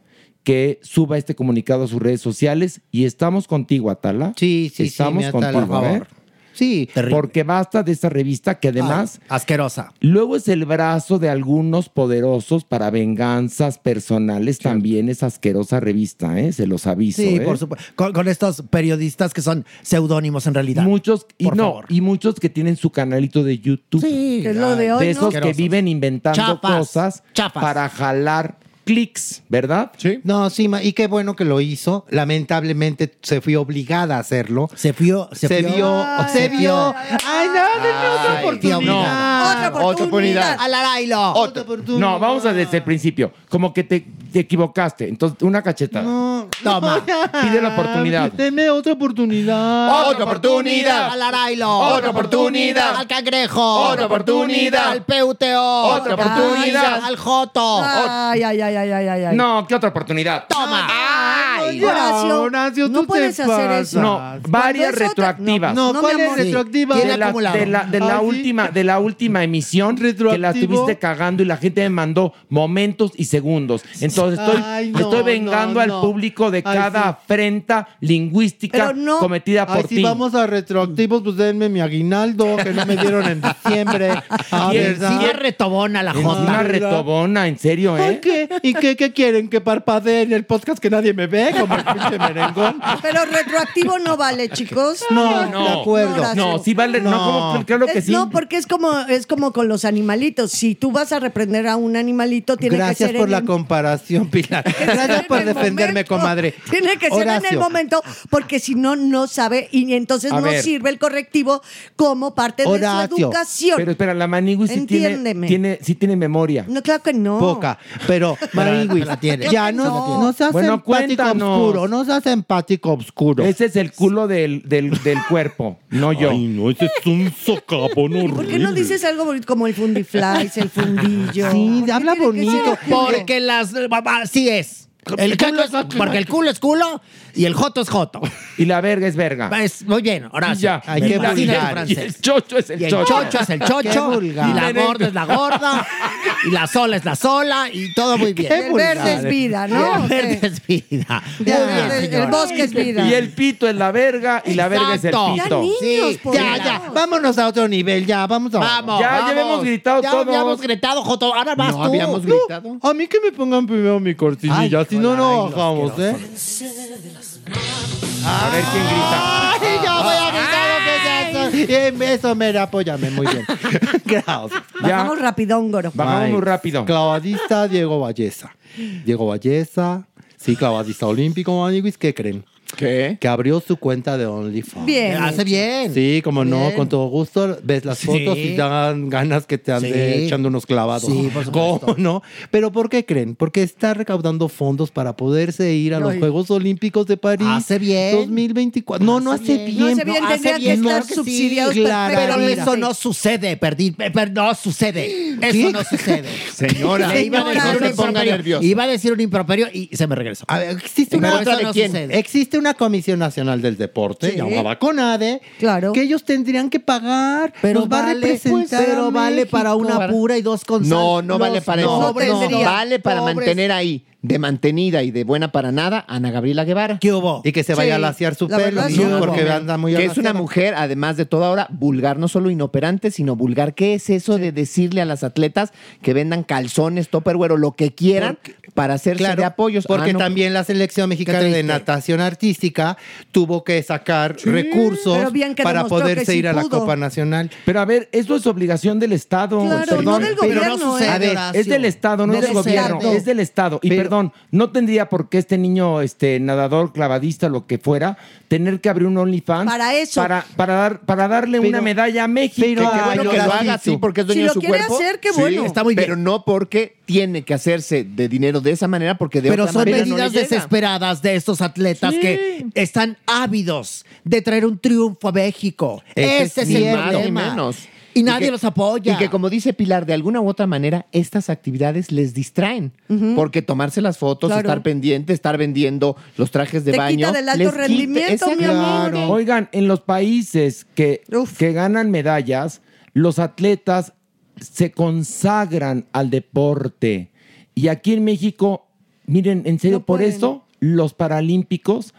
B: que suba este comunicado a sus redes sociales y estamos contigo, Atala.
E: Sí, sí, sí,
B: estamos
E: mi Atala,
B: contigo,
E: por favor.
B: ¿eh? Sí, porque basta de esa revista que además...
G: Asquerosa.
B: Luego es el brazo de algunos poderosos para venganzas personales también esa asquerosa revista, ¿eh? se los aviso.
G: Sí,
B: ¿eh?
G: por supuesto. Con, con estos periodistas que son seudónimos en realidad.
B: Muchos, y no, y muchos que tienen su canalito de YouTube.
G: Sí, Que es lo de hoy, ¿no?
B: esos que
G: Asquerosos.
B: viven inventando
G: Chafas,
B: cosas
G: chafas.
B: para jalar clics, ¿verdad?
E: Sí. No, sí, ma- y qué bueno que lo hizo. Lamentablemente se fue obligada a hacerlo. Se vio,
G: se
E: se
G: vio.
E: vio,
G: Ay,
E: se
G: se
E: vio.
G: vio.
E: Ay, no, denme otra
B: Ay, tía, no.
E: oportunidad.
B: Otra oportunidad.
G: Al Arailo.
E: Otra oportunidad.
B: No, vamos a desde el principio. Como que te, te equivocaste. Entonces, una cachetada.
G: Toma.
B: Pide la oportunidad.
E: Deme otra oportunidad.
G: Otra oportunidad. Al Arailo.
E: Otra oportunidad.
G: Al Cangrejo.
E: Otra oportunidad.
G: Al PUTO.
B: Otra oportunidad.
G: Al Joto.
C: Ay, ay, ay, ay, ay, ay. ay.
B: No, ¿qué otra oportunidad?
G: Toma.
C: Ay, Horacio, no puedes hacer eso.
B: No, varias
C: Cuando es otra-
B: retroactivas.
C: No, no, No, ¿cuál mi es amor. retroactiva?
B: De
C: Tiene
B: la,
C: acumulado.
B: de la- de la
C: Ah, ¿sí?
B: última, de la última emisión que la estuviste cagando y la gente me mandó momentos y segundos. Entonces estoy,
E: Ay, no,
B: estoy vengando
E: no,
B: al
E: no.
B: público de
E: Ay,
B: cada
E: sí.
B: afrenta lingüística cometida por
E: Ay,
B: ti.
E: Si vamos a retroactivos, pues denme mi aguinaldo que no me dieron en diciembre. Ah,
B: Y
E: ¿verdad?
B: encima
G: retobona la
B: Encima
E: Jota.
B: retobona, en serio, ¿eh?
E: ¿Por qué? ¿Y qué, qué quieren? ¿Que parpadee en el podcast que nadie me ve? Como el pinche merengón.
C: Pero retroactivo no vale, chicos.
E: No, no, de acuerdo.
C: Horacio.
E: No, sí vale, no, No. como- claro que
C: Es-
E: sí.
C: No, porque es como, es como con los animalitos. Si tú vas a reprender a un animalito, tiene que
E: Gracias
C: ser
E: por
C: en
E: la
C: el-
E: comparación, Pilar. Gracias por defenderme, comadre.
C: Tiene que ser en el
E: Horacio.
C: momento, porque si no, no sabe y entonces
B: A
C: no
B: ver.
C: sirve el correctivo como parte de su educación.
B: Pero espera, la Manigui sí tiene,
C: Entiéndeme.
B: tiene, sí tiene memoria.
C: no, claro que no.
E: pero Marigüis,
B: la tiene.
E: ya no,
C: No.
E: no, seas
B: Bueno,
E: empático
B: cuéntanos.
E: oscuro, no seas empático oscuro.
B: Ese es el culo del, del- del cuerpo, no yo. Ay,
E: no, ese es un socapón horrible.
C: ¿Por qué no dices algo bonito como el fundiflies, el fundillo?
E: Sí, habla
C: bonito.
G: Porque las. Así es. El culo es, porque el culo es culo y el joto es joto.
B: Y la verga es verga.
G: Es, muy bien, Horacio.
B: Ya.
G: Hay
B: Y
G: que
B: la- y el chocho es el
G: y el
B: chocho.
G: chocho. es el
B: Qué
G: chocho, y
B: vulgar.
G: la gorda es la gorda, y la sola es la sola, y todo muy bien.
C: Qué El verde vulgar. es vida,
G: Y
C: ¿no? ¿O
G: El
C: qué?
G: verde es vida. Muy
C: Ya,
G: bien,
C: el- el
G: señora.
C: bosque es vida.
B: Y el pito es la verga y la verga es el
E: Exacto.
B: pito.
G: Sí,
E: Ya, ya, vámonos a otro nivel, ya, vamos a
G: Vamos,
B: Ya, ya
G: vamos.
B: habíamos gritado
G: ya,
B: todos.
G: Ya habíamos gritado, Joto. Ahora vas tú.
E: No, a mí que me pongan primero mi cortinilla, si no, no bajamos, ¿eh?
B: A ver quién grita.
E: ¡Ay, ya voy a gritar lo que ya soy! Eso, mira, apóyame, muy bien. Gracias.
C: Bajamos rapidón, Goro.
E: Ay, Clavadista Diego Valleza. Diego Valleza, sí, clavadista olímpico, amigos, ¿qué creen? ¿Qué? Que abrió su cuenta de OnlyFans.
C: Bien.
G: Hace bien.
E: Sí, como no,
G: Bien.
E: con todo gusto ves las
G: Sí.
E: fotos y dan ganas que te ande
G: Sí.
E: echando unos clavados.
G: Sí, por supuesto.
E: ¿Cómo no? Pero ¿por qué creen? Porque está recaudando fondos para poderse ir a los
G: Ay.
E: Juegos Olímpicos de París.
G: Hace bien.
E: 2024. No, no hace bien.
C: No hace bien, tendría que estar subsidiados
G: Pero
C: perfectamente.
G: eso no sucede, perdí,
E: eh,
G: pe- pero no sucede. Eso no sucede.
D: Señora.
G: Le iba a decir
D: Señora,
G: un
D: no se ponga
G: improperio.
D: nerviosa.
G: Iba a decir un improperio y se me regresó.
E: A ver, existe una,
G: Pero eso no sucede.
E: existe una Comisión Nacional del Deporte,
G: Sí.
E: llamada CONADE, que ellos tendrían que pagar.
G: Pero
E: nos va a
G: vale,
E: representar
G: pues, pero
E: a
G: vale
E: México.
G: para una pura y dos con
D: No,
G: sal.
D: no
G: Los
D: vale para eso.
G: pobres
D: No,
G: serían
D: Vale para
G: pobres.
D: mantener ahí, de mantenida y de buena para nada, Ana Gabriela Guevara.
G: ¿Qué hubo?
E: Y que se vaya a laciar su pelo, ¿no? Porque anda muy
D: Que es una
E: alaciada.
D: mujer, además de toda hora, vulgar, no solo inoperante, sino vulgar. ¿Qué es eso de decirle a las atletas que vendan calzones, topperware o lo que quieran para hacerse
E: Claro,
D: de apoyos?
E: Porque
D: Ah, no.
E: también la selección mexicana
D: Qué
E: de
D: triste.
E: natación artística tuvo que sacar recursos
C: Pero bien que
E: para
C: demostró
E: poderse
C: que sí
E: ir a la
C: pudo.
E: Copa Nacional.
B: Pero a ver, eso es obligación del Estado.
C: Claro,
B: Perdón.
C: no del
B: Pero
C: gobierno,
B: sucede,
C: ¿eh?
B: a ver,
C: Horacio.
B: es del Estado, no
C: Del
B: del, gobierno.
C: Estado.
B: Es del Estado. Y perdón, no tendría por qué este niño, este nadador, clavadista, lo que fuera, tener que abrir un OnlyFans.
C: Para eso.
B: Para, para, dar, para darle una medalla a México.
D: Pero
B: Qué
D: qué bueno
B: bueno
D: que lo haga
B: hizo.
D: así porque es dueño de su cuerpo. Sí, Pero no porque tiene que hacerse de dinero de esa manera porque de
G: Pero
D: otra
G: son
D: manera no
G: medidas
D: le llega.
G: desesperadas de estos atletas
D: Sí.
G: que están ávidos de traer un triunfo a México. Ese, es el
D: más ni
G: problema.
D: menos.
G: Y nadie
D: que-
G: los apoya.
D: Y que como dice Pilar, de alguna u otra manera, estas actividades les distraen. Porque tomarse las fotos,
C: Claro.
D: estar pendiente, estar vendiendo los trajes de
C: Te
D: baño.
C: quita del alto
D: les quita-
C: rendimiento, mi
D: Exacto.
C: amor.
D: Claro.
B: Oigan, en los países que, que ganan medallas, los atletas se consagran al deporte. Y aquí en México, miren, en serio, por eso los paralímpicos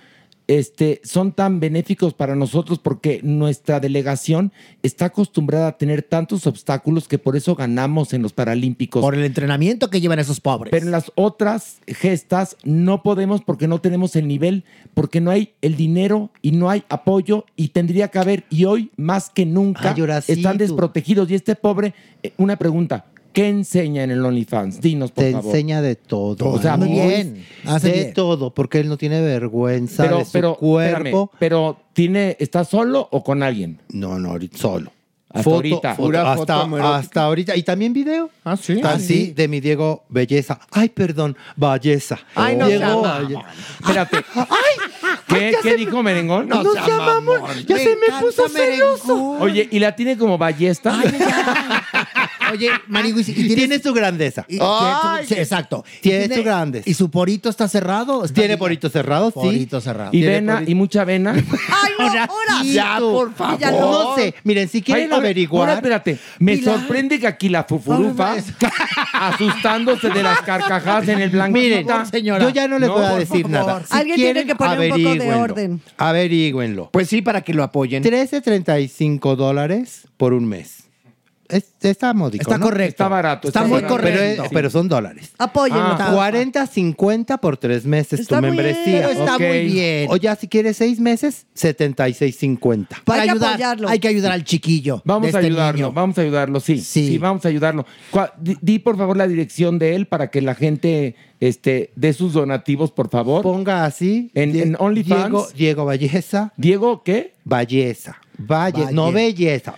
B: este, son tan benéficos para nosotros porque nuestra delegación está acostumbrada a tener tantos obstáculos que por eso ganamos en los Paralímpicos.
O: Por el entrenamiento que llevan esos pobres.
B: Pero en las otras gestas no podemos porque no tenemos el nivel, porque no hay el dinero y no hay apoyo y tendría que haber, y hoy más que nunca
O: Ay, ahora sí,
B: están
O: tú.
B: desprotegidos. Y este pobre, eh, una pregunta, ¿qué enseña en el OnlyFans? Dinos, por
E: Te
B: favor.
E: enseña de todo.
B: O sea,
E: Muy
B: muy-
E: bien.
B: hace
E: de
B: bien.
E: todo, porque él no tiene vergüenza
B: Pero,
E: de su
B: pero, espérame,
E: cuerpo.
B: pero tiene, ¿está solo o con alguien?
E: No, no, ahorita solo.
B: Hasta
E: Foto,
B: ahorita.
E: foto, hasta, hasta ahorita. Y también video. Ah, sí.
B: Ah,
E: Así
B: sí.
E: de mi Diego Belleza. Ay, perdón, Belleza.
B: Ay, no
E: Diego,
B: sea mamón.
E: Belleza.
B: Espérate. ¿Qué, ¿qué dijo Merengón?
E: No No sea sea mamón. mamón. Ya Me se me encanta puso Merengón. celoso.
B: Oye, ¿y la tiene como ballesta?
O: Oye, Marigo, ¿y si- y tienes-
E: Tiene su grandeza.
O: y- tiene tu- sí, exacto. Y
E: Tiene su grandeza.
O: ¿Y su porito está cerrado?
E: Tiene poritos cerrados, sí.
O: Poritos cerrados.
B: y vena, y mucha vena.
E: Ya, por favor. No sé. Miren, si quieren
B: Ay, ahora-
E: averiguar.
B: ahora, espérate. Me
E: Pilar.
B: sorprende que aquí la fufurufa asustándose de las carcajadas en el Ah, blanco.
E: Miren, yo ya no les voy a decir nada. Si
C: Alguien tiene
E: quieren,
C: que poner un poco de
E: averígüenlo.
C: orden.
E: Averígüenlo. Pues sí, para que lo apoyen. 13.35 dólares por un mes. Es- está módico.
O: Está
E: ¿no?
O: correcto. Está barato, Está está muy barato.
E: Pero,
O: correcto.
E: es- pero son dólares.
C: Apóyenlo, Ah. está-
E: 40, 50 por tres meses
C: Está
E: tu
C: muy bien.
E: membresía.
C: Pero está
E: Ok.
C: muy bien.
E: O ya si quieres seis meses, 76.50.
O: Para
C: Hay que
O: ayudar,
C: apoyarlo.
O: hay que ayudar al chiquillo.
B: Vamos
O: de
B: a
O: este
B: ayudarlo,
O: niño.
B: vamos a ayudarlo, sí, sí. vamos a ayudarlo. Cua- Di, di, por favor la dirección de él para que la gente este, dé sus donativos, por favor.
E: Ponga así.
B: En, en OnlyFans.
E: Diego, Diego Belleza.
B: ¿Diego qué?
E: Belleza. Valle,
N: Valle.
E: no belleza,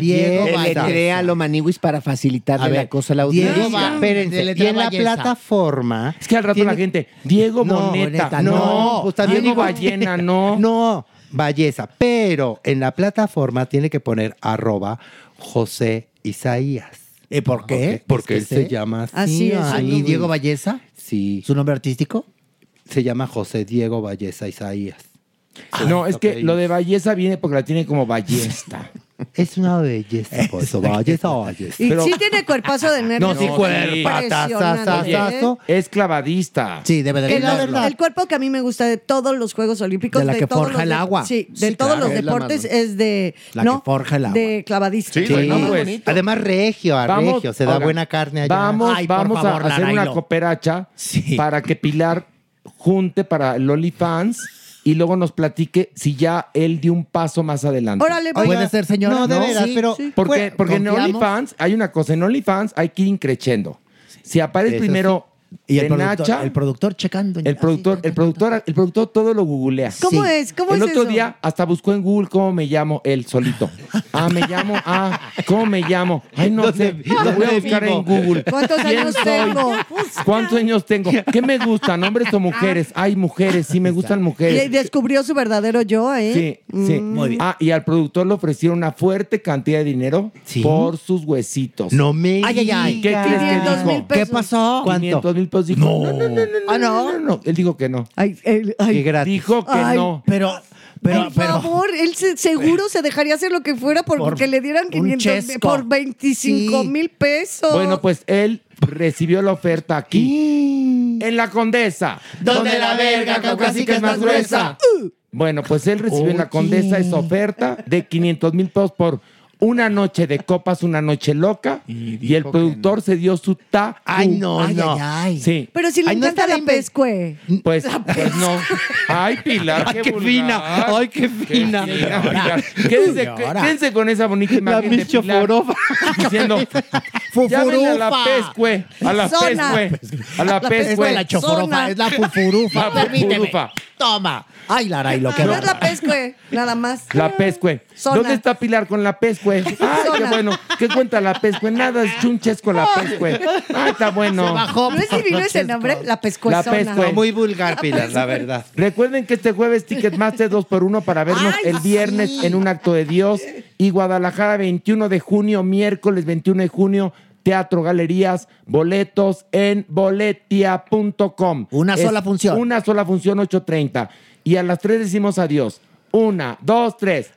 N: Diego,
E: belleza.
N: deletrea lo maniwis para facilitarle
E: A ver,
N: la cosa a la audiencia.
E: Diego, va- espérense, y en la plataforma.
B: Es que al rato la gente, Diego
E: No,
B: Boneta,
E: neta,
B: no,
E: no, pues también
B: Diego
E: digo-
B: Ballena, no.
E: No, belleza. Pero en la plataforma tiene que poner arroba José Isaías.
O: ¿Y por qué?
E: Ok, Porque él se llama así.
O: Ah,
E: ahí,
O: ¿Y
E: güey.
O: Diego Valleza?
E: Sí.
O: ¿Su nombre artístico?
E: Se llama José Diego Belleza Isaías.
B: No, es que lo de belleza viene porque la tiene como ballesta.
E: Es una belleza, por eso, belleza, belleza.
C: Y sí tiene cuerpazo de nervios.
B: No, sí, cuerpa,
C: Impresionante, ¿eh?
B: es clavadista.
O: Sí, debe
C: Que la- el cuerpo que a mí me gusta de todos los Juegos Olímpicos,
O: De la que
C: todos
O: forja
C: los
O: el
C: de-
O: agua.
C: Sí, de
O: Sí,
C: todos
O: claro.
C: los
O: Es la
C: deportes
O: más-
C: es de
O: La
C: no,
O: que forja el agua.
C: de clavadista.
E: Sí, no, pues, Además, regio, a
B: Vamos,
E: regio. Se da
B: oigan,
E: buena carne allá.
B: Vamos,
E: Ay, por
B: vamos
E: favor,
B: a hacer
E: Larailo.
B: una cooperacha para que Pilar junte para Loli Fans y luego nos platique si ya él dio un paso más adelante.
C: Órale, va.
O: Puede ser, señora.
E: no, de veras, pero-
B: Porque,
E: Bueno,
B: porque en
E: pues, confiamos.
B: OnlyFans hay una cosa, en OnlyFans hay que ir increciendo. Si aparece
O: Eso
B: primero
O: Y el
B: de
O: productor,
B: Nacha,
O: el productor checando.
C: Ah,
B: el productor, el productor, el productor todo lo googlea.
C: ¿Cómo es? ¿Cómo
B: el
C: es
B: otro
C: eso?
B: día hasta buscó en Google cómo me llamo él solito. Ah, me llamo, ah, ¿cómo me llamo? Ay, no, sé, lo voy a buscar en Google.
C: ¿Cuántos
B: ¿Quién
C: años
B: soy?
C: tengo?
B: ¿Cuántos años tengo? ¿Qué me gustan, hombres o mujeres? Ay, mujeres, sí me gustan
C: Ah. Y
B: mujeres.
C: descubrió su verdadero yo, ¿eh?
B: Sí, sí.
C: Muy bien.
B: Ah, y al productor le ofrecieron una fuerte cantidad de dinero por sus huesitos.
E: No me
O: Ay, ay, ay.
B: ¿Qué crees que
C: 500
B: dijo?
C: mil pesos.
O: ¿Qué pasó?
E: ¿Cuánto?
B: 500 mil pesos. Dijo, no. No, no, no, no,
C: Ah, no.
B: no, no. Él dijo que no.
C: Ay, él- ay,
E: Y gratis.
B: Dijo que
C: Ay,
B: no.
O: Pero, pero,
C: por
O: pero.
C: favor, él se- seguro se dejaría hacer lo que fuera porque
O: Por
C: le dieran
O: un
C: 500 mil-
O: chesco.
C: por 25
O: Sí.
C: mil pesos.
B: Bueno, pues él recibió la oferta aquí, en la Condesa.
O: Donde la verga caucásica es más gruesa.
B: Bueno, pues él recibió en la Condesa esa oferta de 500 mil pesos por una noche de copas, una noche loca. Y, el productor se dio su ta.
E: Ay, no,
O: Ay,
E: no.
O: ay, ay.
B: Sí.
C: Pero si le
E: Ay, no
C: encanta
E: estará
C: la
E: inven-
C: pescue.
B: Pues, pues no. Ay, Pilar,
E: Ay,
B: qué,
E: Ah, qué fina.
B: vulgar.
E: Ay, qué fina.
B: Pilar. Quédense,
O: Llora.
B: quédense con esa bonita
E: La
B: imagen de
E: pinche
B: Pilar
E: forofa.
B: diciendo Llamen a la
O: Fufurufa.
B: pescue, a la
C: Zona.
B: pescue, a la
O: Es no es
B: pescue.
O: la choforofa,
C: Zona.
O: es la fufurufa.
B: La
O: permíteme.
B: fufurufa.
O: Toma. Ay, Lara, y lo que
C: No es la pescue, nada más.
B: La pescue.
C: Zona.
B: ¿Dónde está Pilar con la pescue? Ah, qué
C: Zona.
B: bueno. ¿Qué cuenta la pescue? Nada, es chunches con la pescue. Ah, está bueno.
C: ¿No es divino ese nombre? La pescuezona.
B: La pescue.
E: Muy vulgar, Pilar, la verdad.
B: Recuerden que este jueves Ticketmaster 2 por 1 para vernos el viernes en un acto de Dios. Y Guadalajara 21 de junio, miércoles 21 de junio, Teatro Galerías, boletos en boletia.com.
O: Una sola función.
B: Una sola función, 8.30. Y a las 3 decimos adiós. Una, dos, tres.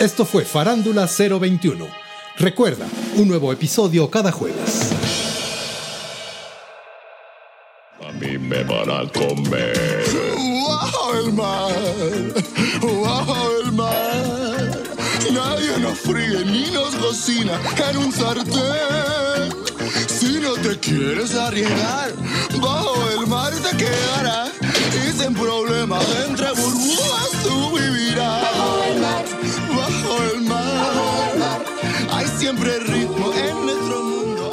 A: Esto fue Farándula 021. Recuerda, un nuevo episodio cada jueves.
F: A mí me van a comer.
P: ¡Wow, el mar! ¡Wow, el mar! Nadie nos fríe ni nos cocina en un sartén. Si no te quieres arriesgar, bajo el mar te quedarás. Y sin problemas, entre burbujas tú vivirás. Bajo el mar. Bajo el mar. Hay siempre ritmo en nuestro mundo.